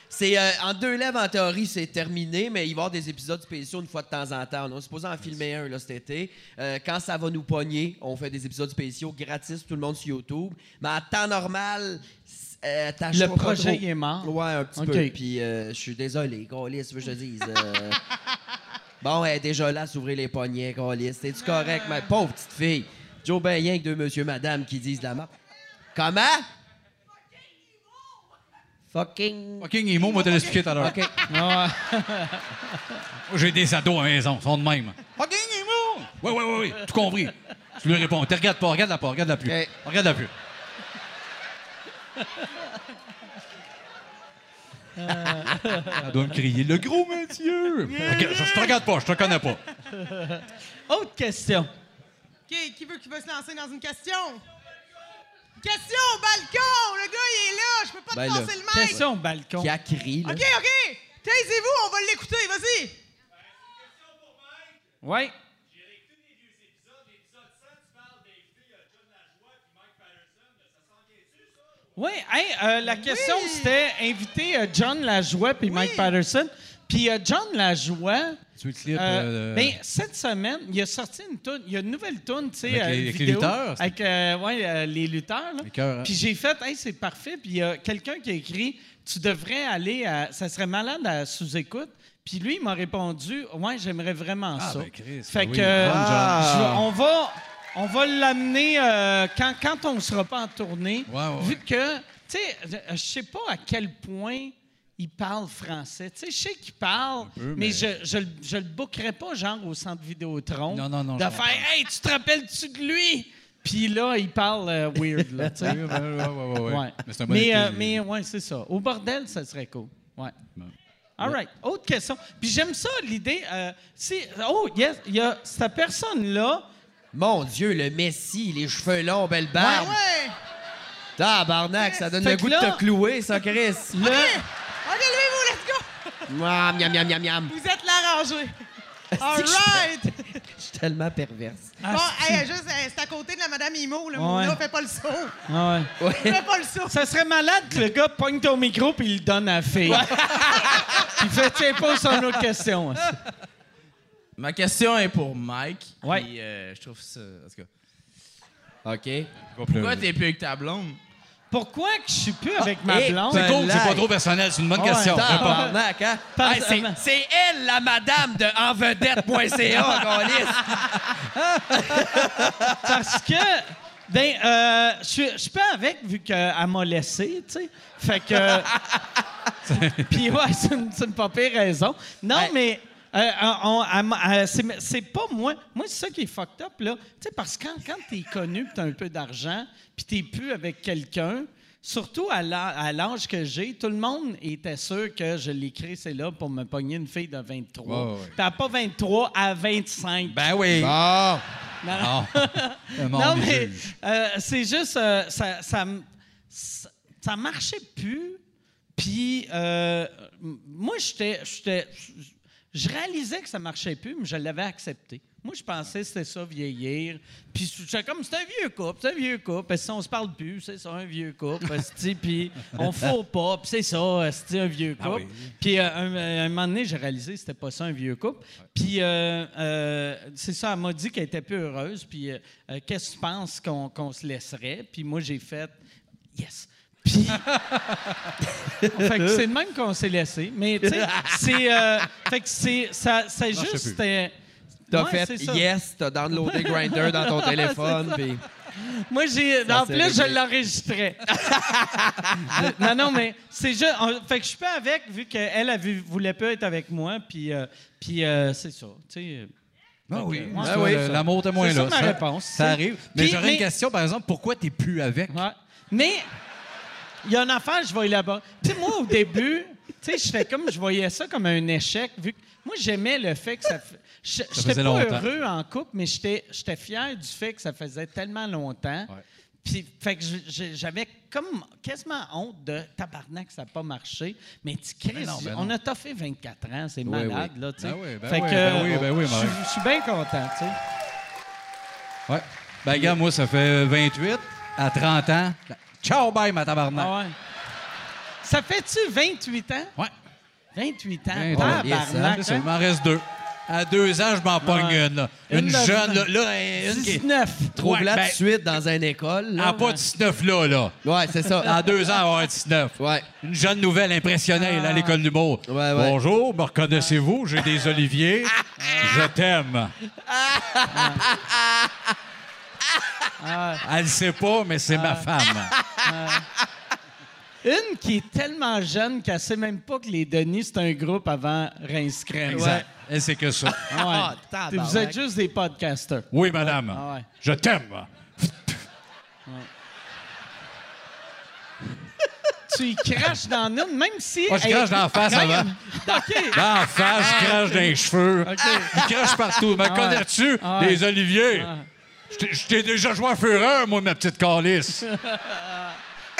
E: C'est euh, en deux lèvres, en théorie, c'est terminé, mais il va y avoir des épisodes spéciaux une fois de temps en temps. On est supposé en filmer un là, cet été. Euh, quand ça va nous pogner, on fait des épisodes spéciaux gratis, pour tout le monde sur YouTube. Mais en temps normal, c- euh,
C: Le
E: t'achèteras pas
C: projet
E: trop.
C: il est mort.
E: Ouais, un petit
C: Ok.
E: peu. Puis euh, je suis désolé, Gaulis, veux que je te dise. euh, Bon, elle est déjà là à s'ouvrir les poignets, Gaulis. C'est-tu correct, ma pauvre petite fille? Joe ben rien que deux monsieur, madame qui disent de la mort. Comment? Fucking.
F: Fucking Imo, moi, te l'expliqué tout à l'heure.
E: OK.
F: J'ai des ados à la maison, ils sont de même. Fucking Imo! Oui, oui, oui, oui, tout compris. Tu lui réponds, te regarde pas, regarde-la pas, regarde-la plus.
E: Ok.
F: Regarde-la plus.
C: Euh.
F: Elle doit me crier, le gros Mathieu! Regarde, je, je te regarde pas, je te connais pas.
C: Autre question.
I: OK, qui veut, qui veut se lancer dans une question? Question au balcon! Le gars, il est là! Je peux pas
E: Ben
I: te
E: là,
I: lancer le mic!
C: Question au balcon.
E: Qui a crié, là?
I: OK, OK! Taisez-vous, on va l'écouter, vas-y!
C: Oui. Oui, hey, euh, la question, c'était inviter euh, John Lajoie puis Mike Patterson. Puis euh, John Lajoie,
F: Tu veux le clip?
C: euh,
F: euh,
C: ben, cette semaine, il a sorti une toune, il y a une nouvelle toune, tu
F: Avec
C: sais, euh,
F: les-
C: une
F: avec les
C: vidéo,
F: lutteurs, c'est-
C: avec euh, ouais, euh, les lutteurs. là.
F: Les cœurs, hein.
C: Puis j'ai fait, hey, c'est parfait. Puis il y a quelqu'un qui a écrit, tu devrais aller, à, ça serait malade à sous-écoute. Puis lui, il m'a répondu, ouais, j'aimerais vraiment
F: Ah,
C: ça.
F: ben, Chris,
C: fait
F: ben
C: que
F: oui,
C: euh,
F: bonne
C: je- on va, on va l'amener euh, quand quand on sera pas en tournée,
F: Ouais, ouais,
C: vu
F: ouais.
C: que, tu sais, je- je sais pas à quel point. Il parle français. Tu sais, je sais qu'il parle,
F: peu,
C: mais,
F: mais-
C: je, je, le- je le bookerais pas, genre, au centre Vidéotron.
F: Non, non, non,
C: De
F: je
C: faire « Hey, tu te rappelles-tu de lui? » Puis là, il parle euh, weird, là, tu sais.
F: oui, oui, oui, oui, oui.
C: Ouais.
F: Mais c'est un bon
C: mais,
F: été.
C: euh, mais ouais, c'est ça. Au bordel, ça serait cool. Ouais. All right. Autre question. Puis j'aime ça, l'idée. euh, c'est- oh, yes, il y a cette personne-là.
E: Mon Dieu, le Messi, les cheveux longs, belle
I: Ah
E: barbe.
I: ouais!
E: Tabarnak, ça donne
C: Fait
E: le
C: que
E: goût
C: là-
E: de te clouer, ça, Chris.
C: le-
I: OK, levez-vous, let's go!
E: Miam, miam, miam, miam, miam.
I: Vous êtes la rangée!
E: que je-
I: Alright!
E: Je suis tellement perverse.
I: Bon, hey, juste, hey, c'est à côté de la Madame Imo, là.
C: Ouais.
I: Mouna, fais pas le saut!
C: Ah ouais.
I: Fais pas le saut!
C: Ça serait malade que le gars pogne ton micro puis il le donne à la fille. Puis fait « Tiens, pose son autre question. »
K: Ma question est pour Mike.
C: Ouais.
K: Puis, euh, je trouve ça. En tout cas.
E: OK.
K: Pourquoi t'es plus avec ta blonde?
C: Pourquoi que je suis plus avec ma
E: et-
C: blonde?
F: C'est cool, c'est pas
E: Like.
F: trop personnel, c'est une bonne
C: ouais,
F: question.
C: attends.
F: Réponds.
E: Tabarnak, hein?
C: Par-
E: Hey, c'est- c'est elle, la madame de envedette.ca, Gaulis.
C: Parce que, ben, euh, je suis- je suis pas avec vu qu'elle m'a laissé, tu sais. Fait que. Puis ouais, c'est une, c'est une pas pire raison. Non,
E: Hey.
C: mais. euh, on- on- elle m'a- euh, c'est- c'est pas moi. Moi, c'est ça qui est fucked up, là. Tu sais, parce que quand, quand t'es connu, pis t'as un peu d'argent, pis t'es plus avec quelqu'un, surtout à l'a- à l'âge que j'ai, tout le monde était sûr que je l'ai créé, c'est là, pour me pogner une fille de 23.
F: Ouais, ouais, ouais.
C: Puis à pas 23, à 25.
F: Ben oui.
E: Ah!
F: Non. Le monde
C: Non,
F: est
C: mais
F: juge.
C: euh, c'est juste, euh, ça, ça, m- ça, ça marchait plus. Puis, euh, m- moi, j'étais, j'étais- je réalisais que ça marchait plus, mais je l'avais accepté. Moi, je pensais que c'était ça, vieillir. Puis, j'étais comme, c'est un vieux couple, c'est un vieux couple. Parce que si on se parle plus, c'est ça, un vieux couple. esti, Puis, on faut pas, puis c'est ça, c'est un vieux couple.
F: Ah oui.
C: Puis euh, un, euh, un moment donné, j'ai réalisé que c'était pas ça un vieux couple. Puis euh, euh, c'est ça, elle m'a dit qu'elle était peu heureuse. Puis euh, euh, qu'est-ce que tu penses qu'on qu'on se laisserait? Puis moi, j'ai fait yes. Puis Puis. fait que c'est de même qu'on s'est laissé. Mais tu sais, c'est. euh, fait que c'est. Ça, c'est
E: marchait
C: juste.
E: plus.
C: euh,
E: T'as
C: ouais,
E: fait
C: c'est ça.
E: yes, t'as downloadé Grinder dans ton téléphone,
C: C'est ça.
E: puis
C: Moi, j'ai.
E: Ça,
C: En
E: c'est
C: plus, je
E: réglé.
C: l'enregistrais. non, non, mais c'est juste. on- fait que je suis pas avec, vu qu'elle ne voulait pas être avec moi, puis, euh, puis euh, c'est ça. Tu sais. euh,
F: Ben
C: donc,
F: oui,
C: euh,
F: en tout
C: ouais,
F: cas,
C: ouais,
F: le-
C: ça.
F: l'amour témoin
C: C'est
F: là.
C: ça ma réponse.
F: ça arrive. Mais
C: Puis-
F: j'aurais
C: mais-
F: une question, par exemple, pourquoi t'es plus avec?
C: Ouais. Mais il y a une affaire, je vais là-bas. Tu sais, moi, au début, tu sais, je fais comme, je voyais ça comme un échec, vu que moi, j'aimais le fait que ça... f- Je
F: faisait
C: n'étais pas
F: longtemps.
C: heureux en couple, mais j'étais j'étais fier du fait que ça faisait tellement longtemps. Puis, fait que je- je- j'avais comme quasiment honte de tabarnak, ça n'a pas marché. Mais tu
F: Mais
C: crises,
F: non, ben
C: on
F: non.
C: a toffé 24 ans, c'est
F: Oui,
C: malade,
F: oui.
C: là, tu sais.
F: Ben oui, ben
C: fait
F: oui,
C: que,
F: ben oui, ben oui,
C: je-
F: ben oui.
C: je suis bien content, tu sais.
F: Ouais. Ben, gars, moi, ça fait 28 à 30 ans. Ciao, bye, ma tabarnak.
C: Ah ouais. Ça fait-tu 28 ans?
F: Ouais.
C: 28 ans.
F: Ben,
C: Ah, tabarnak,
F: yes, hein, c'est ça, Il
C: hein?
F: m'en reste deux. À deux ans, je m'en pogne
C: Ouais.
F: une, là. Une,
C: Une de-
F: jeune, là. là, une qui-
C: 19.
L: Trouve-la
K: ben,
F: Ouais,
C: ben,
L: tout de suite dans une école.
F: Ah, pas 19, là, là.
L: Ouais, c'est ça.
F: Dans deux ans, elle va avoir 19.
L: Ouais.
F: Une jeune nouvelle impressionnée
C: Ah.
F: là, à l'école du mot.
L: ouais.
F: Bonjour, me reconnaissez-vous? J'ai des oliviers. Je t'aime.
C: Ah,
F: Elle le sait pas, mais c'est ma femme.
C: une qui est tellement jeune qu'elle sait même pas que les Denis, c'est un groupe avant Rince Crème.
F: Exact. Elle sait que ça.
C: Ouais.
E: Ah,
C: Puis
E: tabarnak.
C: vous êtes juste des podcasters.
F: Oui, madame.
C: Ah ouais.
F: Je t'aime.
C: Tu y craches dans une, même si.
F: Moi, je crache dans la face
C: Crème.
F: avant.
C: OK.
F: Dans la face, je crache dans les cheveux. Je crache partout. Me
C: ouais.
F: connais-tu?
C: Ah. Ah ouais.
F: Des oliviers.
C: Ah.
F: Je t'ai- Je t'ai déjà joué en fureur, moi, ma petite calice.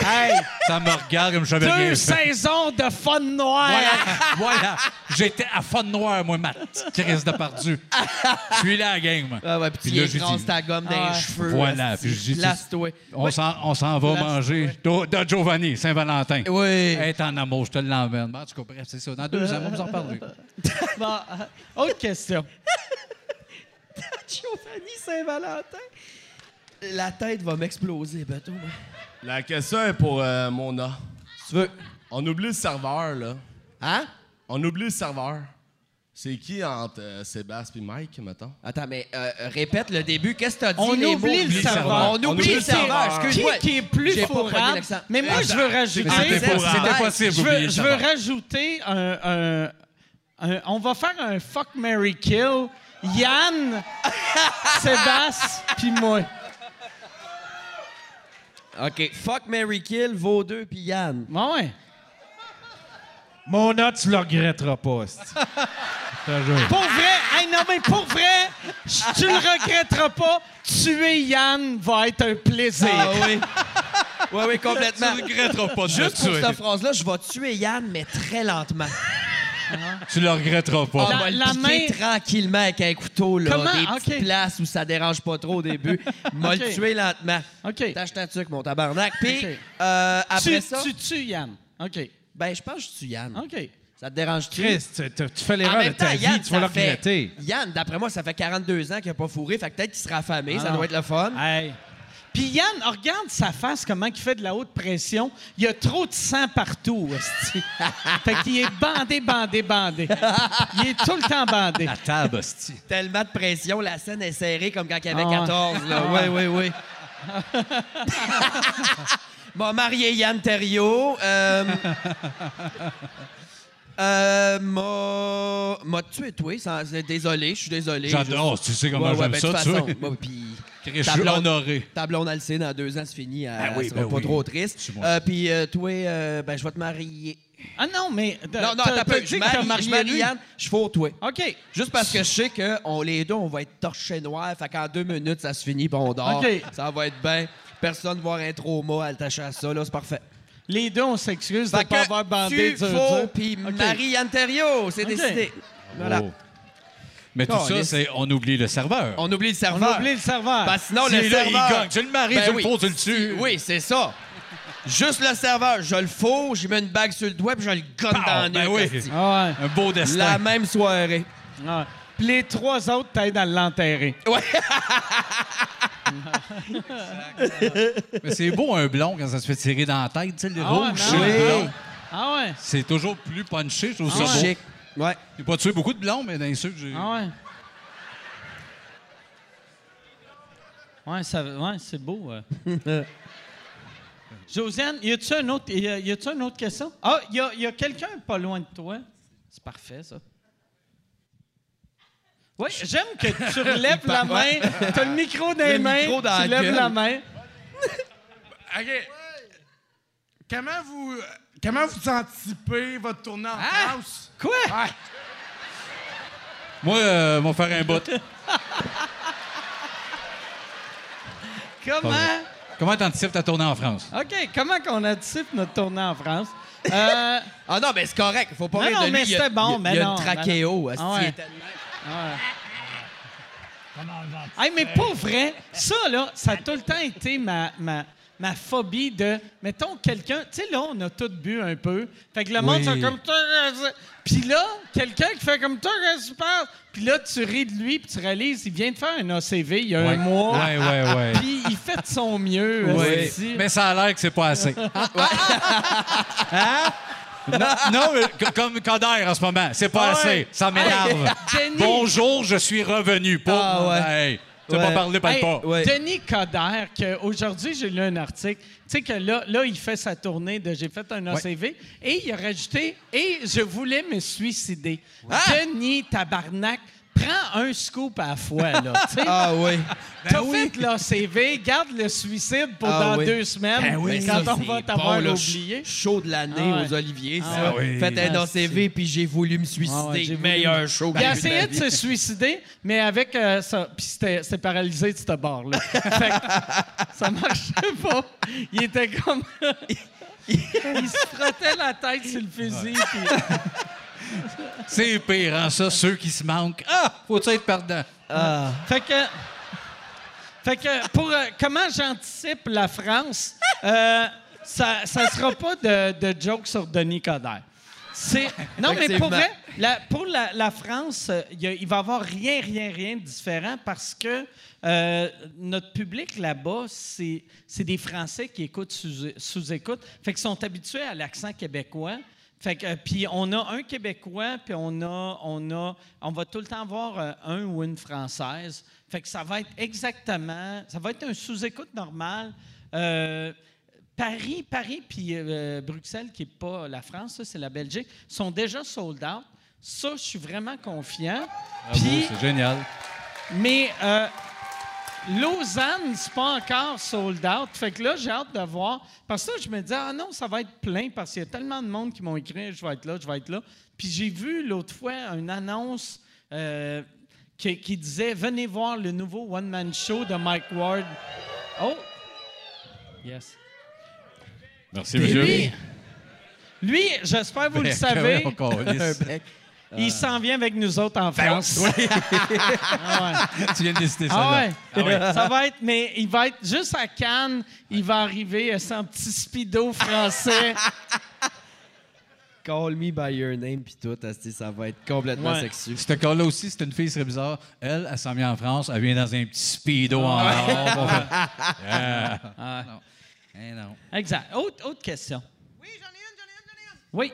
C: Hey,
F: Ça me regarde comme je savais rien
C: deux
F: fait.
C: saisons de fun noir.
F: Voilà, voilà. J'étais à fond noir, moi, ma petite crise de pardu. Je suis là à la game.
E: Ah ouais, puis
F: Puis là,
E: tu
F: j'ai
E: écrases
F: dit-
E: ta gomme dans
C: Ah ouais.
E: les cheveux.
F: Voilà,
E: asti.
F: puis je dis-
E: Place-toi.
F: On s'en- on s'en va
E: Place-
F: manger. Do- Don Giovanni, Saint-Valentin.
E: Oui.
F: Être en amour, je te l'emmène. En tout cas, bref, c'est ça. Dans deux ans, on va vous en parler.
C: Bon, euh, autre question.
E: Giovanni Saint-Valentin. La tête va m'exploser, bateau.
M: La question est pour euh, Mona.
E: Tu veux?
M: On oublie le serveur, là.
E: Hein?
M: On oublie le serveur. C'est qui entre euh, Sébastien et Mike, mettons?
E: Attends, mais euh, répète le début. Qu'est-ce que t'as dit?
C: On
E: les mots?
C: oublie le serveur.
E: On oublie,
M: On oublie
E: le
M: le
E: serveur.
M: serveur.
E: Excuse-moi.
C: Qui, qui est plus
E: J'ai pas pogné
C: fourrable?
E: l'accent.
C: Mais moi, je veux rajouter.
F: C'est
E: C'était
F: impossible, c'est impossible
C: Je veux,
F: d'oublier
C: je
F: le
C: veux
F: tabac.
C: rajouter un, un- un- On va faire un fuck Mary Kill. Yann, Sébastien, puis moi.
E: OK. Fuck Mary Kill, vos deux, puis Yann.
C: Bon, ouais.
N: Mon note, tu le regretteras pas. esti. Je te jure.
C: Pour vrai, hey, non, mais pour vrai, je- tu le regretteras pas. Tuer Yann va être un plaisir.
E: Ah oui. Oui, oui, complètement.
F: Tu regretteras pas de
E: Juste pour
F: le tuer.
E: cette phrase-là, je vais tuer Yann, mais très lentement.
F: Tu le regretteras
E: On
F: pas.
E: va le
C: la
E: piquer tranquillement avec un couteau, là.
C: Comment?
E: Des petites
C: OK.
E: places où ça dérange pas trop au début. M'a
C: OK.
E: le tuer lentement.
C: OK.
E: Tâche ta tuque, mon tabarnak. Puis,
C: OK.
E: euh,
C: tu,
E: après ça,
C: tu tues Yann. OK.
E: ben, je pense que je tue Yann.
C: OK.
E: Ça te dérange-tu?
N: Chris, tu, tu- tu fais
E: En
N: l'erreur de
E: même temps,
N: ta vie,
E: Yann,
N: tu vas le
E: ça fait-
N: regretter.
E: Yann, d'après moi, ça fait 42 ans qu'il n'a pas fourré, fait que peut-être qu'il sera affamé,
C: Ah
E: ça
C: non.
E: doit être le fun.
C: Hey. Puis Yann, oh, regarde sa face, comment il fait de la haute pression. Il y a trop de sang partout, hostie. fait qu'il est bandé, bandé, bandé. Il est tout le temps bandé.
F: La table, hostie.
E: Tellement de pression, la scène est serrée comme quand il avait
C: Ah ouais.
E: 14. Là. Oui, oui, oui. bon, marié Yann Thériault. Euh, euh, m'a, m'a tué, toi. sans- Désolé, je suis désolé.
F: J'adore,
E: Je-
F: tu sais comment j'aime
E: ben,
F: ça,
E: de toute
F: tu
E: façon,
F: sais.
E: moi, puis-
F: Chris, je
E: ta
F: suis
E: blonde-
F: honoré.
E: Ta blonde, elle le sait, dans deux ans, c'est fini. Elle,
F: Ben oui,
E: elle sera
F: ben
E: pas
F: oui.
E: trop triste.
F: Suis-moi.
E: Euh, puis euh, toi, euh, ben, je vais te marier.
C: Ah non, mais.
E: Non, non,
C: t'as-
E: t'as
C: t'as
E: peu.
C: dit
E: Je
C: que t'as
E: marie,
C: marié
E: je marie
C: lui.
E: Yann, je fourre toi.
C: OK.
E: Juste parce que je sais que on, les deux, on va être torchés noirs. Fait qu'en deux minutes, ça se finit, bon on dort.
C: OK.
E: Ça va être bien. Personne va avoir un trauma attaché à ça, là, c'est parfait.
C: Les deux, on s'excuse de ne
E: Fait
C: pas avoir
E: que
C: bandé
E: tu
C: dur,
E: faux,
C: dur.
E: puis
C: OK.
E: Marie-Yann Thériault, c'est
C: OK.
E: décidé. Voilà.
F: Oh. Mais tout ça,
E: Caliste.
F: c'est on oublie le serveur.
E: On oublie le
C: On
E: serveur.
C: a oublié le serveur.
E: Parce que sinon,
F: Si
E: le
F: il est là, il
E: serveur...
F: gagne. Tu le maries, tu le fous, tu le
E: si-
F: tues.
E: Oui, c'est ça. Juste le serveur. Je le fous, j'y mets une bague sur le doigt, puis je le gomme
F: Pow!
E: dans le
F: Ben
E: nez,
F: oui.
E: esti.
C: Ah
F: Un beau destin.
E: La même soirée.
C: ouais. Ah. Puis les trois autres, t'aides à l'enterrer.
E: Ouais.
F: Mais c'est beau un blond quand ça se fait tirer dans la tête, tu sais, le
C: Ah
E: Oh,
C: ouais,
F: rouge
C: non?
F: chez le
C: Oui.
F: blond.
C: Ah ouais?
F: C'est toujours plus punché, je trouve
C: Ah
F: ça
C: ouais.
F: beau.
C: Chic.
F: Ouais. J'ai pas tué beaucoup de blonds, mais dans ceux que j'ai.
C: Ah ouais? Ouais, ça- ouais, c'est beau. euh. Josiane, y a-tu un autre- y a- y a-tu une autre question? Ah, y a, y a quelqu'un pas loin de toi. C'est parfait, ça. Oui, j'aime que tu relèves la main. T'as le micro dans
N: Le
C: les mains.
N: micro dans la
C: tu lèves
N: gueule.
C: la main.
N: OK. Comment vous, euh, comment vous anticipez votre tournée en Ah, France?
C: Hein? Quoi?
F: Moi, euh, m'en faire un bout.
C: Comment?
F: Comment t'anticipes ta tournée en France?
C: OK, comment qu'on anticipe notre tournée en France? Euh,
E: Ah non, mais c'est correct. Faut pas
C: Non,
E: rire
C: non,
E: de
C: mais
E: lui. Il y a-
C: c'était bon,
E: Il y a,
C: mais
E: il y a
C: non,
E: une
C: mais non.
E: trachéo. asti,
C: Ah ouais.
E: il est tellement-
C: Hey, mais pour vrai, ça, là, ça a tout le temps été ma, ma, ma phobie de, mettons, quelqu'un... Tu sais, là, on a tous bu un peu. Fait que le monde,
N: Oui.
C: c'est comme... Toi, qu'est-ce que- Puis là, quelqu'un qui fait comme... Toi, qu'est-ce qui se passe? Puis là, tu ris de lui, puis tu réalises, il vient de faire un ACV il y a un
F: Ouais.
C: mois.
F: Ouais, ouais, ouais.
C: Puis euh, il fait de son mieux.
F: Oui.
C: esti.
F: Mais ça a l'air que c'est pas assez. Hein? Non, non, mais c- comme Coder en ce moment, c'est pas
C: Ah ouais.
F: assez. Ça m'énerve.
C: Hey, Jenny.
F: Bonjour, je suis revenu. Pas.
C: Ah ouais.
F: Hey, t'as pas
C: Ouais.
F: parlé, parle
C: Hey,
F: pas.
C: Denis Coderre, que aujourd'hui, j'ai lu un article. Tu sais que là, là, il fait sa tournée de J'ai fait un ACV et il a rajouté Et je voulais me suicider.
E: Ah!
C: Denis Tabarnak, prends un scoop à la fois, là. tu sais.
E: Ah oui.
C: T'as fait l'ACV, garde le suicide pour
E: Ah
C: dans
E: oui.
C: deux semaines
E: Ben oui,
C: quand
E: ça,
C: on
E: c'est
C: va t'avoir
E: bon, là,
C: oublié.
E: ch- Show de l'année
C: Ah ouais.
E: aux Oliviers.
C: Ah
E: ça.
C: ouais.
E: Faites un
C: Ah,
E: ACV, puis j'ai voulu me suicider.
C: Ah ouais, j'ai voulu-
E: Meilleur show.
C: Il a essayé de se suicider, mais avec euh, ça. Puis c'était c'était paralysé de ce bord-là. Fait que ça marchait pas. Il était comme. il se frottait la tête sur le fusil. puis-
F: C'est pire, hein, ça, ceux qui se manquent. Ah, faut-tu être pardon?
C: Fait que. Fait que pour euh, comment j'anticipe la France, euh, ça, ça sera pas de, de joke sur Denis Coderre. C'est non mais pour
E: Effectivement.
C: vrai, la- pour la, la France, euh, il y a- il va y avoir rien rien rien de différent parce que euh, notre public là-bas, c'est c'est des Français qui écoutent sous, sous écoute, fait qu'ils sont habitués à l'accent québécois. Fait que euh, puis on a un québécois puis on a on a on va tout le temps avoir euh, un ou une française. Fait que ça va être exactement, ça va être un sous-écoute normal. Euh, Paris, Paris puis euh, Bruxelles, qui n'est pas la France, ça, c'est la Belgique, sont déjà sold out. Ça, je suis vraiment confiant.
F: Bravo,
C: Puis,
F: c'est génial.
C: mais euh, Lausanne, c'est pas encore sold out. Fait que là, j'ai hâte de voir. Parce que là, je me dis, ah non, ça va être plein parce qu'il y a tellement de monde qui m'ont écrit, je vais être là, je vais être là. Puis j'ai vu l'autre fois une annonce euh, qui, qui disait, venez voir le nouveau one-man show de Mike Ward. Oh! Yes.
F: Merci,
C: Puis
F: monsieur.
C: Lui, lui, j'espère que vous le
F: Ben,
C: savez.
F: oui, on calisse.
C: Il s'en vient avec nous autres en France. Ah ouais.
F: tu viens de décider ça.
C: Ah
F: là.
C: ouais. Ça va être, mais il va être juste à Cannes. Il va arriver euh, sans petit speedo français.
E: Call me by your name, puis tout. asti, ça va être complètement
F: Ouais.
E: sexu.
F: Ce cas-là aussi, c'était une fille, serait bizarre. Elle, elle s'en vient en France, elle vient dans un petit speedo en
C: Ah Ouais.
F: or. Yeah.
C: Ah.
F: Non. Eh non.
C: Exact. Autre, autre question. Oui,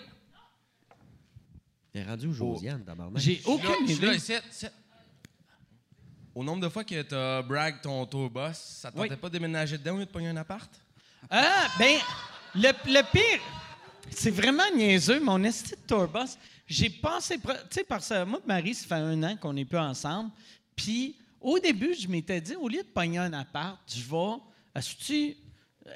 E: T'es rendu où, Josiane, tabarnak?
C: J'ai aucune
M: Je suis là,
C: idée.
M: je suis là, ici, ici. Au nombre de fois que t'as brag ton tour boss, ça te tentait pas de déménager dedans au lieu de pogner un appart?
C: Ah, ben, le, le pire, c'est vraiment niaiseux, mon esti de tourbus. J'ai passé. pro- Tu sais, parce que moi et Marie, ça fait un an qu'on n'est plus ensemble. Puis, au début, je m'étais dit, au lieu de pogner un appart, je vais. Est-ce que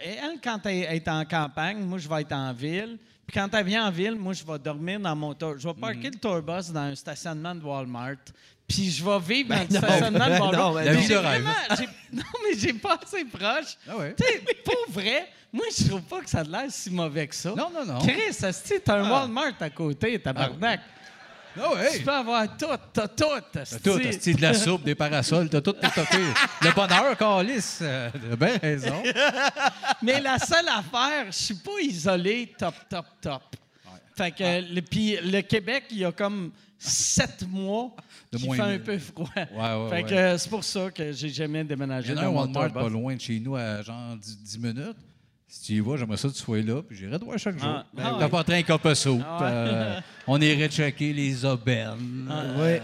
C: Elle, quand elle elle est en campagne, moi, je vais être en ville. Puis, quand elle vient en ville, moi, je vais dormir dans mon tour. Je vais
E: Mhm.
C: parker le tourbus dans un stationnement de Walmart. Puis, je vais vivre
E: Ben
C: dans
E: non,
C: le stationnement
E: ben
C: de Walmart.
E: non, ben
C: Mais j'ai
E: non. La vie de rêve.
C: vraiment- j'ai- non, mais j'ai pas assez proche.
F: Ah
C: Tu sais, pour vrai, moi, je trouve pas que ça a l'air si mauvais que ça. Non,
F: non, non.
C: Chris, asti, t'as un Walmart à côté, tabarnak.
F: Ah ouais.
C: Tu peux avoir tout, t'as tout,
F: T'as
C: asti.
F: tout, t'as style de la soupe, des parasols, t'as tout, t'as tout. Le bonheur, Carlis, euh, t'as bien raison.
C: Mais la seule affaire, je suis pas isolé top, top, top. Fait que,
F: Ah.
C: euh, le- puis le Québec, il y a comme sept mois
F: De
C: qui
F: moins
C: fait un
F: mille.
C: peu froid.
F: ouais,
C: fait que
F: ouais.
C: euh, c'est pour ça que j'ai jamais déménagé
F: J'ai un
C: dans mon
F: Walmart
C: autobus.
F: pas loin de chez nous à genre 10, 10 minutes. Si tu y vas, j'aimerais ça que tu sois là, puis j'irai te voir chaque jour.
C: Ah, ben
F: T'as
C: oui.
F: pas train cop à soupe,
C: Ah ouais.
F: euh, on irait checker les aubaines.
C: Ah
F: Euh,
C: Ouais.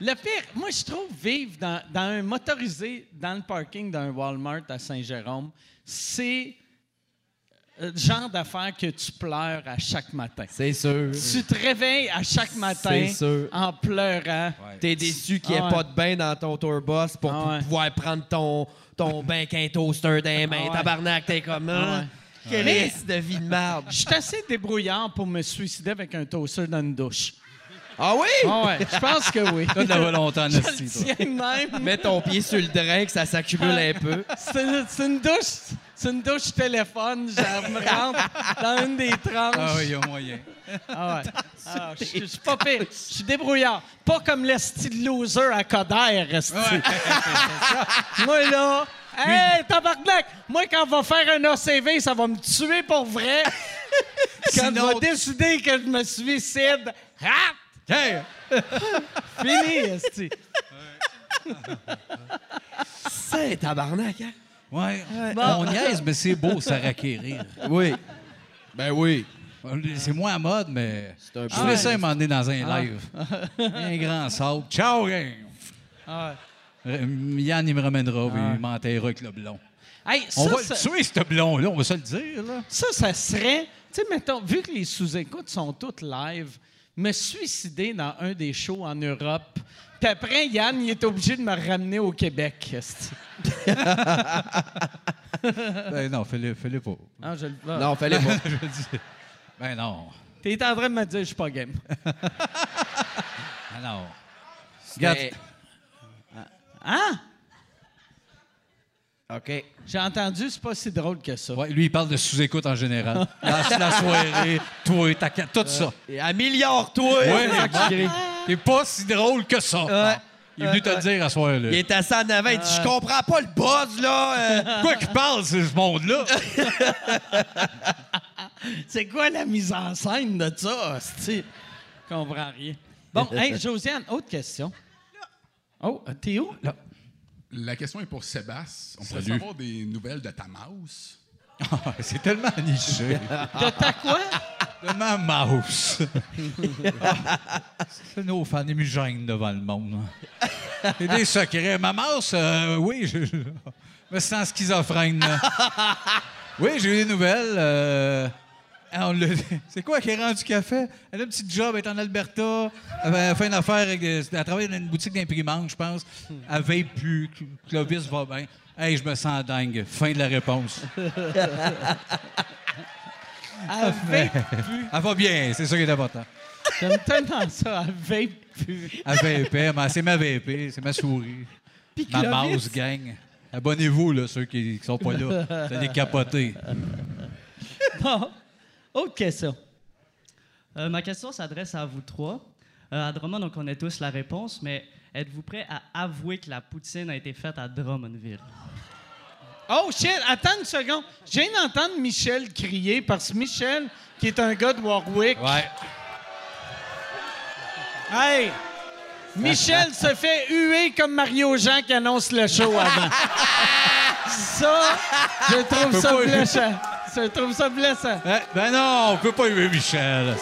C: Le pire, moi, je trouve vivre dans, dans un motorisé dans le parking d'un Walmart à Saint-Jérôme, c'est le genre d'affaire que tu pleures à chaque matin.
E: C'est sûr.
C: Tu te réveilles à chaque
F: hein?
C: matin
E: C'est sûr.
C: en pleurant.
E: T'es déçu qu'il n'y ait
C: Ah ouais. Ah
E: pas de bain dans ton tourbus pour pou- pouvoir prendre ton, ton bain qu'un toaster dans les mains.
C: Ah ouais.
E: Tabarnak, t'es comme...
C: Ah ouais.
E: Hein? Quelle
C: Mais-
E: liste de vie de merde.
C: Je suis assez débrouillard pour me suicider avec un toaster dans une douche.
E: Ah oui?
C: Ah ouais, je pense que oui.
F: T'as de la volonté en
C: Je le
F: esti, toi.
C: tiens de même.
E: Mets ton pied sur le drain que ça
C: Ah
E: s'accumule un peu.
C: C'est c'est une douche, c'est une douche téléphone. Je me rentre dans une des tranches.
F: Ah oui, il y a moyen.
C: Ah ouais. Ah, je je suis pas pire. Je suis débrouillard. Pas comme le style loser à Coderre, esti. Moi, là... Hey, tabarnak! Moi, quand on va faire un ACV, ça va me tuer pour vrai. quand on
F: Sinon-
C: va décider que je me suicide, rap!
F: Hey!
C: Fini, esti.
E: C'est tabarnak, hein?
F: Ouais.
E: Bon.
F: On niaise, mais c'est beau, ça racquérir.
E: Oui.
F: Ben oui. C'est moins à mode, mais je voulais ça m'en donné dans un
C: Ah.
F: live. un grand sable. Ciao, gang!
C: Ah ouais.
F: Euh, Yann, il me ramènera, puis il m'enterrera avec le blond.
C: Hey, ça,
F: On va
C: ça-
F: le tuer, ce blond-là, on va se le dire. Là.
C: Ça, ça serait. Tu sais, mettons, vu que les sous-écoutes sont toutes live, me suicider dans un des shows en Europe. Puis après, Yann, il est obligé de me ramener au Québec. esti.
F: Ben non, fais-le fais-le pas.
C: Non, je le- ah.
E: Non, fallait pas.
F: Je dis- ben non.
C: T'es en train de me dire, je suis pas game.
F: Ben non. Regarde,
E: C'était-
C: Hein?
E: OK.
C: J'ai entendu, c'est pas si drôle que ça.
F: ouais, lui, il parle de sous-écoute en général. la, la soirée, toi, ta ca- tout ça.
E: Et à milliard, toi!
F: Ouais,
E: c'est ça qui crie.
F: T'es pas si drôle que ça. Non. Il est venu te le dire à soir, là.
E: Il est assis en avant, il
C: Euh.
E: dit « Je comprends pas le buzz, là! euh.
F: Quoi qu'il parle, c'est ce monde-là.
C: C'est quoi la mise en scène de ça, esti? Je comprends rien. Bon, hey, Josiane, autre question. Oh, euh, t'es où?
N: La question est pour Sébastien. On pourrait
F: Salut.
N: savoir des nouvelles de ta mouse.
F: Ah, c'est tellement niché.
C: De ta quoi?
F: De ma mouse. Ah, c'est nos fans, ils me gênent devant le monde. C'est des secrets. Ma mouse, euh, oui, je, je me sens schizophrène. là. Oui, j'ai eu des nouvelles. euh, ah, on l'a- c'est quoi qui est rendu café? Elle a un petit job, elle est en Alberta. Elle a fait une affaire, avec des- elle travaille dans une boutique d'imprimante, je pense. Elle veille plus, Clovis va bien. Hey, je me sens dingue. Fin de la réponse.
C: Elle vape plus.
F: Elle va bien, c'est ça qui est important.
C: J'aime tellement ça, elle vape plus.
F: Elle VP, mais c'est ma VP, c'est ma souris.
C: Puis
F: ma
C: Clovis.
F: mouse gang. Abonnez-vous, là, ceux qui, qui sont pas là. Vous allez capoter.
C: Bon, autre question.
I: Euh, ma question s'adresse à vous trois. Euh, à Drummond, on connaît tous la réponse, mais êtes-vous prêt à avouer que la poutine a été faite à Drummondville?
C: Oh shit, attends une seconde. Je viens d'entendre Michel crier parce que Michel, qui est un gars de Warwick.
F: Ouais.
C: Hey! Michel se fait huer comme Mario Jean qui annonce le show avant. ça, je trouve
F: Faut
C: ça
F: pas-
C: blessant. Je trouve ça blessant.
F: Eh, ben non, on peut pas huer
C: Ah
F: Michel.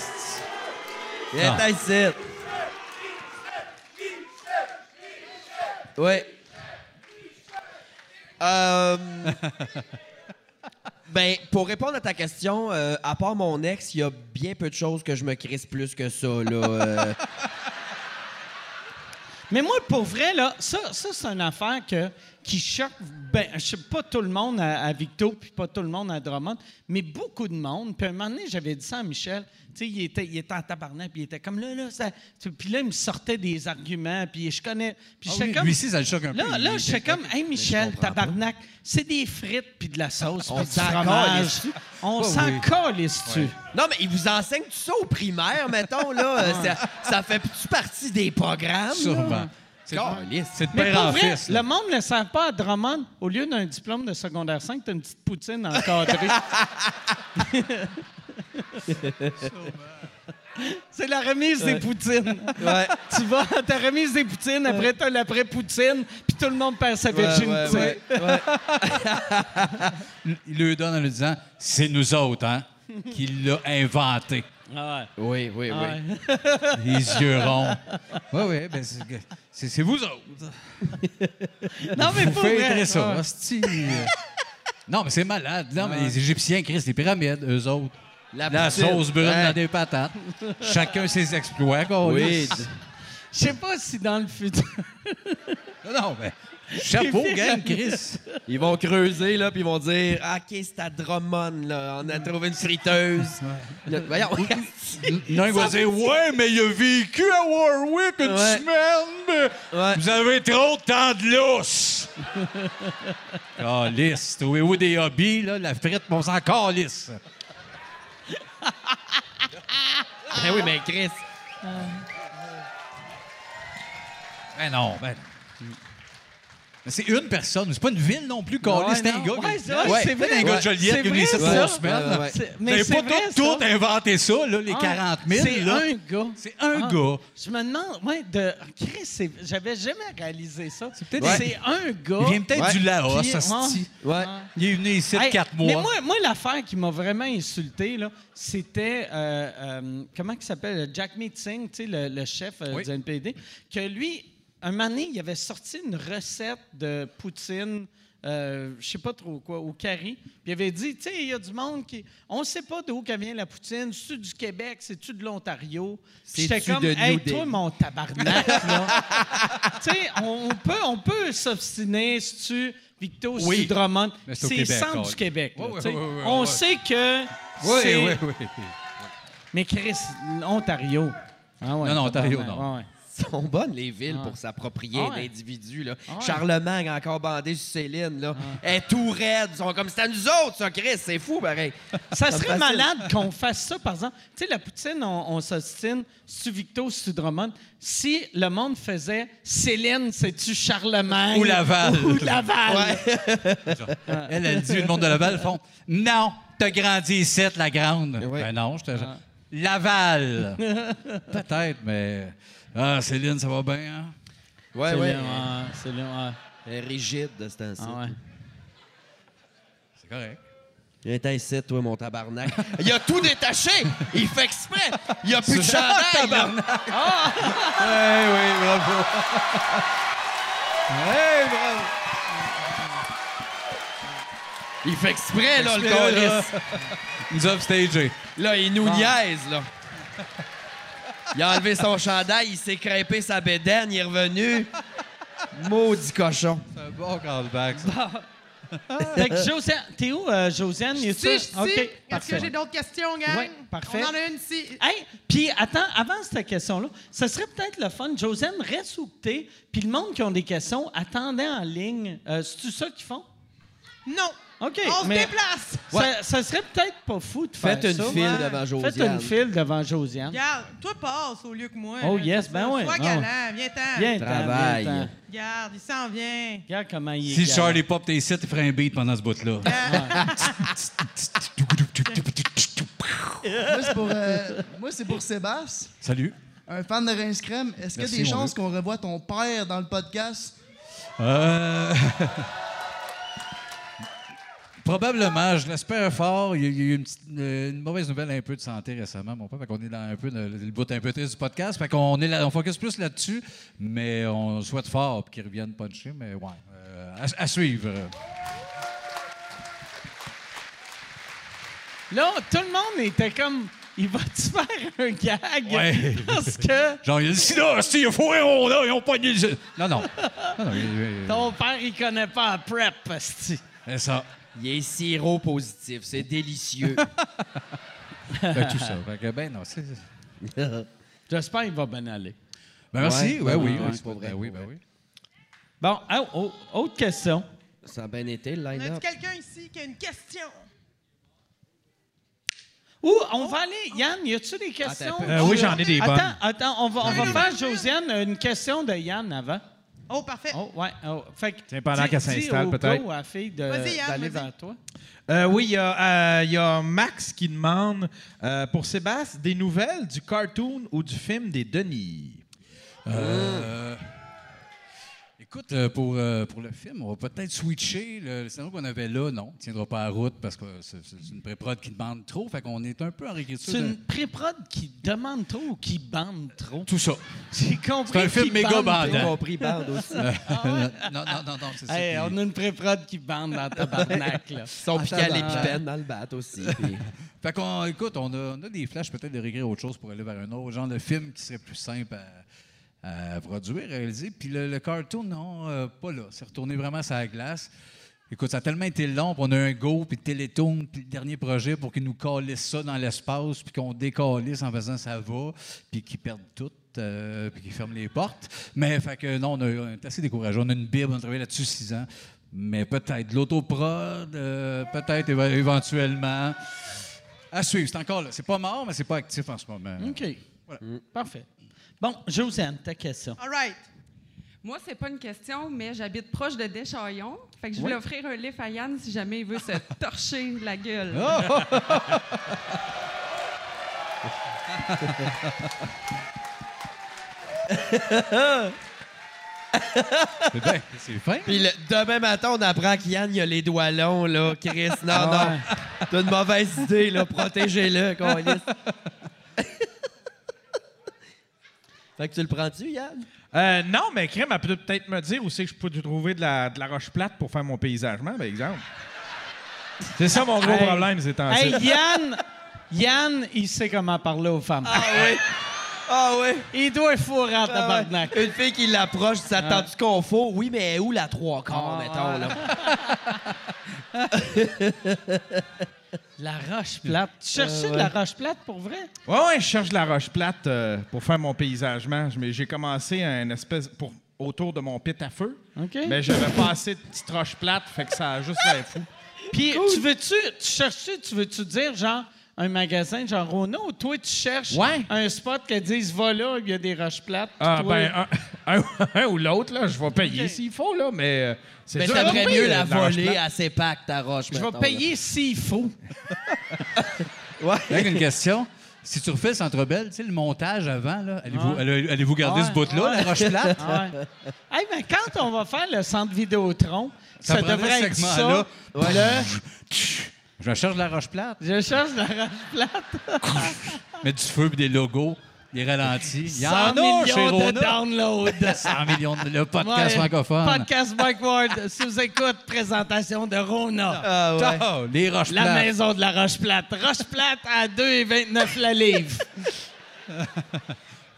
E: Viens t'as ici. Ouais. Euh, ben, pour répondre à ta question, euh, à part mon ex, il y a bien peu de choses que je me crisse plus que ça, là. euh.
C: Mais moi, pour vrai, là, ça, ça c'est une affaire que, qui choque, ben, je sais pas tout le monde à, à Victo, puis pas tout le monde à Drummond, mais beaucoup de monde. Puis à un moment donné, j'avais dit ça à Michel, tu sais, il était, il était en tabarnak, puis il était comme là, là, ça. tu- Puis là, il me sortait des arguments, puis je connais. Puis
F: Ah
C: j'étais
F: oui,
C: comme.
F: lui aussi, ça le choque un peu,
C: Là,
F: il
C: là
F: était
C: j'étais comme, hey Michel, tabarnak, c'est des frites, puis de la sauce,
E: On
C: puis du
E: s'en
C: fromage.
E: calisse-tu?
C: On
E: Ouais,
C: s'en
E: oui.
C: calisse-tu?
E: Non, mais ils vous enseignent tout ça au primaire, mettons, là. Euh, ça, ça fait-tu partie des programmes? là?
F: Sûrement. C'est
E: Caliste.
F: c'est de
C: Mais
F: père
C: pour
F: en
C: vrai,
F: fils.
C: le monde ne le savent pas à Drummond. Au lieu d'un diplôme de secondaire 5, t'as une petite poutine encadrée. C'est la remise des poutines.
E: Ouais.
C: Tu vas à ta remise des poutines, après t'as l'après-poutine, puis tout le monde perd sa
E: Euh,
C: virginité.
F: ouais, Il lui donne en lui disant C'est nous autres, hein, qui l'a inventé.
C: Ah
E: Oui, oui,
C: Ah
E: oui.
F: Les yeux ronds. Oui, oui, ben c'est, c'est- c'est vous autres.
C: Non, mais
F: vous
C: pour
F: faites
C: vrai. Ah.
F: ça.
C: Ouais.
F: hostie. non, mais c'est malade. Non, mais
C: Ouais.
F: les Égyptiens, Christ, les pyramides, eux autres.
E: La
F: La,
E: poutine.
F: sauce brune
E: Ouais.
F: dans des patates. Chacun ses exploits, quoi.
E: Oui.
C: Je sais pas si dans le futur.
F: Non, non, mais chapeau, gang, Chris.
E: Ils vont creuser, là, puis ils vont dire Ah, OK, c'est à Drummond, là. On a trouvé une friteuse. Là, voyons.
F: Non, il va dire Ouais, mais il a vécu à Warwick une
E: Ouais.
F: semaine. mais Vous avez trop de temps de lousse. Ah, lisse. Trouvez-vous des hobbies, là? La frite, on s'en calisse.
E: Ben oui, mais Chris.
F: Ben non, ben. Mais c'est une personne, c'est pas une ville non plus,
C: Ouais,
F: calisse. c'est un
C: non.
F: gars.
C: Ouais,
F: qui-
C: c'est vrai, c'est
F: C'est
C: vrai.
F: un gars de
C: C'est
F: Joliette qui
C: vrai,
F: est ici
C: ça.
F: trois semaines.
C: Ouais, ouais. C'est- mais
F: Mais
C: c'est
F: pas
C: vrai,
F: tout, tout
C: ça.
F: inventé ça, là, les
C: Ah,
F: 40 000.
C: C'est
F: là.
C: un gars.
F: C'est un
C: Ah.
F: gars.
C: Je me demande, ouais, de. Chris, c'est- j'avais jamais réalisé ça. C'est
F: peut-être- Ouais.
C: un gars.
F: Il vient peut-être
C: Ouais.
F: du Laos,
C: Puis-
F: asti.
C: ouais. Ouais.
F: Il est venu ici de
C: Hey,
F: quatre
C: Mais
F: mois.
C: moi, moi l'affaire qui m'a vraiment insulté, là, c'était. euh, euh, comment il s'appelle Jack Meat Singh, tu sais, le, le chef euh,
F: Oui.
C: du NPD, que lui, un moment donné, il avait sorti une recette de poutine. euh, je sais pas trop quoi, au curry. Puis il avait dit, tu sais, il y a du monde qui... On sait pas d'où que vient la poutine. C'est-tu du Québec? C'est-tu de l'Ontario? Puis J'étais
E: C'est-tu
C: comme,
E: de
C: hey,
E: New
C: toi,
E: Delhi?
C: mon tabarnak, là. tu sais, on, on peut, on peut s'obstiner, si tu Victo, si
F: Oui.
C: tu Drummond.
F: Mais c'est au
C: C'est
F: Québec,
C: centre
F: Carl.
C: du Québec. là,
F: Ouais, ouais,
C: tu sais.
F: ouais, ouais,
C: on
F: ouais.
C: sait que. c'est-
F: Oui, oui, oui.
C: Mais Chris, Ontario. Ah ouais,
F: Non, non, Ontario,
C: tabarnak,
F: non.
C: ouais, ouais.
E: sont bonnes, les villes,
C: Ah.
E: pour s'approprier
C: Ah ouais.
E: d'individus. là.
C: Ah ouais.
E: Charlemagne, encore bandé sur Céline, là. Elle est tout raide. Ils sont comme, c'est à nous autres, ça, Chris. C'est fou, pareil.
C: Ça serait
E: facile.
C: malade qu'on fasse ça, par exemple. Tu sais, la poutine, on, on s'obstine, c'est-tu Victo, c'est-tu Drummond? Si le monde faisait Céline, c'est-tu Charlemagne?
F: Ou Laval.
C: Ou Laval.
F: Elle, elle dit, le monde de Laval font Non, t'as grandi ici, la grande. Ben non, je te. Laval. Peut-être, mais. Ah, Céline, ça va bien, hein?
E: Ouais,
C: Céline,
E: ouais.
C: ouais, Céline, ouais.
E: Elle est rigide de ce temps-ci.
C: Ah ouais.
F: C'est correct.
E: Viens t'en ici, toi, mon tabarnak. Il a tout détaché. Il fait exprès. Il a plus de chandail. tabarnak.
F: Oui, oui, bravo. hey, bravo.
E: Il fait exprès, là, le
F: Exprès, là,
E: calice.
F: Il nous a upstagé.
E: Là, il
C: Ah.
E: nous niaise, là. Il a enlevé son chandail, il s'est crêpé sa bédaine, il est revenu. Maudit cochon.
F: C'est un bon callback, ça.
C: Fait que Josiane, t'es où, euh, Josiane? Y
I: Si, je
C: a-tu-
I: suis.
C: OK,
I: Est-ce que
C: parfait.
I: j'ai d'autres questions, gang?
C: Ouais, parfait.
I: On en a une ici.
C: Hey, puis attends, avant cette question-là, ce serait peut-être le fun. Josiane, reste où que t'es, puis le monde qui a des questions, attendez en ligne. Euh, C'est-tu ça qu'ils font?
I: Non.
C: OK.
I: On se
C: mais
I: déplace.
C: ça- Ça, serait peut-être pas fou de faire
E: Faites une
C: ça.
E: file
I: ouais.
E: devant Josiane.
C: Ben, Faites une file devant Josiane.
I: Regarde, toi passe au lieu que moi.
C: Oh
I: là,
C: yes,
I: c'est
C: ben
I: ça.
C: ouais,
I: Sois
C: non.
I: galant, viens-t'en.
C: Viens,
E: Travaille.
C: t'en, viens, t'en.
I: Regarde, il s'en vient.
C: Regarde comment il est.
F: Si
C: galant.
F: Charlie Pop t'es ici, il ferait un beat pendant ce bout-là.
O: Moi, c'est pour, euh, moi, c'est pour Sébastien,
F: Salut.
O: un fan de Rince Crème. Est-ce qu'il y a
F: Merci,
O: des
F: mon
O: chances
F: vieux.
O: qu'on revoie ton père dans le podcast?
F: Euh, Probablement, je l'espère fort. Il y a il y a eu une, petite- euh, une mauvaise nouvelle un peu de santé récemment, mon père. Fait qu'on est dans un peu le, le bout un peu triste du podcast. Fait qu'on est là, on focus plus là-dessus, mais on souhaite fort pour qu'il revienne puncher. Mais ouais, euh, à, à suivre.
C: Là, tout le monde était comme, il va-tu faire un gag?
F: Ouais.
C: Parce que
F: Genre, il y a le sida, si, il faut héros, là, ils ont pogné le. sida. Non, non. non, non il- il-
C: ton père, il connaît pas la prep, asti.
F: c'est ça.
E: Il est sirop positif, c'est délicieux.
F: Fait que tout ça. Fait que, ben non, c'est.
C: J'espère qu'il va bien aller.
F: Ben merci. Ouais,
E: Ouais,
F: oui,
E: ouais,
F: oui.
E: c'est pas vrai,
F: Ben oui,
E: pas
F: ben
E: vrai.
F: oui.
C: Bon, oh,
N: ah,
C: oh, autre question.
E: Ça a bien été, le
I: On a
E: line-up.
I: quelqu'un ici qui a une question?
C: Ou on va aller. Yann, y a-tu des questions?
N: Attends un peu. Euh, oui, j'en ai des
C: Attends,
N: bonnes.
C: Attends, on va, on va faire, Josiane, une question de Yann avant.
I: Oh, parfait.
C: Oh, ouais. oh. Fait que,
N: Tiens, pendant qu'elle s'installe, peut-être.
C: à la fille de-
I: Vas-y, Yann,
C: d'aller
I: vas-y.
C: vers toi.
N: Euh, oui, il y, a, euh, il y a Max qui demande euh, pour Sébastien des nouvelles du cartoon ou du film des Denis.
F: Euh, Écoute, euh, pour, euh, pour le film, on va peut-être switcher. Le, le scénario qu'on avait là, non, ne tiendra pas la route parce que c'est c'est une pré-prod qui demande trop. Fait qu'on est un peu en réécriture.
C: C'est
F: de-
C: une pré-prod qui demande trop ou qui bande trop?
F: Tout ça.
C: J'ai compris.
F: C'est un film
C: qui
F: méga
C: bande
F: bandant.
C: trop.
F: compris, bande aussi. Ah ouais? Non, non, non, non, c'est ça.
C: Hey,
F: Puis-
C: On a une pré-prod qui bande dans tabarnak. là.
F: Ils sont piqués à l'épipène
E: dans le bat aussi.
F: fait qu'on, écoute, on a, on a des flashs peut-être de réécrire autre chose pour aller vers un autre, genre le film qui serait plus simple à, à produire, réaliser. Puis le, le cartoon, non, euh, pas là. C'est retourné vraiment sur la glace. Écoute, ça a tellement été long, puis on a un go, puis Télétoon, puis le dernier projet pour qu'ils nous calissent ça dans l'espace, puis qu'on décalisse en faisant ça va, puis qu'ils perdent tout, euh, puis qu'ils ferment les portes. Mais fait que non, on, a, on est assez découragé. On a une Bible, on a travaillé là-dessus six ans. Mais peut-être l'autoprod, euh, peut-être éve- éventuellement. À suivre, c'est encore là. C'est pas mort, mais c'est pas actif en ce moment.
C: OK. Mm. Parfait. Bon, Josiane, ta question.
I: All right.
J: Moi, c'est pas une question, mais j'habite proche de Deschaillons. Fait que je voulais
C: Oui.
J: offrir un livre à Yann si jamais il veut se torcher la gueule.
C: Oh!
F: C'est bien, c'est fin.
E: Puis le- demain matin, on apprend qu'Yann, il a les doigts longs, là. Chris, non, non. T'as une mauvaise idée, là. Protégez-le, câlisse. Fait que tu le prends-tu, Yann?
N: Euh, non, mais Crème, elle peut peut-être me dire où c'est que je peux trouver de la, de la roche plate pour faire mon paysagement, par exemple. C'est ça mon gros
C: Hey.
N: problème, Ah, c'est temps
C: Hey, Yann, Yann, il sait comment parler aux femmes.
E: Ah oui! Ah oui!
C: Il doit fourrer
F: Ah
C: en tabarnak.
E: Une fille qui l'approche, ça tente du confort. Oui, mais elle est où la trois quarts, mettons, là?
C: La roche plate. Tu cherchais
N: Euh,
C: de
F: Ah
C: la
N: ouais.
C: roche plate pour vrai?
N: Ouais, ouais, je cherche de la roche plate euh, pour faire mon paysagement. Je- mais J'ai commencé un espèce pour autour de mon pit à feu.
C: OK.
F: Ben,
N: Mais j'avais pas assez de petites roches plates, fait que ça a juste l'air fou.
C: Puis tu veux-tu, tu cherches-tu, tu veux-tu dire genre un magasin genre Renault ou toi tu cherches un spot qui dise va là, il y a des roches plates. puis
N: Ah,
C: toi-
N: ben, un, un- un ou l'autre, là, je vais payer s'il faut, là, mais euh, c'est
E: Mais
N: dur
E: Ben, ça
N: à
E: devrait
N: trouver,
E: mieux
N: euh,
E: la
N: de la roche
E: voler
N: plate.
E: à ses packs, ta roche,
C: Je vais
E: mettons,
C: payer s'il faut.
F: Avec une question. Si tu refais le Centre Bell, tu sais, le montage avant, là, allez-vous
C: Ouais.
F: allez- allez-vous garder
C: Ouais,
F: ce bout-là,
C: ouais.
F: la roche plate?
C: Ouais. Hey, mais quand on va faire le centre Vidéotron, ça,
F: Ça prendrait
C: devrait
F: ce
C: être ça.
F: segment-là. Ouais.
C: le-
F: Je me cherche de la roche plate,
C: Je cherche la roche plate.
F: mais du feu puis des logos, des ralentis. Il y en
C: 100
F: a chez
C: millions de
F: Rona.
C: downloads.
F: 100 millions de le podcast
C: Ouais.
F: francophone.
C: Podcast Mike Ward, sous écoute, présentation de Rona.
F: Ah, les roches
C: La
F: plates.
C: maison de la Roche Plate. Roche Plate à 2,29 la livre.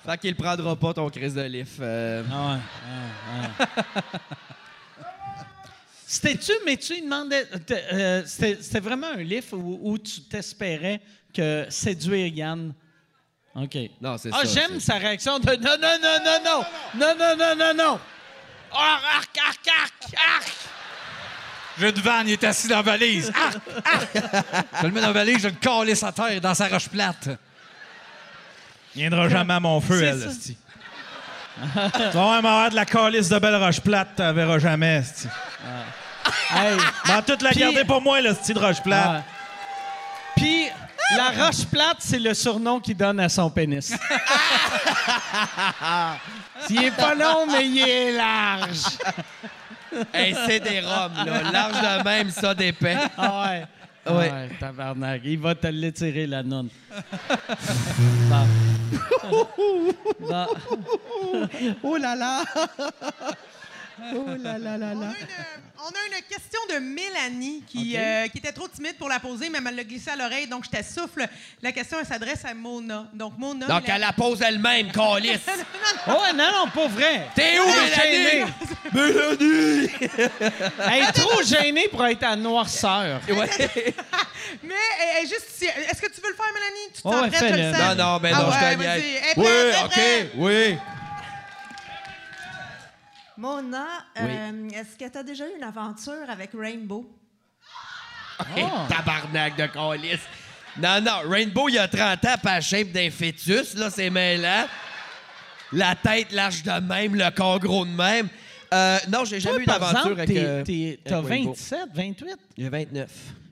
E: Fait qu'il prendra pas ton Chris de Leaf. euh.
C: C'était-tu, mais tu lui demandais. t'es- euh, C'était c'était vraiment un livre où, où tu t'espérais que séduire Yann. OK.
E: Non, c'est
C: Ah,
E: ça.
C: j'aime sa réaction de non, non, non, non, non, non, non, non, non, non. Arc, arc, arc, arc, arc.
F: Je te vanne, il est assis dans la valise. Ah! Ah! je le mets dans la valise, je le calais sa terre dans sa roche plate.
N: Il viendra jamais à mon feu,
F: C'est
N: elle,
F: ça.
N: esti. Tu vas vraiment avoir de la calice de belle roche plate, tu verras jamais, esti.
C: Hey.
N: Dans toute la
C: Ah, Puis-
N: garder pour moi, le style de roche plate.
C: Ouais. Puis, la roche plate, c'est le surnom qu'il donne à son pénis. il est pas long, mais il est large.
E: Hey, c'est des roms, là. Large de même, ça d'épais.
C: Ah ouais.
E: Ouais.
C: Ouais, tabarnak. Il va te l'étirer, la nonne. Bon.
I: oh là là! Oh là là là là! On a une question de Mélanie qui, euh, qui était trop timide pour la poser, mais elle l'a glissée à l'oreille, donc je t'assouffle. La question, elle s'adresse à Mona. Donc, Mona.
E: Donc, elle la pose elle-même, calice.
C: Oh, ouais, non, non, pas vrai.
E: T'es où,
C: Hey,
E: Mélanie? Mélanie!
C: Elle est trop gênée pour être à noirceur.
I: Mais elle est juste ici. Est-ce que tu veux le faire, Mélanie? Tu
C: Ouais,
I: t'en prêtes, je
C: fais-le.
I: le
E: Non,
I: sens.
E: non, ben
I: Ah
E: non,
I: ouais,
E: je te niaise.
I: vas-y. Elle est
E: Oui,
I: prête, elle est
E: OK,
I: prête.
E: oui.
P: Mona, euh, est-ce que tu as déjà eu une aventure avec Rainbow?
C: Ah.
E: Hey, tabarnak de calice. Non, non, Rainbow, il y a 30 ans, pas la shape d'un fœtus, là, c'est mêlant. La tête large de même, le corps gros de même. Euh, non, j'ai
C: Toi,
E: jamais eu
C: par
E: d'aventure
C: exemple,
E: avec.
C: t'es-
E: euh,
C: t'es-
E: avec
C: T'as
E: Wimbo.
C: 27, 28?
E: J'ai 29.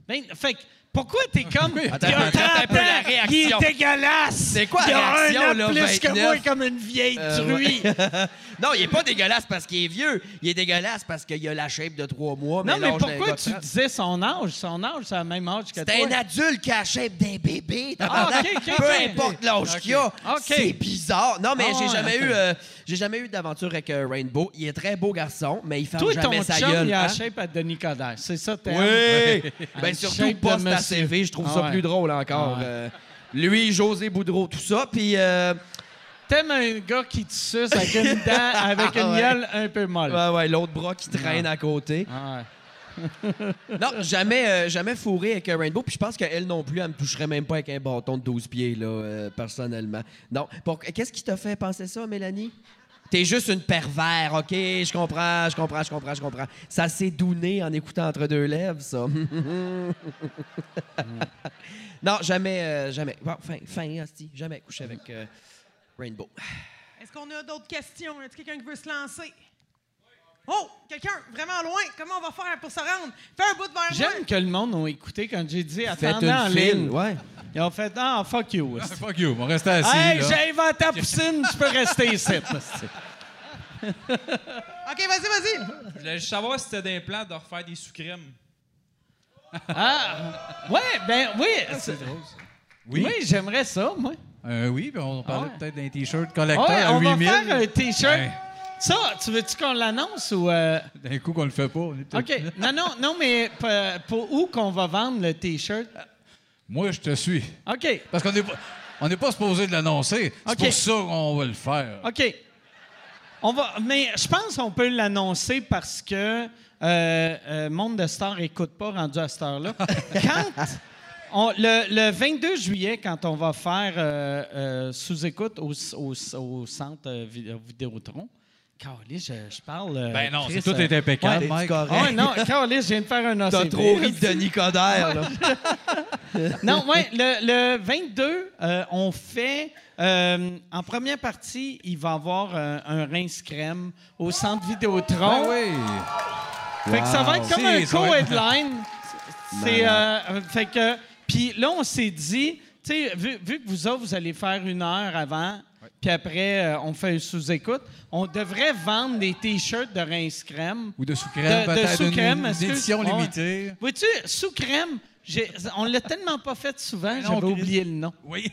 C: Ben, fait que, pourquoi
E: Ah.
C: t'es comme. Il y a
E: Attends, attends,
C: 30
E: attends un peu la
C: ans,
E: réaction.
C: Il est dégueulasse!
E: C'est quoi
C: Il y
E: la
C: a
E: réaction,
C: un an de
E: là,
C: plus que
E: 29?
C: moi, comme une vieille
E: Euh,
C: truie!
E: ouais. non, il est pas dégueulasse parce qu'il est vieux. Il est dégueulasse parce qu'il a la shape de trois mois.
C: Non, mais
E: mélange d'un gars
C: pourquoi
E: de
C: tu
E: 30.
C: disais son âge? Son âge, c'est le même âge que toi.
E: C'est un adulte qui a la shape d'un bébé.
C: Ah,
E: tabarnak.
C: ok, ok,
E: Peu
C: ok.
E: importe l'âge
C: Ok.
E: qu'il a.
C: Ok.
E: C'est bizarre. Non, mais
C: Ah,
E: j'ai
C: ouais.
E: jamais eu euh, j'ai jamais eu d'aventure avec euh, Rainbow. Il est très beau garçon, mais il ferme
C: Toi, ton
E: jamais sa
C: chum,
E: gueule.
C: il a
E: hein.
C: la shape à Denis Coderre. C'est ça, t'es.
E: Oui!
C: La
E: ben surtout
C: shape de
E: poste à
C: monsieur.
E: CV, je trouve
C: Ah
E: ça
C: ouais.
E: plus drôle encore.
C: Ah ouais.
E: Euh, lui, José Boudreau, tout ça. Puis. euh,
C: T'aimes un gars qui te suce avec une dent, avec
E: Ah
C: une
E: ouais.
C: gueule un peu molle.
E: Ouais, ouais, l'autre bras qui traîne à côté. non, jamais, euh, jamais fourré avec un rainbow. Puis je pense qu'elle non plus, elle me toucherait même pas avec un bâton de 12 pieds, là, euh, personnellement. Non. Pour- Qu'est-ce qui t'a fait penser ça, Mélanie? T'es juste une pervers, OK? Je comprends, je comprends, je comprends, je comprends. Ça s'est douné en écoutant entre deux lèvres, ça. non, jamais, euh, jamais. Bon, fin, fin, hostie. Jamais couché avec euh, Rainbow.
I: Est-ce qu'on a d'autres questions? Est-ce quelqu'un qui veut se lancer? Oh, quelqu'un vraiment loin. Comment on va faire pour se rendre? Fais un bout de vers moi.
C: J'aime que le monde a écouté quand j'ai dit
E: Faites
C: attendez
E: une
C: en
E: file,
C: ligne.
E: ouais.
C: Ils ont fait Ah, fuck you. hostie.
F: Fuck you, on va rester assis.
C: hey,
F: là.
C: j'ai inventé la piscine, tu peux rester ici. hostie.
I: OK, vas-y, vas-y.
Q: Je voulais juste savoir si c'était des plans de refaire des sous-crèmes.
C: Ah, ouais, ben oui. c'est- Oui, j'aimerais ça, moi.
F: Euh, oui, ben on parlait
C: Ah ouais.
F: peut-être d'un T-shirt collector
C: Ouais,
F: à
C: on
F: 8000.
C: va faire un T-shirt.
F: Ouais.
C: Ça, tu veux-tu qu'on l'annonce ou. euh,
F: D'un coup qu'on le fait pas. on est peut-être-
C: OK. Non, non, non, mais p- pour où qu'on va vendre le T-shirt?
F: Moi, je te suis.
C: OK.
F: Parce qu'on n'est pas... On n'est pas supposé de l'annoncer. C'est
C: OK.
F: pour ça qu'on va le faire.
C: OK. On va, mais je pense qu'on peut l'annoncer parce que euh, euh, Monde de Star n'écoute pas rendu à cette heure-là. quand on- le, le 22 juillet, quand on va faire euh, euh, sous-écoute au, au, au centre euh, Vi- Vidéotron, Carlis, je, je parle. euh,
F: Ben non,
C: Chris,
F: c'est- tout est
C: euh,
F: impeccable,
C: ouais,
F: Mike.
C: correct. Ouais, non, Carlis, je viens de faire un
E: T'as
C: OCV.
E: trop ri de Denis Coderre, là.
C: Non, oui, le, le 22, euh, on fait. euh, en première partie, il va y avoir euh, un rince crème au centre Vidéotron.
F: Ben oui.
C: Fait que ça va être comme
F: Si,
C: un
F: ça va être-
C: co-headline. C'est. euh, fait que. Puis là, on s'est dit, tu sais, vu, vu que vous autres, vous allez faire une heure avant, puis après, euh, on fait un sous-écoute, on devrait vendre des T-shirts de rince crème.
F: Ou de sous-crème,
C: De- de
F: peut-être une,
C: sous-crème,
F: une
C: excuse.
F: édition
C: Ouais.
F: limitée.
C: Vois-tu, sous crème, j'ai- on l'a tellement pas fait souvent,
F: non,
C: j'avais
F: Chris.
C: oublié le nom.
F: Oui.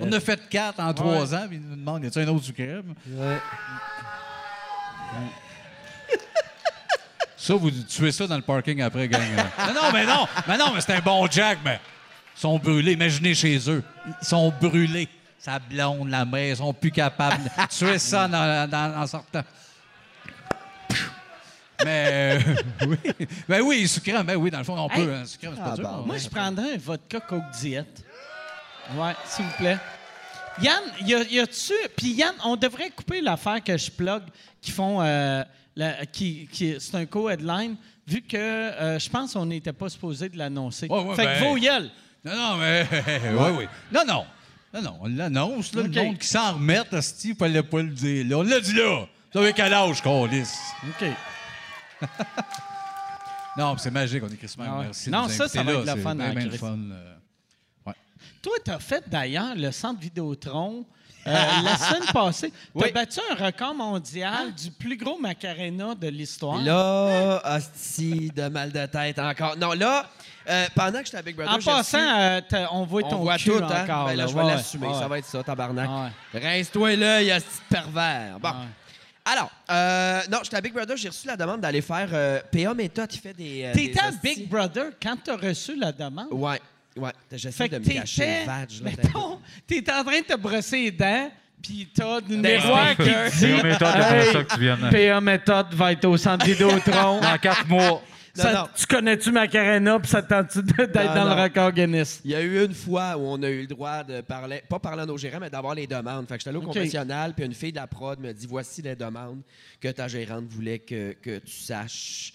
F: On en a fait quatre en trois ans, puis ils nous demandent y a-t-il un autre sous-crème Ça, vous tuez ça dans le parking après, gang. non, non, mais non, mais non, mais c'est un bon Jack, mais ils sont brûlés. Imaginez chez eux. Ils sont brûlés. Ça blonde, la mère, ils sont plus capables. Tuez ça dans- dans- en sortant. Mais euh, oui, ben oui, sous-crème, ben oui, dans le fond, on
C: Hey!
F: peut. hein, sous-crème, c'est pas dur.
C: Bah Moi, je prendrais un vodka Coke Diète. Ouais, s'il vous plaît. Yann, y a- y a-tu. Puis Yann, on devrait couper l'affaire que je plug qui font. euh, la- qui, qui- c'est un co-headline, vu que euh, je pense qu'on n'était pas supposé de l'annoncer.
F: Ouais, ouais,
C: fait que
F: ben,
C: vos gueules.
F: Non, non, mais. Oui, oui. Non, non. Non, non, on l'annonce, là.
C: OK.
F: Le monde qui s'en remet, Asti, il fallait pas le dire. Là. On l'a dit là. Vous savez quel âge qu'on lisse.
C: OK.
F: Non, mais c'est magique, on est Christmas.
C: Ah ouais.
F: Merci. de
C: Non,
F: nous
C: ça, ça
F: inviter
C: va
F: là.
C: être le
F: C'est
C: fun,
F: bien,
C: hein,
F: bien le
C: Chris.
F: fun, euh.
C: Toi, t'as fait d'ailleurs le centre Vidéotron euh, la semaine passée. T'as battu un record mondial du plus gros macarena de l'histoire.
E: Là, hostie de mal de tête encore. Non, là, euh, pendant que j'étais avec Brother,
C: En
E: j'ai
C: passant,
E: reçu-
C: euh, t'as- on voit ton
E: on voit
C: cul
E: tout,
C: encore.
E: hein? Ben là, je vais
C: ouais,
E: l'assumer.
C: ouais.
E: Ça va être ça, tabarnak. Rince-toi l'œil, hostie de pervers. Bon. Alors, euh, non, j'étais à Big Brother, j'ai reçu la demande d'aller faire euh, PA Méthode, il fait des. euh,
C: T'étais
E: des
C: à
E: hosties.
C: Big Brother quand t'as reçu la demande.
E: Ouais, ouais.
C: Fait
E: J'essaie de
C: que
E: me cacher
C: t'étais...
E: le badge. là, t'as-
C: Mettons, t'es en train de te brosser les dents, puis t'as une
E: Des
C: miroir qui
E: stickers.
C: te dit...
E: PA méthode, j'aimerais ça que tu viennes.
C: PA méthode va être au centre Vidéotron.
E: Dans
F: quatre mois.
C: Ça-
E: Non, non.
C: Tu connais-tu Macarena, puis ça te tente-tu de- d'être
E: Non,
C: dans
E: non.
C: le record Guinness?
E: Il y a eu une fois où on a eu le droit de parler, pas parler à nos gérants, mais d'avoir les demandes. Fait que j'étais allé au
C: OK.
E: confessionnal, puis une fille de la prod me dit voici les demandes que ta gérante voulait que, que tu saches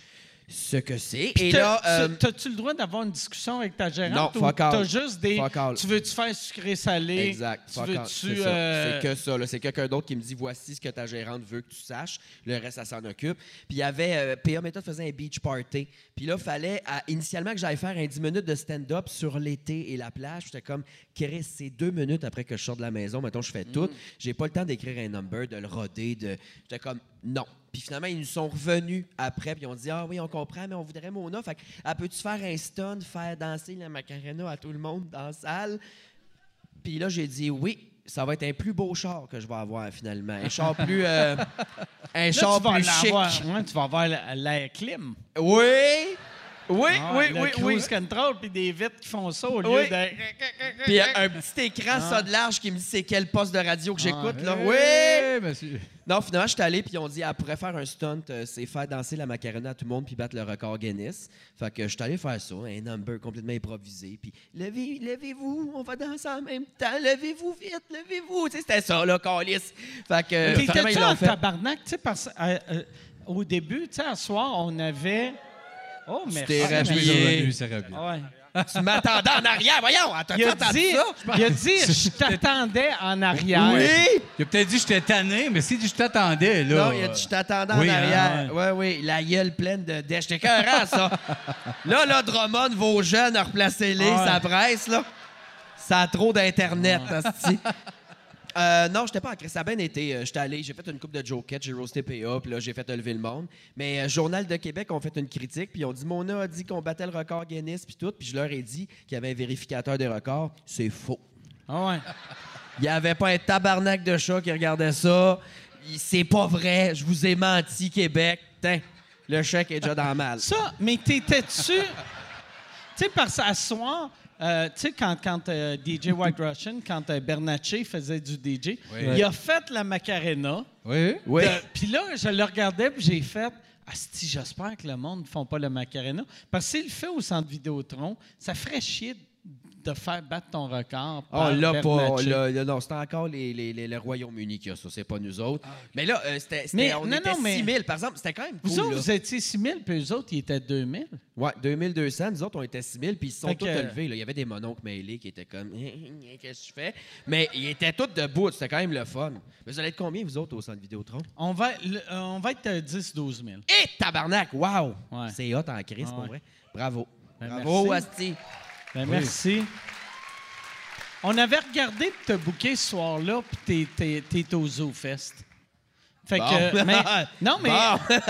E: ce que c'est.
C: Puis
E: Et
C: t'as-
E: là, euh,
C: tu- t'as-tu le droit d'avoir une discussion avec ta gérante?
E: Non,
C: ou
E: fuck all.
C: T'as juste des.
E: Fuck all.
C: Tu veux-tu faire sucré-salé?
E: Exact.
C: Tu
E: Fuck off.
C: veux-tu.
E: C'est ça.
C: euh,
E: C'est que ça. là. C'est quelqu'un d'autre qui me dit voici ce que ta gérante veut que tu saches. Le reste, elle s'en occupe. Puis il y avait. euh, PA Méthode faisait un beach party. Puis là, fallait à- initialement que j'aille faire un 10 minutes de stand-up sur l'été et la plage. J'étais comme, Chris, c'est deux minutes après que je sors de la maison. Mettons, je fais
C: Mm.
E: tout. J'ai pas le temps d'écrire un number, de le roder. De... J'étais comme, non. Puis finalement, ils nous sont revenus après, puis ils ont dit Ah oui, on comprend, mais on voudrait Mona. Fait que, ah, peux-tu faire un stun, faire danser la Macarena à tout le monde dans la salle puis là, j'ai dit oui, ça va être un plus beau char que je vais avoir finalement. Un char plus. euh, un
C: là,
E: char
C: tu vas
E: plus chic.
C: l'avoir. Ouais, tu vas avoir la- l'air clim.
E: Oui! Oui,
C: Ah,
E: oui,
C: le
E: oui, oui.
C: cruise control, puis des vitres qui font ça au lieu
E: Oui. Euh,
C: de.
E: Puis un un petit écran,
C: Ah.
E: ça de large, qui me dit c'est quel poste de radio que j'écoute.
C: Ah,
E: là.
F: hey,
N: Eh,
E: Oui! Non, finalement, je suis allé, puis ils ont dit, elle pourrait faire un stunt, euh, c'est faire danser la macarena à tout le monde, puis battre le record Guinness. Fait que je suis allé faire ça, un number complètement improvisé, puis levez, levez-vous, on va danser en même temps, levez-vous vite, levez-vous. Tu sais, c'était ça, là, calice. Fait que euh, finalement,
C: T'étais-tu
E: ils
C: en
E: l'ont fait.
C: tabarnak, tu sais, parce euh, euh, au début, tu sais, un soir, on avait. Oh,
E: Tu
C: merci.
E: t'es
F: rhabillé.
C: merci.
F: C'est revenu, c'est revenu.
C: Ouais.
E: Tu m'attendais en arrière, voyons, attends,
C: Il a
E: attends,
C: dit,
E: ça?
C: il a dit, je t'attendais en arrière.
E: Oui!
F: Il a peut-être dit je t'ai tanné, mais s'il dit je t'attendais, là.
E: Non, il a dit, je t'attendais
F: Oui,
E: en
F: hein,
E: arrière. Oui, oui, la gueule pleine de dèche. T'es écœurant, ça. là, là, Drummond, vos jeunes, replacez-les,
K: Ouais.
E: ça presse, là. Ça a trop d'Internet, hostie. Euh, non, j'étais pas en crise. Ça a bien été. Euh, j'étais allé, j'ai fait une coupe de jokettes, j'ai roasté PA, puis là, j'ai fait lever le monde. Mais euh, Journal de Québec ont fait une critique, puis ils ont dit Mona a dit qu'on battait le record Guinness, puis tout. Puis je leur ai dit qu'il y avait un vérificateur des records. C'est faux.
C: Ah ouais.
E: Il n'y avait pas un tabarnak de chat qui regardait ça. Il- C'est pas vrai. Je vous ai menti, Québec. Tain, le chèque est déjà dans le mal.
C: Ça, mais t'étais-tu. tu sais, parce qu'à ce soir, euh, tu sais, quand, quand euh, DJ White Russian, quand euh, Bernacchi faisait du DJ, il a fait la Macarena.
F: Oui.
E: Oui.
C: De- Puis là, je le regardais, puis j'ai fait. Asti, j'espère que le monde ne font pas le Macarena. Parce que s'il le fait au centre Vidéotron, ça ferait chier de faire battre ton record.
E: On
C: par
E: l'a Ah, pas. on
C: Bernacchi.
E: l'a- là, non, c'était encore les, les- les- le Royaume-Uni qui a ça. C'est pas nous autres. Mais là, euh, c'était, c'était-
C: Ah, Mais-
E: on
C: non,
E: était
C: non, mais-
E: 6 000, par exemple. C'était quand même
C: Vous
E: cool,
C: autres,
E: là.
C: vous étiez 6 000, puis eux autres, ils étaient 2 000.
E: Ouais, 2200. Nous autres, on était 6 000, puis ils se sont
C: Fait
E: tous
C: que- euh,
E: élevés. là. Il y avait des mononcles mêlés qui étaient comme Qu'est-ce que je fais Mais ils étaient tous debout. C'était quand même le fun. Mais vous allez être combien, vous autres, au centre Vidéotron
C: On va, le- euh, on va être 10-12 000.
E: Et tabarnak Wow
C: Ouais.
E: C'est hot en crise,
C: Ah
E: pour
C: ouais.
E: vrai. Bravo.
C: Ben,
E: Bravo,
C: merci.
E: Asti.
C: Ben,
E: Oui.
C: Merci. On avait regardé te bouquer ce soir-là, puis t'es, t'es- t'es au Zoo Fest. Fait
E: Bon.
C: que. mais- non, mais.
E: Bon.
C: Fait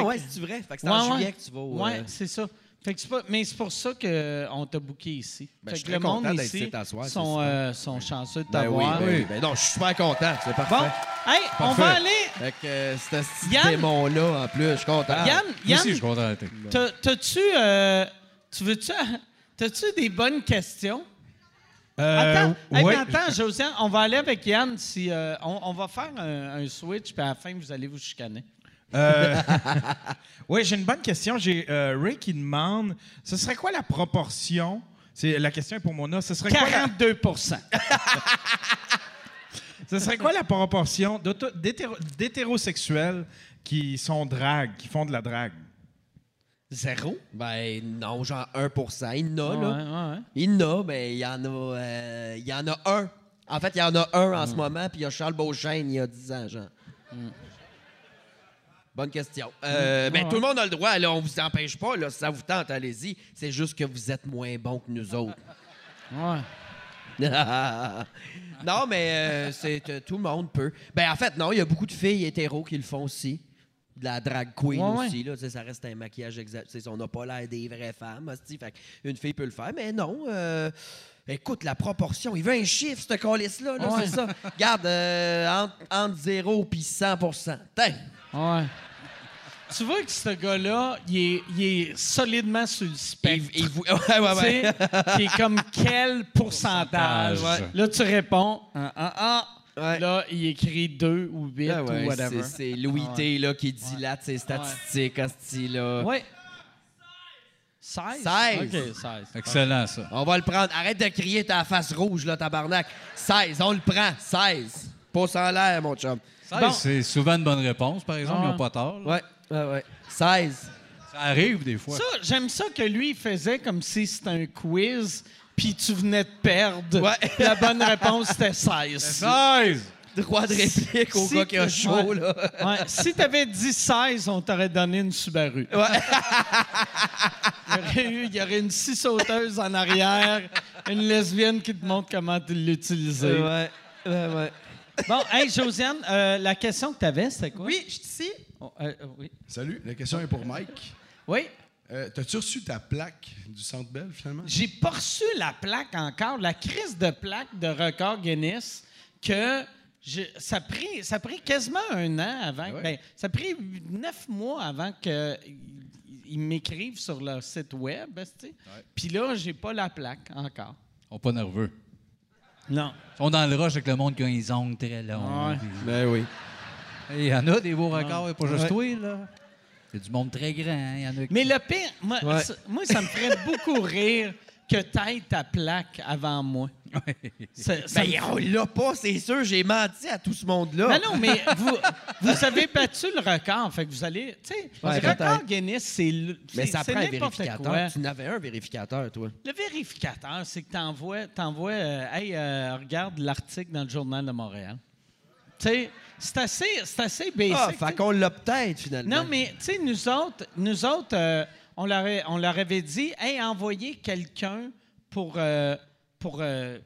C: que-
E: ouais, c'est vrai. Fait que c'est en
C: Ouais,
E: juillet
C: ouais.
E: que tu vas au,
C: Ouais,
E: euh,
C: c'est ça. Fait que c'est pas- mais c'est pour ça qu'on t'a booké ici.
E: Ben,
C: fait
E: je suis
C: que le
E: très
C: monde
E: content d'être
C: ici
E: ici à soir, c'est
C: sont,
E: super.
C: euh, sont chanceux de
E: Ben oui,
C: t'avoir.
E: ben oui. Ben non, je suis super content. C'est parfait.
C: Bon, hey, on
E: Parfait.
C: va aller.
E: Fait que euh, c'est ce
C: Yann-
E: petit démon-là, en plus. Je suis content.
C: Yann, Yann,
F: content.
C: t'as- t'as-tu. euh, tu veux-tu. T'as-tu des bonnes questions?
E: Euh,
C: Attends, hey, mais
N: Euh, ouais.
C: attends, Josiane, on va aller avec Yann. Si, euh, on, on va faire un, un switch, puis à la fin, vous allez vous chicaner.
N: Euh, oui, j'ai une bonne question. J'ai euh, Ray qui demande ce serait quoi la proportion C'est la question est pour Mona. Ce serait quoi la,
C: 42
N: ce serait quoi la proportion d'auto- d'hétéro- d'hétérosexuels qui sont drague, qui font de la drague
C: Zéro?
E: Ben non, genre 1 Il y en a, là.
C: Ouais, ouais.
E: Il y en a, mais il y en a, euh, il y en a un. En fait, il y en a un
K: Hmm.
E: en ce moment, puis il y a Charles Beauchesne il y a 10 ans, genre. Bonne question. Euh,
K: Mm.
E: ben,
K: Ah
E: tout le
K: Hmm. ouais.
E: monde a le droit, là. On vous empêche pas, là. Si ça vous tente, allez-y. C'est juste que vous êtes moins bons que
K: Ah,
E: nous autres.
C: Ouais.
E: non, mais euh, c'est euh, tout le monde peut. Ben, en fait, non, il y a beaucoup de filles hétéros qui le font aussi. De la drag queen
C: Ouais, ouais.
E: aussi, là. Tu sais, ça reste un maquillage exact. tu sais, On n'a pas l'air des vraies femmes, hostie. Fait une fille peut le faire, mais non. euh, écoute, la proportion, il veut un chiffre, ce calice-là, là,
C: Ouais.
E: c'est ça. Regarde, euh, entre, entre 0 puis 100 Tain!
C: Ouais. Tu vois que ce gars-là, il est, il est solidement sur le spectre.
E: Il, ouais, ouais, ouais.
C: Qui est comme quel pourcentage?
E: Pourcentage.
C: Là, tu réponds, ah, ah, ah. Là, il écrit 2 ou 8
E: Ah ouais,
C: ou whatever.
E: c'est- C'est Louis
C: Ah ouais.
E: T là, qui dilate ses statistiques, hostie, là.
C: Ouais. 16?
E: 16.
C: OK, 16.
F: Excellent, ça.
E: On va le prendre. Arrête de crier ta face rouge, là, tabarnak. 16, on le prend. 16. Pousse en l'air, mon chum.
F: C'est souvent une bonne réponse, par exemple.
E: Ah.
F: Ils n'ont pas tort. là.
E: Ouais. Ouais, ouais. 16.
F: Ça arrive des fois.
A: Ça, j'aime ça que lui, il faisait comme si c'était un quiz, puis tu venais de perdre. La bonne réponse, c'était 16.
F: 16!
E: Droit de réplique au
A: Si
E: gars qui a
A: que-
E: chaud,
A: ouais.
E: là.
A: Ouais. Si t'avais dit 16, on t'aurait donné une Subaru. il, y aurait eu- il y aurait une scie sauteuse en arrière, une lesbienne qui te montre comment tu l'utiliser.
E: Ouais, ouais, ouais.
A: Bon, hey, Josiane, euh, la question que t'avais, c'était quoi?
C: Oui, je suis ici.
A: Oh, euh, euh, oui.
M: Salut, la question est pour Mike. Euh,
A: Oui.
M: T'as-tu reçu ta plaque du Centre Bell, finalement?
A: J'ai pas reçu la plaque encore, la crise de plaque de record Guinness que je- ça a pris ça a pris quasiment un an avant. que- ben, ça a pris neuf mois avant qu'ils m'écrivent sur leur site web. tu sais. Puis là, j'ai pas la plaque encore.
F: On n'est pas nerveux.
A: Non.
F: Ils sont dans le rush avec le monde qui a les ongles très longs.
A: Ouais.
F: puis-
E: Ben oui.
F: Il y en a des beaux records,
A: Ouais.
F: pas juste
A: Ouais.
F: toi, là. Il y a du monde très grand, hein, il y en a qui-
A: Mais le pire, moi,
F: Ouais.
A: ça, moi, ça me ferait beaucoup rire que t'ailles ta plaque avant moi. Ça- ça
E: Ben,
A: me-
E: on l'a pas, c'est sûr. J'ai menti à tout ce monde-là.
A: Non, non, mais vous, vous avez battu le record. Fait que vous allez. Tu sais,
E: Ouais,
A: le record
E: peut-être.
A: Guinness, c'est. le-
E: Mais
A: c'est-
E: ça
A: c'est
E: prend un
A: n'importe
E: vérificateur.
A: quoi.
E: Tu n'avais un vérificateur, toi.
A: Le vérificateur, c'est que t'envoies. t'envoies euh, hey, euh, regarde l'article dans le Journal de Montréal. Tu sais, c'est assez, c'est assez basic.
E: Ah,
A: tu
E: fait
A: sais.
E: qu'on l'a peut-être, finalement.
A: Non, mais tu sais, nous autres, nous autres euh, on, leur, a- on leur avait dit hey, envoyez quelqu'un pour, euh, pour euh,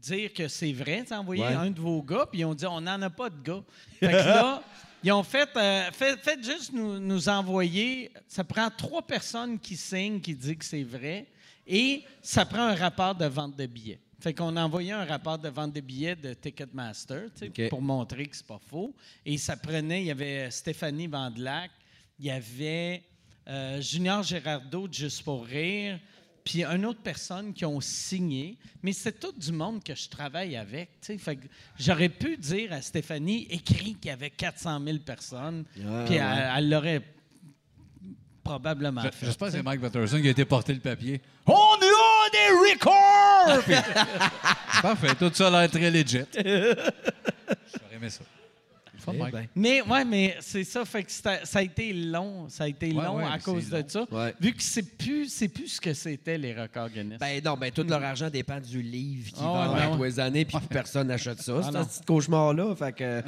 A: dire que c'est vrai. Tu sais, Envoyez
E: Ouais.
A: un de vos gars, puis ils ont dit on n'en a pas de gars. Fait que là, ils ont fait, euh, fait- faites juste nous, nous envoyer. Ça prend trois personnes qui signent, qui disent que c'est vrai, et ça prend un rapport de vente de billets. Fait qu'on a envoyé un rapport de vente de billets de Ticketmaster tu sais,
E: OK.
A: pour montrer que c'est pas faux. Et ça prenait, il y avait Stéphanie Vandelac, il y avait euh, Junior Gérardeau de Juste pour rire, puis une autre personne qui ont signé. Mais c'est tout du monde que je travaille avec. tu sais. Fait que j'aurais pu dire à Stéphanie, écrit qu'il y avait 400 000 personnes,
E: Ah,
F: Ouais,
A: puis elle-
F: ouais.
A: elle l'aurait probablement
F: Je-
A: fait.
F: J'espère que
A: tu sais.
F: c'est Mike Patterson qui a été porter le papier.
A: On a des records!
F: Parfait, tout ça a l'air très legit. J'aurais aimé ça. Le fun,
A: Eh
F: Mike.
A: ben. Mais ouais, mais c'est ça, fait que c'était- ça a été long, ça a été
E: Ouais,
A: long
E: ouais,
A: à
E: mais
A: cause
E: c'est
A: de ça. Vu que c'est plus, c'est plus ce que c'était les records Guinness.
E: Ben non, ben tout leur argent dépend du livre qui
A: Ah,
E: vend
A: ouais,
E: dans
A: ben
E: tous les années, puis personne n'achète ça.
A: Ah,
E: c'est
A: non.
E: un petit cauchemar-là. Fait que,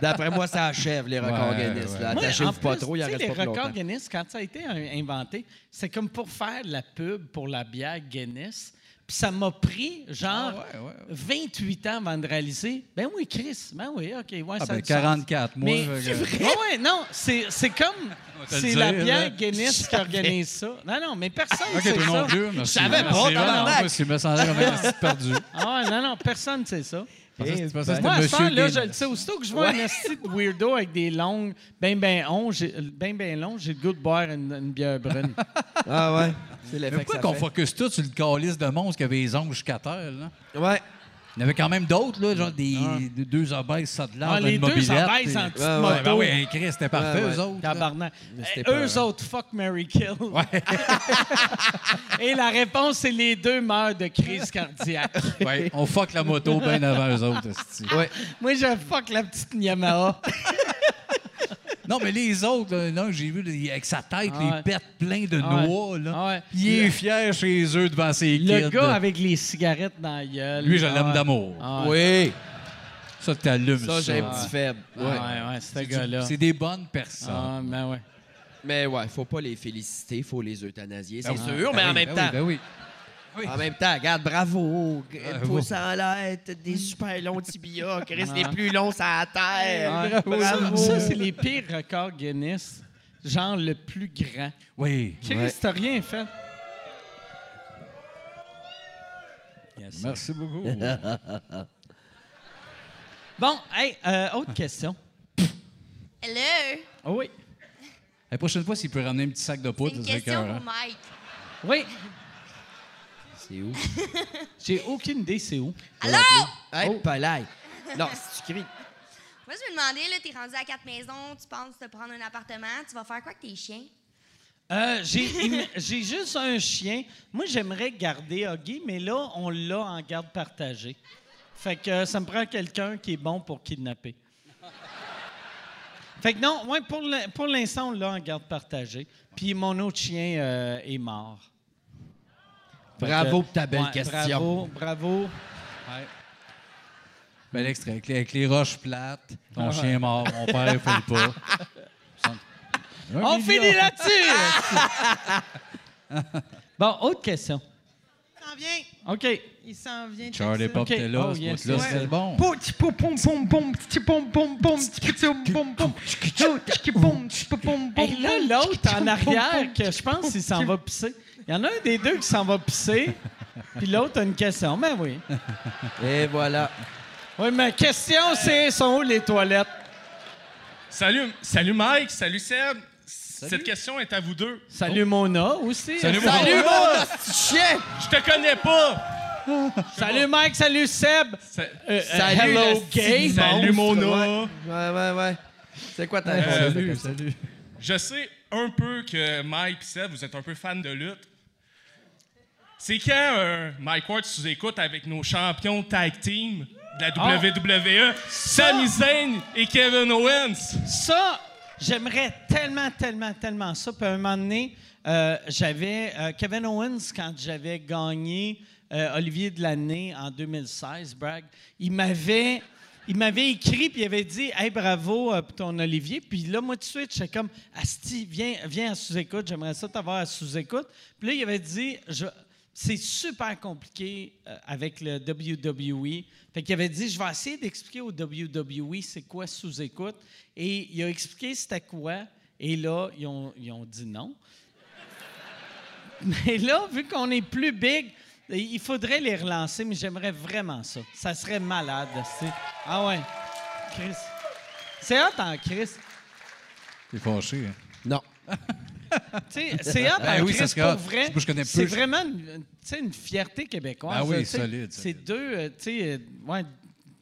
E: d'après moi, ça achève les records
F: Ouais,
E: Guinness.
F: ouais.
E: là.
A: Moi,
E: Attachez-vous
A: en
E: pas
A: plus,
E: trop, il en
A: tu sais,
E: reste pas
A: Les
E: plus
A: records
E: longtemps.
A: Guinness, quand ça a été in- inventé, c'est comme pour faire de la pub pour la bière Guinness. Puis ça m'a pris,
F: Ah
A: genre, 28 ans avant de réaliser. Ben oui, Chris, ben oui, OK, ouais,
F: Ah,
A: ça a du
F: ben,
A: sens.
F: 44 mois,
A: Mais,
F: fait que-
A: c'est vrai? Ouais, ouais, non, c'est c'est comme...
F: te
A: C'est
F: le dire,
A: la
F: là.
A: bière Guinness qui
F: Jamais.
A: organise ça. Non, non, mais personne ne
F: Ok,
A: sait
F: toi
A: ça.
F: non plus. Merci.
A: Je savais
F: Merci,
A: pas,
F: vraiment,
A: tabarnak.
F: moi, c'est- je me sentais comme un petit perdu.
A: Ah ouais, non, non, personne ne sait ça.
F: pensais que- tu pensais que c'était
A: Eh, ben, Moi, à ce
F: Monsieur
A: là, je
F: Guinness.
A: le sais. Aussitôt que je vois un esti de weirdo avec des longues, ben, ben, on, j'ai- ben, ben long, j'ai le goût de boire une, une bière brune.
E: Ah ouais, c'est
F: Mais
E: l'effet que
F: pourquoi
E: ça
F: qu'on
E: fait.
F: focus tout sur le calice de monstre qui avait les ongles jusqu'à terre, là?
E: Ouais.
F: Il y en avait quand même d'autres, là, genre des
E: Ah.
F: des deux obèses, ça de
A: Ah,
F: l'arbre,
A: les
F: ben, une
A: deux
F: mobilette.
A: s'abaissent
F: et-
A: en petite
F: Ouais, ouais,
A: moto.
F: ben oui, hein, Chris, c'était parfait,
A: Ouais, ouais.
F: eux autres. là.
A: Tabarnak.
F: Mais c'était
A: Eh,
F: pas,
A: Eux
F: hein.
A: autres, fuck, Mary kill. Et la réponse, c'est les deux meurent de crise cardiaque.
F: Ouais, on fuck la moto bien avant eux autres, esti.
A: Moi, je fuck la petite Yamaha.
F: Non, mais les autres, là, non, j'ai vu là, avec sa tête,
A: Ah
F: les
A: ouais.
F: pètes pleins de
A: Ah ouais.
F: noix. Là.
A: Ah ouais.
F: Il est fier chez eux devant ses kids.
A: Le gars avec les cigarettes dans la gueule.
F: Lui, je
A: Ah
F: l'aime
A: ouais.
F: d'amour.
A: Ah ouais.
F: Oui. Ça, t'allumes ça.
E: Ça, j'ai un petit faible.
A: Ah ouais, ouais, ce
F: C'est du-
A: gars-là.
F: C'est des bonnes personnes.
A: Ah, ben ouais.
E: Mais ouais, faut pas les féliciter, faut les euthanasier, c'est
F: Ben oui.
E: sûr,
F: Ben
E: mais en
F: oui, ben
E: même temps.
F: oui, ben oui.
E: En même temps, regarde, bravo, g-
F: Ah,
E: pouce en l'air, t'as des super longs tibias, Chris,
A: Ah.
E: les plus longs sur la terre.
A: Ouais.
E: Bravo.
A: Ça, ça, c'est les pires records Guinness. Genre le plus grand.
F: Oui.
A: Chris,
F: Ouais.
A: t'as rien fait.
F: Merci beaucoup.
A: Bon, hey, euh, autre question.
O: Hello!
A: Ah oui.
F: La prochaine fois, s'il peut ramener un petit sac de poudre,
O: Une
F: ça serait
O: question
F: cœur,
O: pour
F: hein.
O: Mike.
A: Oui.
E: C'est où?
A: J'ai aucune idée c'est où.
O: Allô?
E: Hey, palais. Non, si tu cries.
O: Moi, je me demandais, là, t'es rendu à quatre maisons, tu penses te prendre un appartement, tu vas faire quoi avec tes chiens?
A: Euh, j'ai im- j'ai juste un chien. Moi, j'aimerais garder Huggy, mais là, on l'a en garde partagée. Fait que euh, ça me prend quelqu'un qui est bon pour kidnapper.
C: Fait que non, ouais, pour le- pour l'instant, on l'a en garde partagée. Puis mon autre chien euh, est mort. Fait que-
E: Bravo pour ta belle
C: Ouais,
E: question.
C: Bravo, bravo.
F: Bel extrait. Avec les, avec les roches plates, ton
C: Ah.
F: chien est mort, mon père, il fait le pas. Un
C: On
F: million.
C: finit là-dessus! bon, autre question.
I: Il s'en vient.
C: OK.
I: Il s'en vient.
F: Charlie
I: check ça.
F: Pop était là,
E: Oh,
F: ce bout-là, c'était bon.
I: Pouti, pou, poum, poum, poum, p'ti, poum, poum, poum, p'ti, p'ti, poum, poum, poum, tchou, tchiki, poum, tchi, pou, poum, poum,
C: Et là, l'autre en arrière, que je pense qu'il s'en va pisser. Il y en a un des deux qui s'en va pisser, puis l'autre a une question. Ben oui.
E: Et voilà.
C: Oui, ma question, c'est sont où les toilettes?
Q: Salut, salut Mike, salut Seb. Cette question est à vous deux.
C: Salut Mona aussi.
Q: Salut, Mona.
C: Salut, Mona,
E: chien!
Q: Je te connais pas.
C: Salut Mike, salut Seb. Euh, euh, hello gay.
Q: Salut
C: monstre.
Q: Mona.
E: Ouais, ouais, ouais. C'est quoi ta
Q: Euh,
E: réponse?
Q: salut,
E: salut.
Q: Je sais un peu que Mike et Seb, vous êtes un peu fans de lutte. C'est quand euh, Mike Ward sous écoute avec nos champions tag team de la
C: Ah.
Q: WWE, Sami Zayn et Kevin Owens.
C: Ça, j'aimerais tellement, tellement, tellement ça. Puis à un moment donné, euh, j'avais euh, Kevin Owens, quand j'avais gagné euh, Olivier de l'année en 2016, brag, il m'avait. Il m'avait écrit, puis il avait dit Hey, bravo euh, pour ton Olivier. Puis là, moi, tout de suite, j'étais comme Asti, viens, viens à sous-écoute, j'aimerais ça t'avoir à sous-écoute. Puis là, il avait dit Je- C'est super compliqué euh, avec le WWE. Fait qu'il avait dit, je vais essayer d'expliquer au WWE c'est quoi sous-écoute. Et il a expliqué c'était quoi. Et là, ils ont, ils ont dit non. Mais là, vu qu'on est plus big, il faudrait les relancer, mais j'aimerais vraiment ça. Ça serait malade. tu sais. Ah ouais. Chris. C'est hot en Chris.
F: T'es fâché, hein?
E: Non.
C: Tu sais, C'est hot en
F: Ben oui, ça
C: Chris
F: serait
C: pour
F: hot.
C: vrai.
F: Moi, je connais peu.
C: C'est vraiment une, une- tu sais, une fierté québécoise.
F: Ben oui,
C: là, tu sais.
F: solide,
C: C'est deux, euh, tu sais, euh, ouais,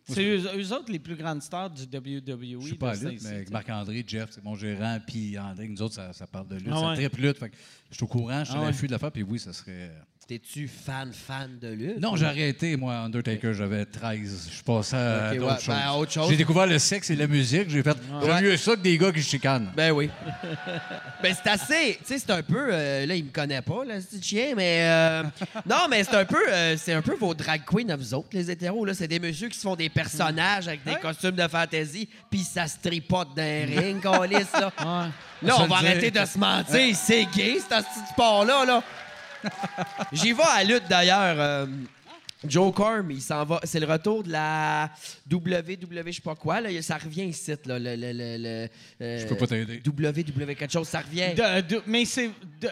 C: c'est eux, eux autres les plus grandes stars du WWE.
F: Je suis pas à
C: là, c'est
F: lutte,
C: ici,
F: mais avec
C: tu sais.
F: Marc-André, Jeff, c'est mon gérant, puis André, nous autres, ça, ça parle de lutte,
C: Ah
F: ça
C: ouais.
F: triple lutte. Fait que je suis au courant, je suis
E: Ah
F: à
E: ouais.
F: l'affût de l'affaire, puis oui, ça serait... euh,
E: T'es-tu fan, fan de lutte?
F: Non, j'ai arrêté, moi, Undertaker, j'avais 13. Je passais à d'autres
E: Ok, ouais, ben,
F: choses.
E: autre chose.
F: J'ai découvert le sexe et la musique, j'ai fait... J'aime
E: Ouais.
F: mieux ça que des gars qui se chicanent.
E: Ben oui. Ben, c'est assez. Tu sais, c'est un peu. euh, là, il me connaît pas, là, ce petit chien, mais. euh, non, mais c'est un peu. euh, c'est un peu vos drag queens à vous autres, les hétéros, là. C'est des messieurs qui se font des personnages avec des costumes de fantasy, puis ça se tripote d'un ring, câlisse, là. Là,
K: Ça
E: on va
K: le dit.
E: arrêter de se mentir. C'est gay, cet petit sport-là, là. J'y vais à la lutte, d'ailleurs. euh, Joe Corm, il s'en va. C'est le retour de la WW, je sais pas quoi. Là. Ça revient ici, là. Le, le, le, le, euh,
F: Je peux pas t'aider.
E: WW quelque chose, ça revient.
C: De- de- mais c'est. de-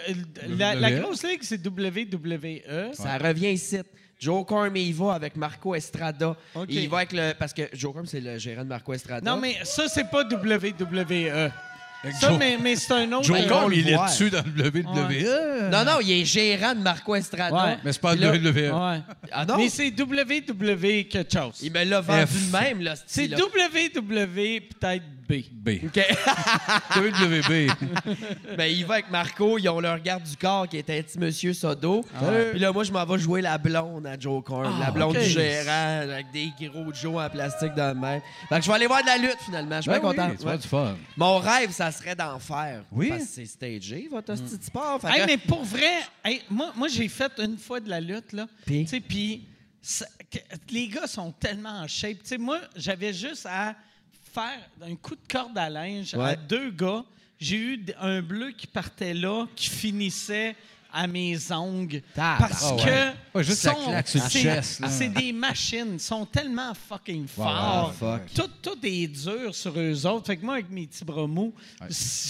C: de- la, la
E: WWE.
C: grosse ligue, c'est E. WWE.
E: Ça revient ici. Joe Corm, il va avec Marco Estrada.
C: OK.
E: Il va avec le. Parce que Joe Corm, c'est le gérant de Marco Estrada.
C: Non, mais ça, c'est pas WWE.
E: Avec
C: Ça,
E: Joe-
C: mais, mais c'est un autre.
F: Joe
E: Ben, on
F: Corm,
E: le
F: il est
E: voit.
F: dessus dans le WWE.
E: Non, non, il est gérant de Marco Estrada.
F: Mais c'est pas
E: Puis là-
F: le E. WWE.
C: Ouais.
E: Ah non?
C: Mais c'est WWE quelque chose.
E: Il me l'a vendu
F: F.
E: de même, là, ce
C: C'est
E: style-là.
C: WW peut-être B.
F: B.
E: OK. Ah,
F: WB.
E: ben, il va avec Marco, ils ont leur garde du corps qui est un petit monsieur Sodo.
F: Ah
K: ouais.
E: Puis là, moi, je m'en vais jouer la blonde à Joe Corn,
K: Ah,
E: la blonde
K: OK.
E: du gérant, avec des gros Joe en plastique dans le même. Fait que je vais aller voir de la lutte, finalement. Je suis
F: Ben
E: bien
F: oui,
E: content.
F: tu vas avoir
E: Ouais.
F: du fun.
E: Mon rêve, ça serait d'en faire.
F: Oui. Hmm.
E: Parce que c'est stagé, votre petit sport. Fait
C: Hey,
E: que-
C: mais pour vrai, hey, moi, moi j'ai fait une fois de la lutte, là.
E: Puis?
C: Tu sais, puis ça- que- les gars sont tellement en shape. Tu sais, moi, j'avais juste à faire un coup de corde à linge à
E: Ouais.
C: deux gars. J'ai eu d- un bleu qui partait là, qui finissait à mes ongles. Parce
F: Ah ouais.
C: que
F: Ouais, juste
C: sont-
F: la claque sur le
C: c'est-
F: chest, là.
C: c'est des machines. Ils sont tellement fucking
F: Ouais,
E: Ah,
C: forts.
F: ouais,
C: Tout, tout est dur sur eux autres. Fait que moi, avec mes petits bras mous,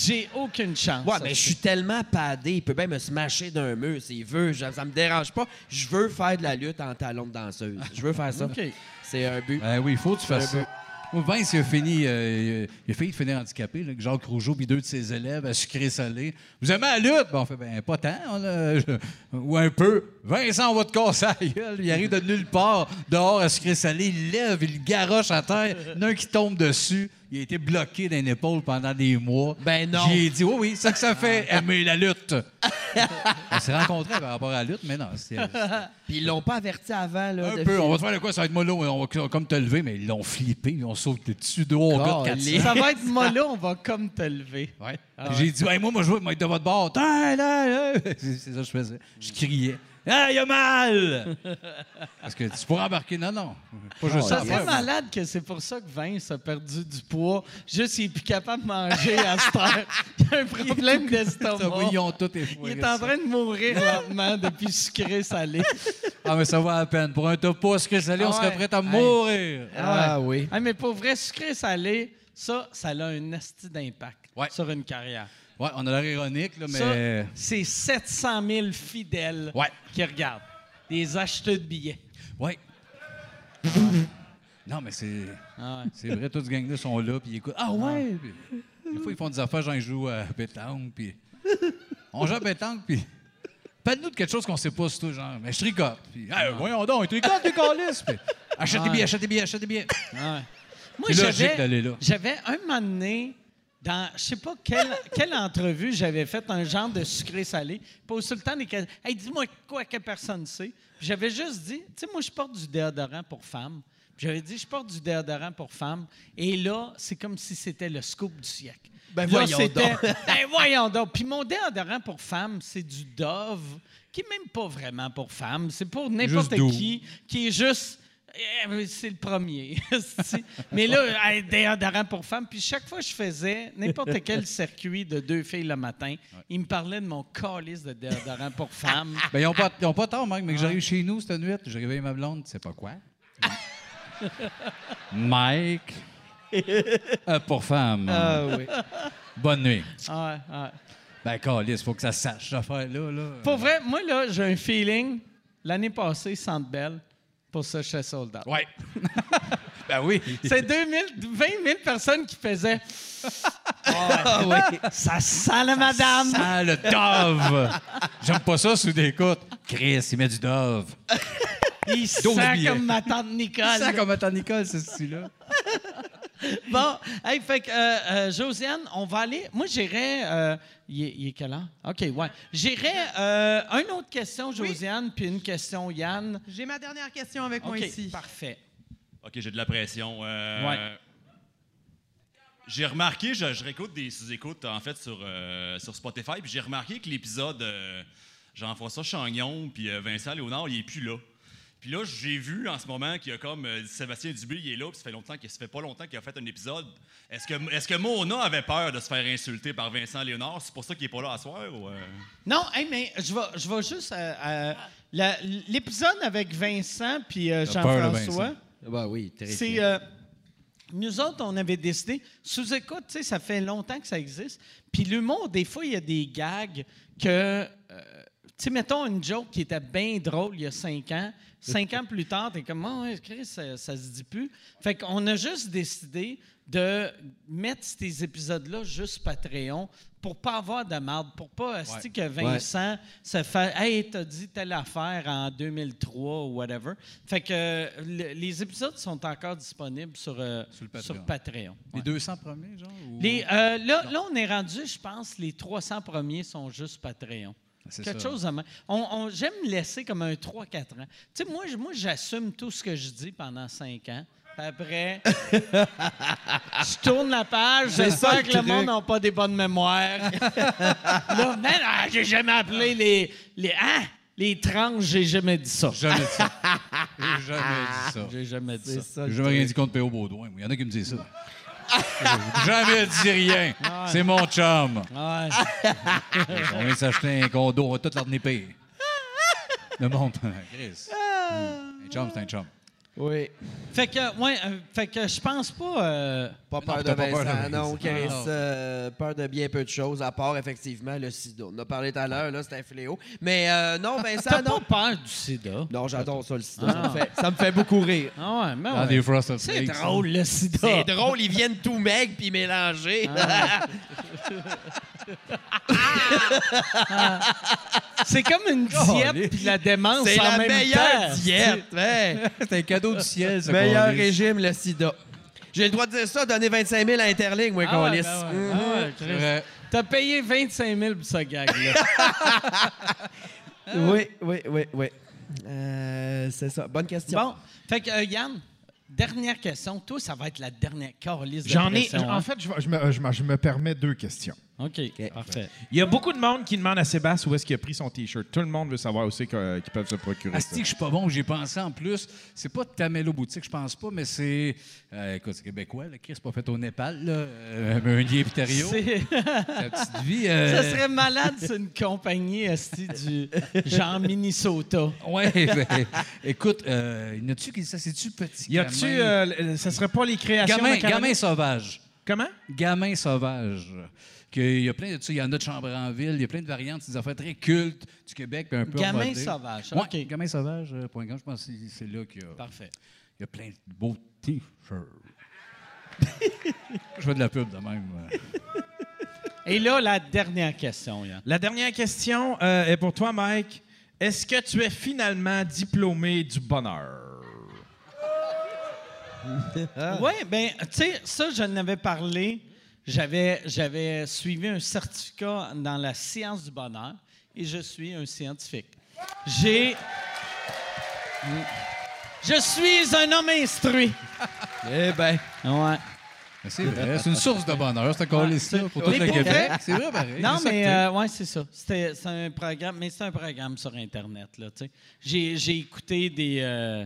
C: j'ai aucune chance.
E: Ouais, mais je suis tellement padé, il peut bien me smasher d'un mur s'il veut. Je- ça me dérange pas. Je veux faire de la lutte en talon de danseuse. Je veux faire ça.
F: OK.
E: C'est un but.
F: Ben oui, il faut que tu fasses
E: Un peu.
F: ça. Moi, Vince, il a fini, euh, il a failli finir handicapé, là, que Jacques Rougeau puis deux de ses élèves à sucré salé. Vous aimez la lutte? Ben, on fait, ben, pas tant, on a- je- ou un peu. Vincent, on va te casser la gueule. Il arrive de nulle part, dehors à sucré salé, il lève, il le garoche à terre. Il y en a un qui tombe dessus, Il a été bloqué d'un épaule pendant des mois.
E: Ben non. Ah.
F: J'ai dit, oui, oui, ça que ça fait aimer la lutte. On s'est rencontrés par rapport à la lutte, mais non. c'est-
E: Puis ils l'ont pas averti avant. Là,
F: Un
E: de
F: peu,
E: film.
F: on va te faire de quoi, ça va être mollo, on va co- comme te lever, mais ils l'ont flippé, ils ont sauté dessus, deux, on gars de
C: Calé.
F: 400.
C: Ça va être mollo, on va comme te lever.
F: Ouais.
C: Ah ouais.
F: J'ai dit, Hey, moi, moi, je veux être de votre bord. Ah, là, là. C'est c'est ça que je faisais. Je criais. Ah, il a mal! Parce que tu pourrais embarquer, non, Oh, non. Pas juste
C: ça
F: ça.
C: serait malade que c'est pour ça que Vince a perdu du poids. Juste, il est plus capable de manger à cette heure. Il a un problème
F: Ça,
C: d'estomac.
F: oui, ils ont tout
C: Il
F: effoué.
C: est en train de mourir lentement depuis sucré salé.
F: Ah, mais ça va à peine. Pour un topo sucré salé, on
C: Ah ouais.
F: serait prêt à
C: Hey.
F: mourir.
C: Ah,
E: oui.
C: Ah, mais pour vrai, sucré salé, ça, ça a un asti d'impact sur une carrière.
F: Ouais, on a l'air ironique, là,
C: Ça,
F: mais.
C: c'est 700 000 fidèles qui regardent. Des acheteurs de billets.
F: Ouais. Non, mais c'est.
C: Ah
F: C'est vrai, tous ces gangs-là sont là, puis ils écoutent. Ah ouais! Puis, des fois, ils font des affaires, j'en joue à pétanque, puis. On joue à pétanque, puis. pas de nous de quelque chose qu'on sait pas, c'est tout, genre. Mais je tricote. Puis, hey, voyons donc, tu tricotes, tu calices! Puis, achète des
C: Ah. Ouais. Ah
F: billets, achète des billets, achète des billets.
C: Moi,
F: C'est logique
C: j'avais-
F: d'aller là.
C: J'avais un moment donné, dans je sais pas quelle, quelle entrevue, j'avais fait un genre de sucré-salé. Pose tout le temps des questions. Hey, dis-moi quoi que personne sait. Puis J'avais juste dit, tu sais, moi, je porte du déodorant pour femmes. Puis J'avais dit, je porte du déodorant pour femmes. Et là, c'est comme si c'était le scoop du siècle.
E: Ben,
C: Là,
E: voyons
C: c'était,
E: donc.
C: Ben, voyons donc. Puis mon déodorant pour femmes, c'est du Dove, qui est même pas vraiment pour femmes. C'est pour n'importe
F: Juste doux.
C: qui, qui est juste. Eh, C'est le premier. esti. Mais là, hey, déodorant pour femmes. Puis chaque fois que je faisais n'importe quel circuit de deux filles le matin, ils me parlaient de mon calice de déodorant pour femmes.
F: Ben, ils ont pas, ils ont pas tort, Mike, mais que j'arrive
C: Ah.
F: chez nous cette nuit, je réveille ma blonde, tu sais pas quoi. Mike. Euh, pour femme.
C: Ah oui.
F: Bonne nuit.
C: Ah, ah.
F: Ben, calice, faut que ça se sache, cette affaire-là. Là.
C: Pour vrai, moi, là, j'ai un feeling. L'année passée, Centre Belle, pour ça, je suis sold out.
F: Ouais. ben oui.
C: C'est 2000, 20 000 personnes qui faisaient. Ah ouais. Ça sent la madame.
F: Ah, le Dove! J'aime pas ça sous des côtes. Chris, il met du Dove.
C: Il
F: Douze
C: sent
F: billets.
C: comme ma tante Nicole.
F: Il sent comme ma tante Nicole, ce style-là.
C: bon, hey, fait que, euh, euh, Josiane, on va aller. Moi, j'irai. euh, Il est- il est quelle heure? OK, ouais. J'irai euh, une autre question, Josiane, puis une question, Yann.
I: J'ai ma dernière question avec moi
C: OK,
I: ici.
C: parfait.
N: OK, j'ai de la pression. Euh,
C: Ouais.
N: J'ai remarqué, je, je réécoute des sous-écoutes, en fait, sur, euh, sur Spotify, puis j'ai remarqué que l'épisode euh, Jean-François Chagnon puis euh, Vincent Léonard, il est plus là. Puis là, j'ai vu en ce moment qu'il y a comme euh, Sébastien Dubé, il est là, puis ça fait longtemps qu'il ça fait pas longtemps qu'il a fait un épisode. Est-ce que, est-ce que Mona avait peur de se faire insulter par Vincent Léonard? C'est pour ça qu'il est pas là à soir? Ou, euh?
C: Non, hey, mais je vais, je vais juste. euh, euh, la- L'épisode avec Vincent puis euh,
E: T'as peur de
C: Jean-François.
E: Vincent. Ben oui, terrifiant.
C: C'est. euh, nous autres, on avait décidé, sous écoute, tu sais, ça fait longtemps que ça existe. Puis l'humour, des fois, il y a des gags que. euh, tu sais, mettons une joke qui était bien drôle il y a cinq ans. Cinq ans plus tard, t'es comme, oh, ouais, Chris, ça, ça se dit plus. Fait qu'on a juste décidé de mettre ces épisodes-là juste Patreon pour pas avoir de marde, pour pas asti,
E: Ouais.
C: que Vincent se fait Hey, t'as dit telle affaire en 2003 ou whatever. Fait que euh, le- les épisodes sont encore disponibles sur, euh, sur Patreon.
F: Patreon. Les 200 premiers, genre? ou-
C: Les, euh, là, là, on est rendu, je pense, les 300 premiers sont juste Patreon.
F: Ah, C'est
C: Quelque
F: ça.
C: chose de même. On, on- J'aime laisser comme un 3-4 ans. Tu sais, moi, je- moi j'assume tout ce que je dis pendant 5 ans. Puis après, je tourne la page.
E: C'est
C: J'espère
E: ça, le
C: que le
E: truc.
C: monde n'a pas des bonnes mémoires. là, man, ah, j'ai jamais appelé les. les hein? Les trans, j'ai jamais dit ça.
F: Jamais dit ça. J'ai jamais dit ça.
C: J'ai jamais dit ça.
F: J'ai jamais rien dit contre P.O. Baudouin. moi. Il y en a qui me disent ça. jamais dit rien. C'est mon chum.
C: Ouais.
F: On vient de s'acheter un condo, on va tout leur donner payé. Le monde, Chris. Un chum, c'est un chum.
C: Oui. Fait que, ouais, euh, fait que je pense pas. euh,
E: Pas peur de
F: t'as pas peur
E: Vincent,
F: de Vincent.
E: non, Chris.
F: Non.
E: euh, peur de bien peu de choses, à part effectivement le sida. On en a parlé tout à l'heure, là, c'est un fléau. Mais euh, non, Vincent,
C: T'as
E: non.
C: pas peur du sida?
E: Non, j'adore ça, le sida.
C: Ah.
E: Ça, me fait, ça me fait beaucoup rire.
C: Ah ouais, mais
F: Dans
C: ouais.
F: des Frosted
C: C'est
F: Flakes,
C: drôle,
F: hein.
C: le sida.
E: C'est drôle, ils viennent tout maigre puis mélanger.
C: Ah. C'est comme une diète puis la démence
E: C'est
C: en
E: la
C: même
E: meilleure
C: temps.
E: diète. ouais.
F: C'est un cadeau du ciel, ce
E: Meilleur
F: qu'on dit.
E: régime, le sida. J'ai le droit de dire ça, donner 25 000 à Interligue, moi,
A: Ah
E: qu'on
A: ouais,
E: lisse.
A: ben ouais.
E: Mhm.
A: Ah ouais, Chris. T'as payé 25 000 pour ce gag-là.
E: Oui, oui, oui, oui. Euh, c'est ça. Bonne question.
A: Bon, fait que euh, Yann, dernière question. Toi, ça va être la dernière carliste de
N: J'en ai.
A: pression, hein?
N: En fait, je, vais- je me, je me- je me permets deux questions.
A: OK, parfait.
N: Il y a beaucoup de monde qui demande à Sébastien où est-ce qu'il a pris son T-shirt. Tout le monde veut savoir où c'est que- euh, qu'ils peuvent se
A: Ah,
N: procurer ça.
F: Asti, que je suis pas bon, j'y ai pensé en plus. C'est pas Tamelo Boutique, je pense pas, mais c'est. euh, écoute, c'est québécois, le Chris pas fait au Népal, là. Euh, Meunier et Thériault.
A: C'est-
F: La petite vie. euh,
A: Ça serait malade, c'est une compagnie esti, du genre Minnesota.
F: Ouais, ben, écoute, euh, y en a-tu qui. Ça, c'est-tu petit?
N: Y a-tu.
F: gamin?
N: euh, le- ça serait pas les créations
F: Gamin,
N: de Canada?
F: gamin sauvage.
N: Comment?
F: Gamin sauvage. Que Il y a plein de. tu sais, Il y en a de chambre en ville, il y a plein de variantes, des affaires très cultes du Québec, puis un peu.
A: Gamin
F: remodées.
A: sauvage,
F: Ouais,
A: OK.
F: Gamin sauvage, euh, point com, je pense que c'est- c'est là qu'il y a.
A: Parfait.
F: Il y a plein de beaux t-shirts. je fais de la pub de même. euh. ouais.
A: Et là, la dernière question, Yann.
N: La dernière question euh, est pour toi, Mike. Est-ce que tu es finalement diplômé du bonheur?
E: Ah.
A: Oui, bien, ben, tu sais, ça, je n'avais parlé. J'avais, j'avais suivi un certificat dans la science du bonheur et je suis un scientifique. J'ai. Je suis un homme instruit.
E: Eh ben.
A: Ouais.
F: Mais C'est vrai, c'est une source de bonheur, c'est encore ici pour tout
A: Mais
F: le
A: pour
F: Québec.
A: vrai-
F: C'est vrai, pareil.
A: Non,
F: c'est
A: mais
F: certain.
A: euh, ouais, c'est ça. C'était c'est un programme, mais c'est un programme sur Internet, là, tu sais. J'ai, j'ai écouté des, euh,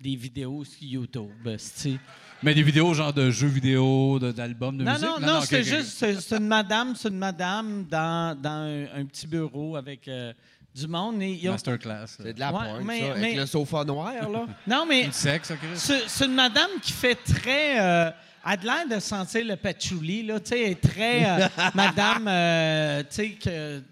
A: des vidéos sur YouTube, tu sais.
F: Mais des vidéos genre de jeux vidéo, de- d'albums, de,
A: Non,
F: musique.
A: non, non,
F: ok,
A: c'est
F: ok, ok.
A: juste c'est, c'est une madame, c'est une madame dans, dans un, un petit bureau avec euh, du monde. Et il y a-
F: Masterclass. C'est
E: de la
A: Ouais,
E: pointe,
A: mais-
E: ça, avec
A: mais-
E: le sofa noir, là.
A: Non, mais
F: Du sexe, ok.
A: c'est, c'est une madame qui fait très. euh, elle a de l'air de sentir le patchouli, là. Tu sais, elle est très. euh, madame, euh, tu sais, que.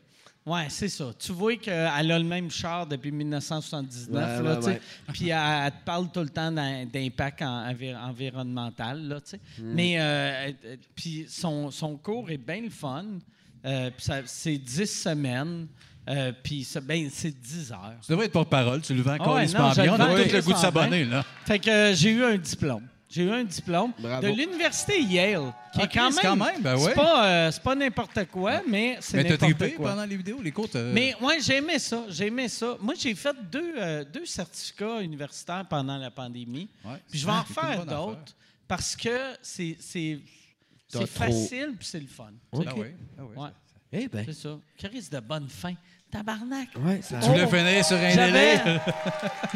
A: Ouais, c'est ça. Tu vois qu'elle a le même char depuis 1979,
E: Ouais,
A: là,
E: ouais,
A: tu sais.
E: ouais.
A: Puis elle, elle te parle tout le temps d'im- d'impact en- envi- environnemental, là, tu sais.
E: Mm.
A: Mais, euh, elle- elle- puis son, son cours est bien le fun. Euh, puis ça- c'est 10 semaines. Euh, puis ça- ben, c'est 10 heures.
F: Tu devrais être porte-parole, tu le vends
A: Ah
F: encore
A: ouais,
F: les
A: non, je le
F: On a
A: vends
F: tout le goût de
A: 220.
F: s'abonner, là.
A: Fait que euh, j'ai eu un diplôme. J'ai eu un diplôme
F: Bravo.
A: de l'université Yale, qui
F: Ah,
A: est quand
F: Chris,
A: même,
F: quand même, ben ouais.
A: c'est pas euh, c'est pas n'importe quoi, mais c'est
F: Mais t'as
A: n'importe
F: trippé
A: quoi.
F: pendant les vidéos, les euh, cours, t'as-
A: Mais ouais, j'aimais ça, j'aimais ça. Moi, j'ai fait deux, euh, deux certificats universitaires pendant la pandémie.
F: Ouais,
A: Puis je vais en
F: c'est une
A: refaire
F: bonne affaire.
A: d'autres parce que c'est c'est
E: T'as
A: c'est
E: trop-
A: facile puis c'est le fun.
E: Ok.
A: Tu sais.
E: Ah oui, ah oui,
A: Ouais.
E: Eh ben.
A: C'est ça. Crise de bonne fin. Tabarnak.
E: Ouais, ça-
F: Tu voulais finir sur un
A: j'avais-
F: délai.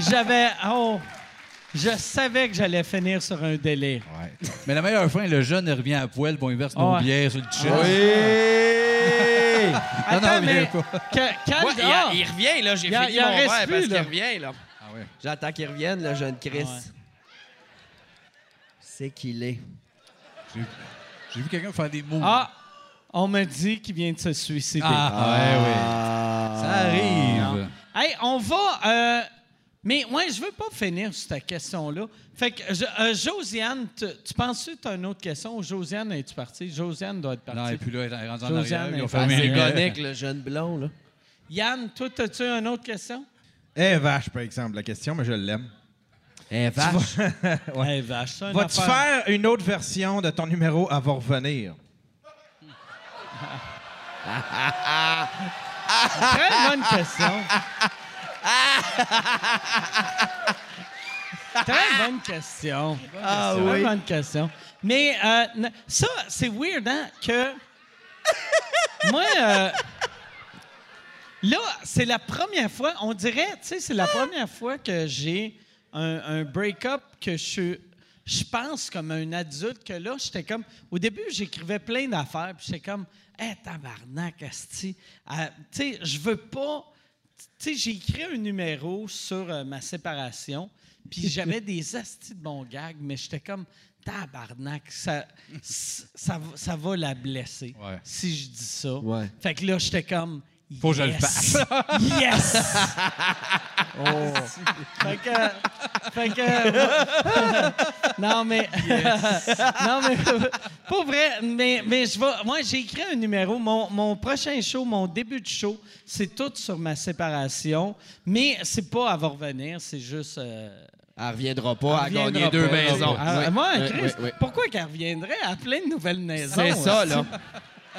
A: J'avais. Oh! Je savais que j'allais finir sur un délai.
F: Mais la meilleure fin, le jeune il revient à poil, bon, il verse
A: Ah
F: nos
A: ouais.
F: bières sur le chest.
E: Oui!
A: Attends,
F: non, non,
A: mais
F: viens pas.
A: que- quand-
E: Ouais, il,
A: ah!
E: il revient, là. J'ai
A: Il y a-
E: fini
A: il en
E: mon
A: reste
E: verre parce
A: plus,
E: qu'il
A: là.
E: revient, là.
F: Ah ouais.
E: J'attends qu'il revienne, le jeune Chris.
A: Ah ouais.
E: C'est qu'il est.
F: J'ai- J'ai vu quelqu'un faire des Ah. mots.
A: Ah! On me dit qu'il vient de se suicider.
F: Ça arrive.
A: Non. Hey, on va. euh, mais moi, je veux pas finir sur ta question-là. Fait que, je- euh, Josiane, tu, tu penses-tu que tu as une autre question? Ou Josiane, es-tu partie? Josiane doit être partie.
F: Non, et puis là, elle est rendue en
A: Josiane
F: arrière,
A: est
F: ils ont
E: Ah,
A: partie.
F: fermé les
E: Connect, le jeune blond, là.
A: Yann, toi, as-tu une autre question?
N: Eh vache, par exemple, la question, mais je l'aime.
E: Eh
N: vache.
A: Ouais. vache, ça, une
N: Vas-tu
A: affaire.
N: faire une autre version de ton numéro avant revenir?
A: Très bonne question. Très bonne question.
E: Ah
A: Très
E: oui.
A: bonne question. Mais euh, n- ça, c'est weird, hein, que... Moi, euh, là, c'est la première fois, on dirait, tu sais, c'est la première fois que j'ai un, un break-up que je suis- Je pense comme un adulte que là, j'étais comme. Au début, j'écrivais plein d'affaires, puis j'étais comme, hé, tabarnak, asti. Ah, tu sais, je veux pas. Tu sais, j'ai écrit un numéro sur euh, ma séparation, puis j'avais des astis de bon gag, mais j'étais comme, tabarnak, ça, ça, va- ça va la blesser si je dis ça. Fait que là, j'étais comme.
F: Faut que je le
A: yes!
F: fasse.
A: yes! Fait que. Fait que. non, mais. non, mais. Pas vrai, mais, mais je vais. Moi, j'ai écrit un numéro. Mon, mon prochain show, mon début de show, c'est tout sur ma séparation. Mais c'est pas à va revenir, c'est juste. euh,
E: Elle reviendra pas, elle,
C: Elle
E: a gagné
C: reviendra
E: deux
C: pas.
E: maisons.
C: Ah,
E: Oui,
C: moi,
E: oui,
C: Chris,
E: oui, oui.
C: pourquoi qu'elle reviendrait à plein de nouvelles maisons? hein?
E: C'est ça, là.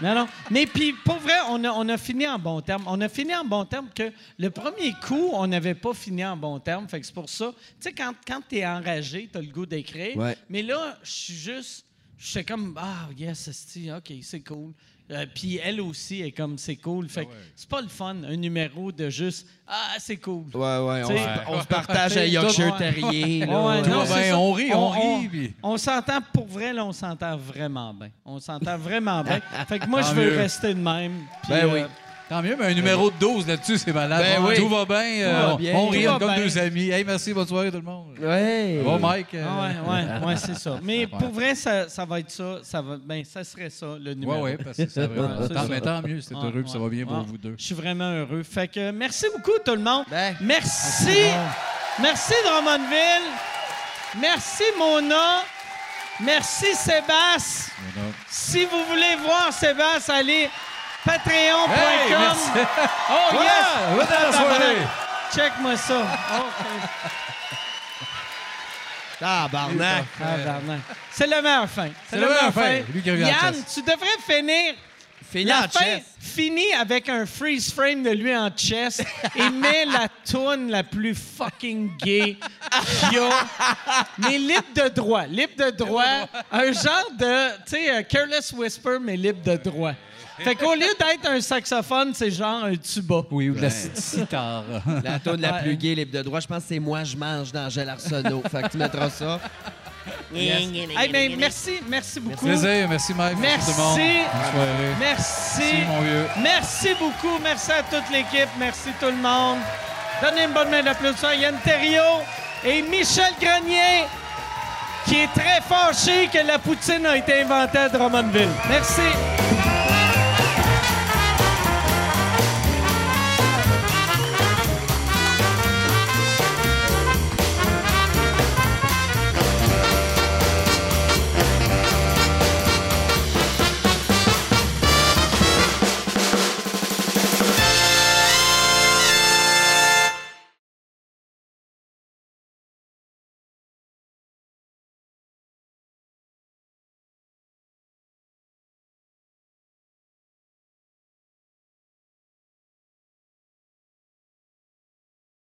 C: Non, non. Mais puis, pour vrai, on a, on a fini en bon terme. On a fini en bon terme que le premier coup, on n'avait pas fini en bon terme. Fait que c'est pour ça. Tu sais, quand, quand t'es enragé, t'as le goût d'écrire.
E: Ouais.
C: Mais là, je suis juste. Je suis comme, ah, yes, esti, OK, c'est cool. Euh, puis elle aussi est comme, c'est cool. Fait
F: Ah
C: que c'est pas le fun, un numéro de juste, ah, c'est cool.
E: Ouais, ouais, on
C: T'sais,
E: se- on se partage un
C: t'sais,
E: Yorkshire
C: tout-
E: Terrier, là.
C: Ouais,
E: Tout
C: non,
E: va
C: c'est
E: bien,
C: ça.
E: on rit, on rit,
C: on-
E: puis-
C: On s'entend pour vrai, là, on s'entend vraiment bien. On s'entend vraiment bien. fait que moi,
F: Tant
C: je veux
F: mieux.
C: rester de même. puis,
F: Ben oui.
C: euh,
F: Tant mieux, mais un numéro de 12 là-dessus, c'est malade.
C: Ben oui.
F: Tout va bien.
C: Tout
F: euh,
C: va
F: on-
C: bien.
F: On
C: Tout
F: rit
C: va
F: on est comme
C: bien. Euh,
F: deux amis. Hey, merci, bonne soirée tout le monde.
E: Ouais.
F: Bon, Mike. euh,
C: Ah ouais, ouais, ouais, c'est ça. Mais pour vrai, ça, ça va être ça. ça va, ben, ça serait ça, le numéro.
F: ouais, parce que ça va-
C: Ouais, c'est
F: tant-
C: ça. Ah,
F: mais tant mieux, c'est heureux, puis ça va bien pour vous deux.
C: Je suis vraiment heureux. Fait que euh, merci beaucoup, tout le monde.
E: Ben,
C: merci. Merci, Drummondville. Merci, Mona. Merci, Sébastien. Si vous voulez voir Sébastien, allez patreon.com.
F: Hey, merci.
C: Oh
F: Voilà,
C: yes!
F: voilà la soirée.
C: Check-moi ça. OK.
E: Tabarnak.
C: Tabarnak. C'est la meilleure fin.
E: C'est
C: la
E: la meilleure
C: meilleure
E: fin. Lui qui revient en
C: Yann,
E: chess.
C: tu devrais finir.
E: Fini
C: la
E: en chess.
C: Fini avec un freeze frame de lui en chess et mets la toune la plus fucking gay qu'il y a. Mais libre de droit. Libre de droit. Un genre de, tu sais, euh, careless whisper, mais libre de droit. Fait qu'au lieu d'être un saxophone, c'est genre un tuba.
F: Oui, ou de la
E: Ouais.
F: sitar.
E: La toune la plus gay, libre de droit, je pense que c'est moi, je mange d'Angèle Arsenault. fait que tu mettras ça.
C: Yes. Hey, ben, merci, merci beaucoup.
F: Plaisir, merci Mike.
C: Merci.
F: tout le monde. Bonne soirée.
C: Merci.
F: Merci, mon vieux.
C: Merci beaucoup. Merci à toute l'équipe. Merci tout le monde. Donnez une bonne main d'applaudissements à Yann Terriot et Michel Grenier, qui est très fâché que la poutine a été inventée à Drummondville. Merci.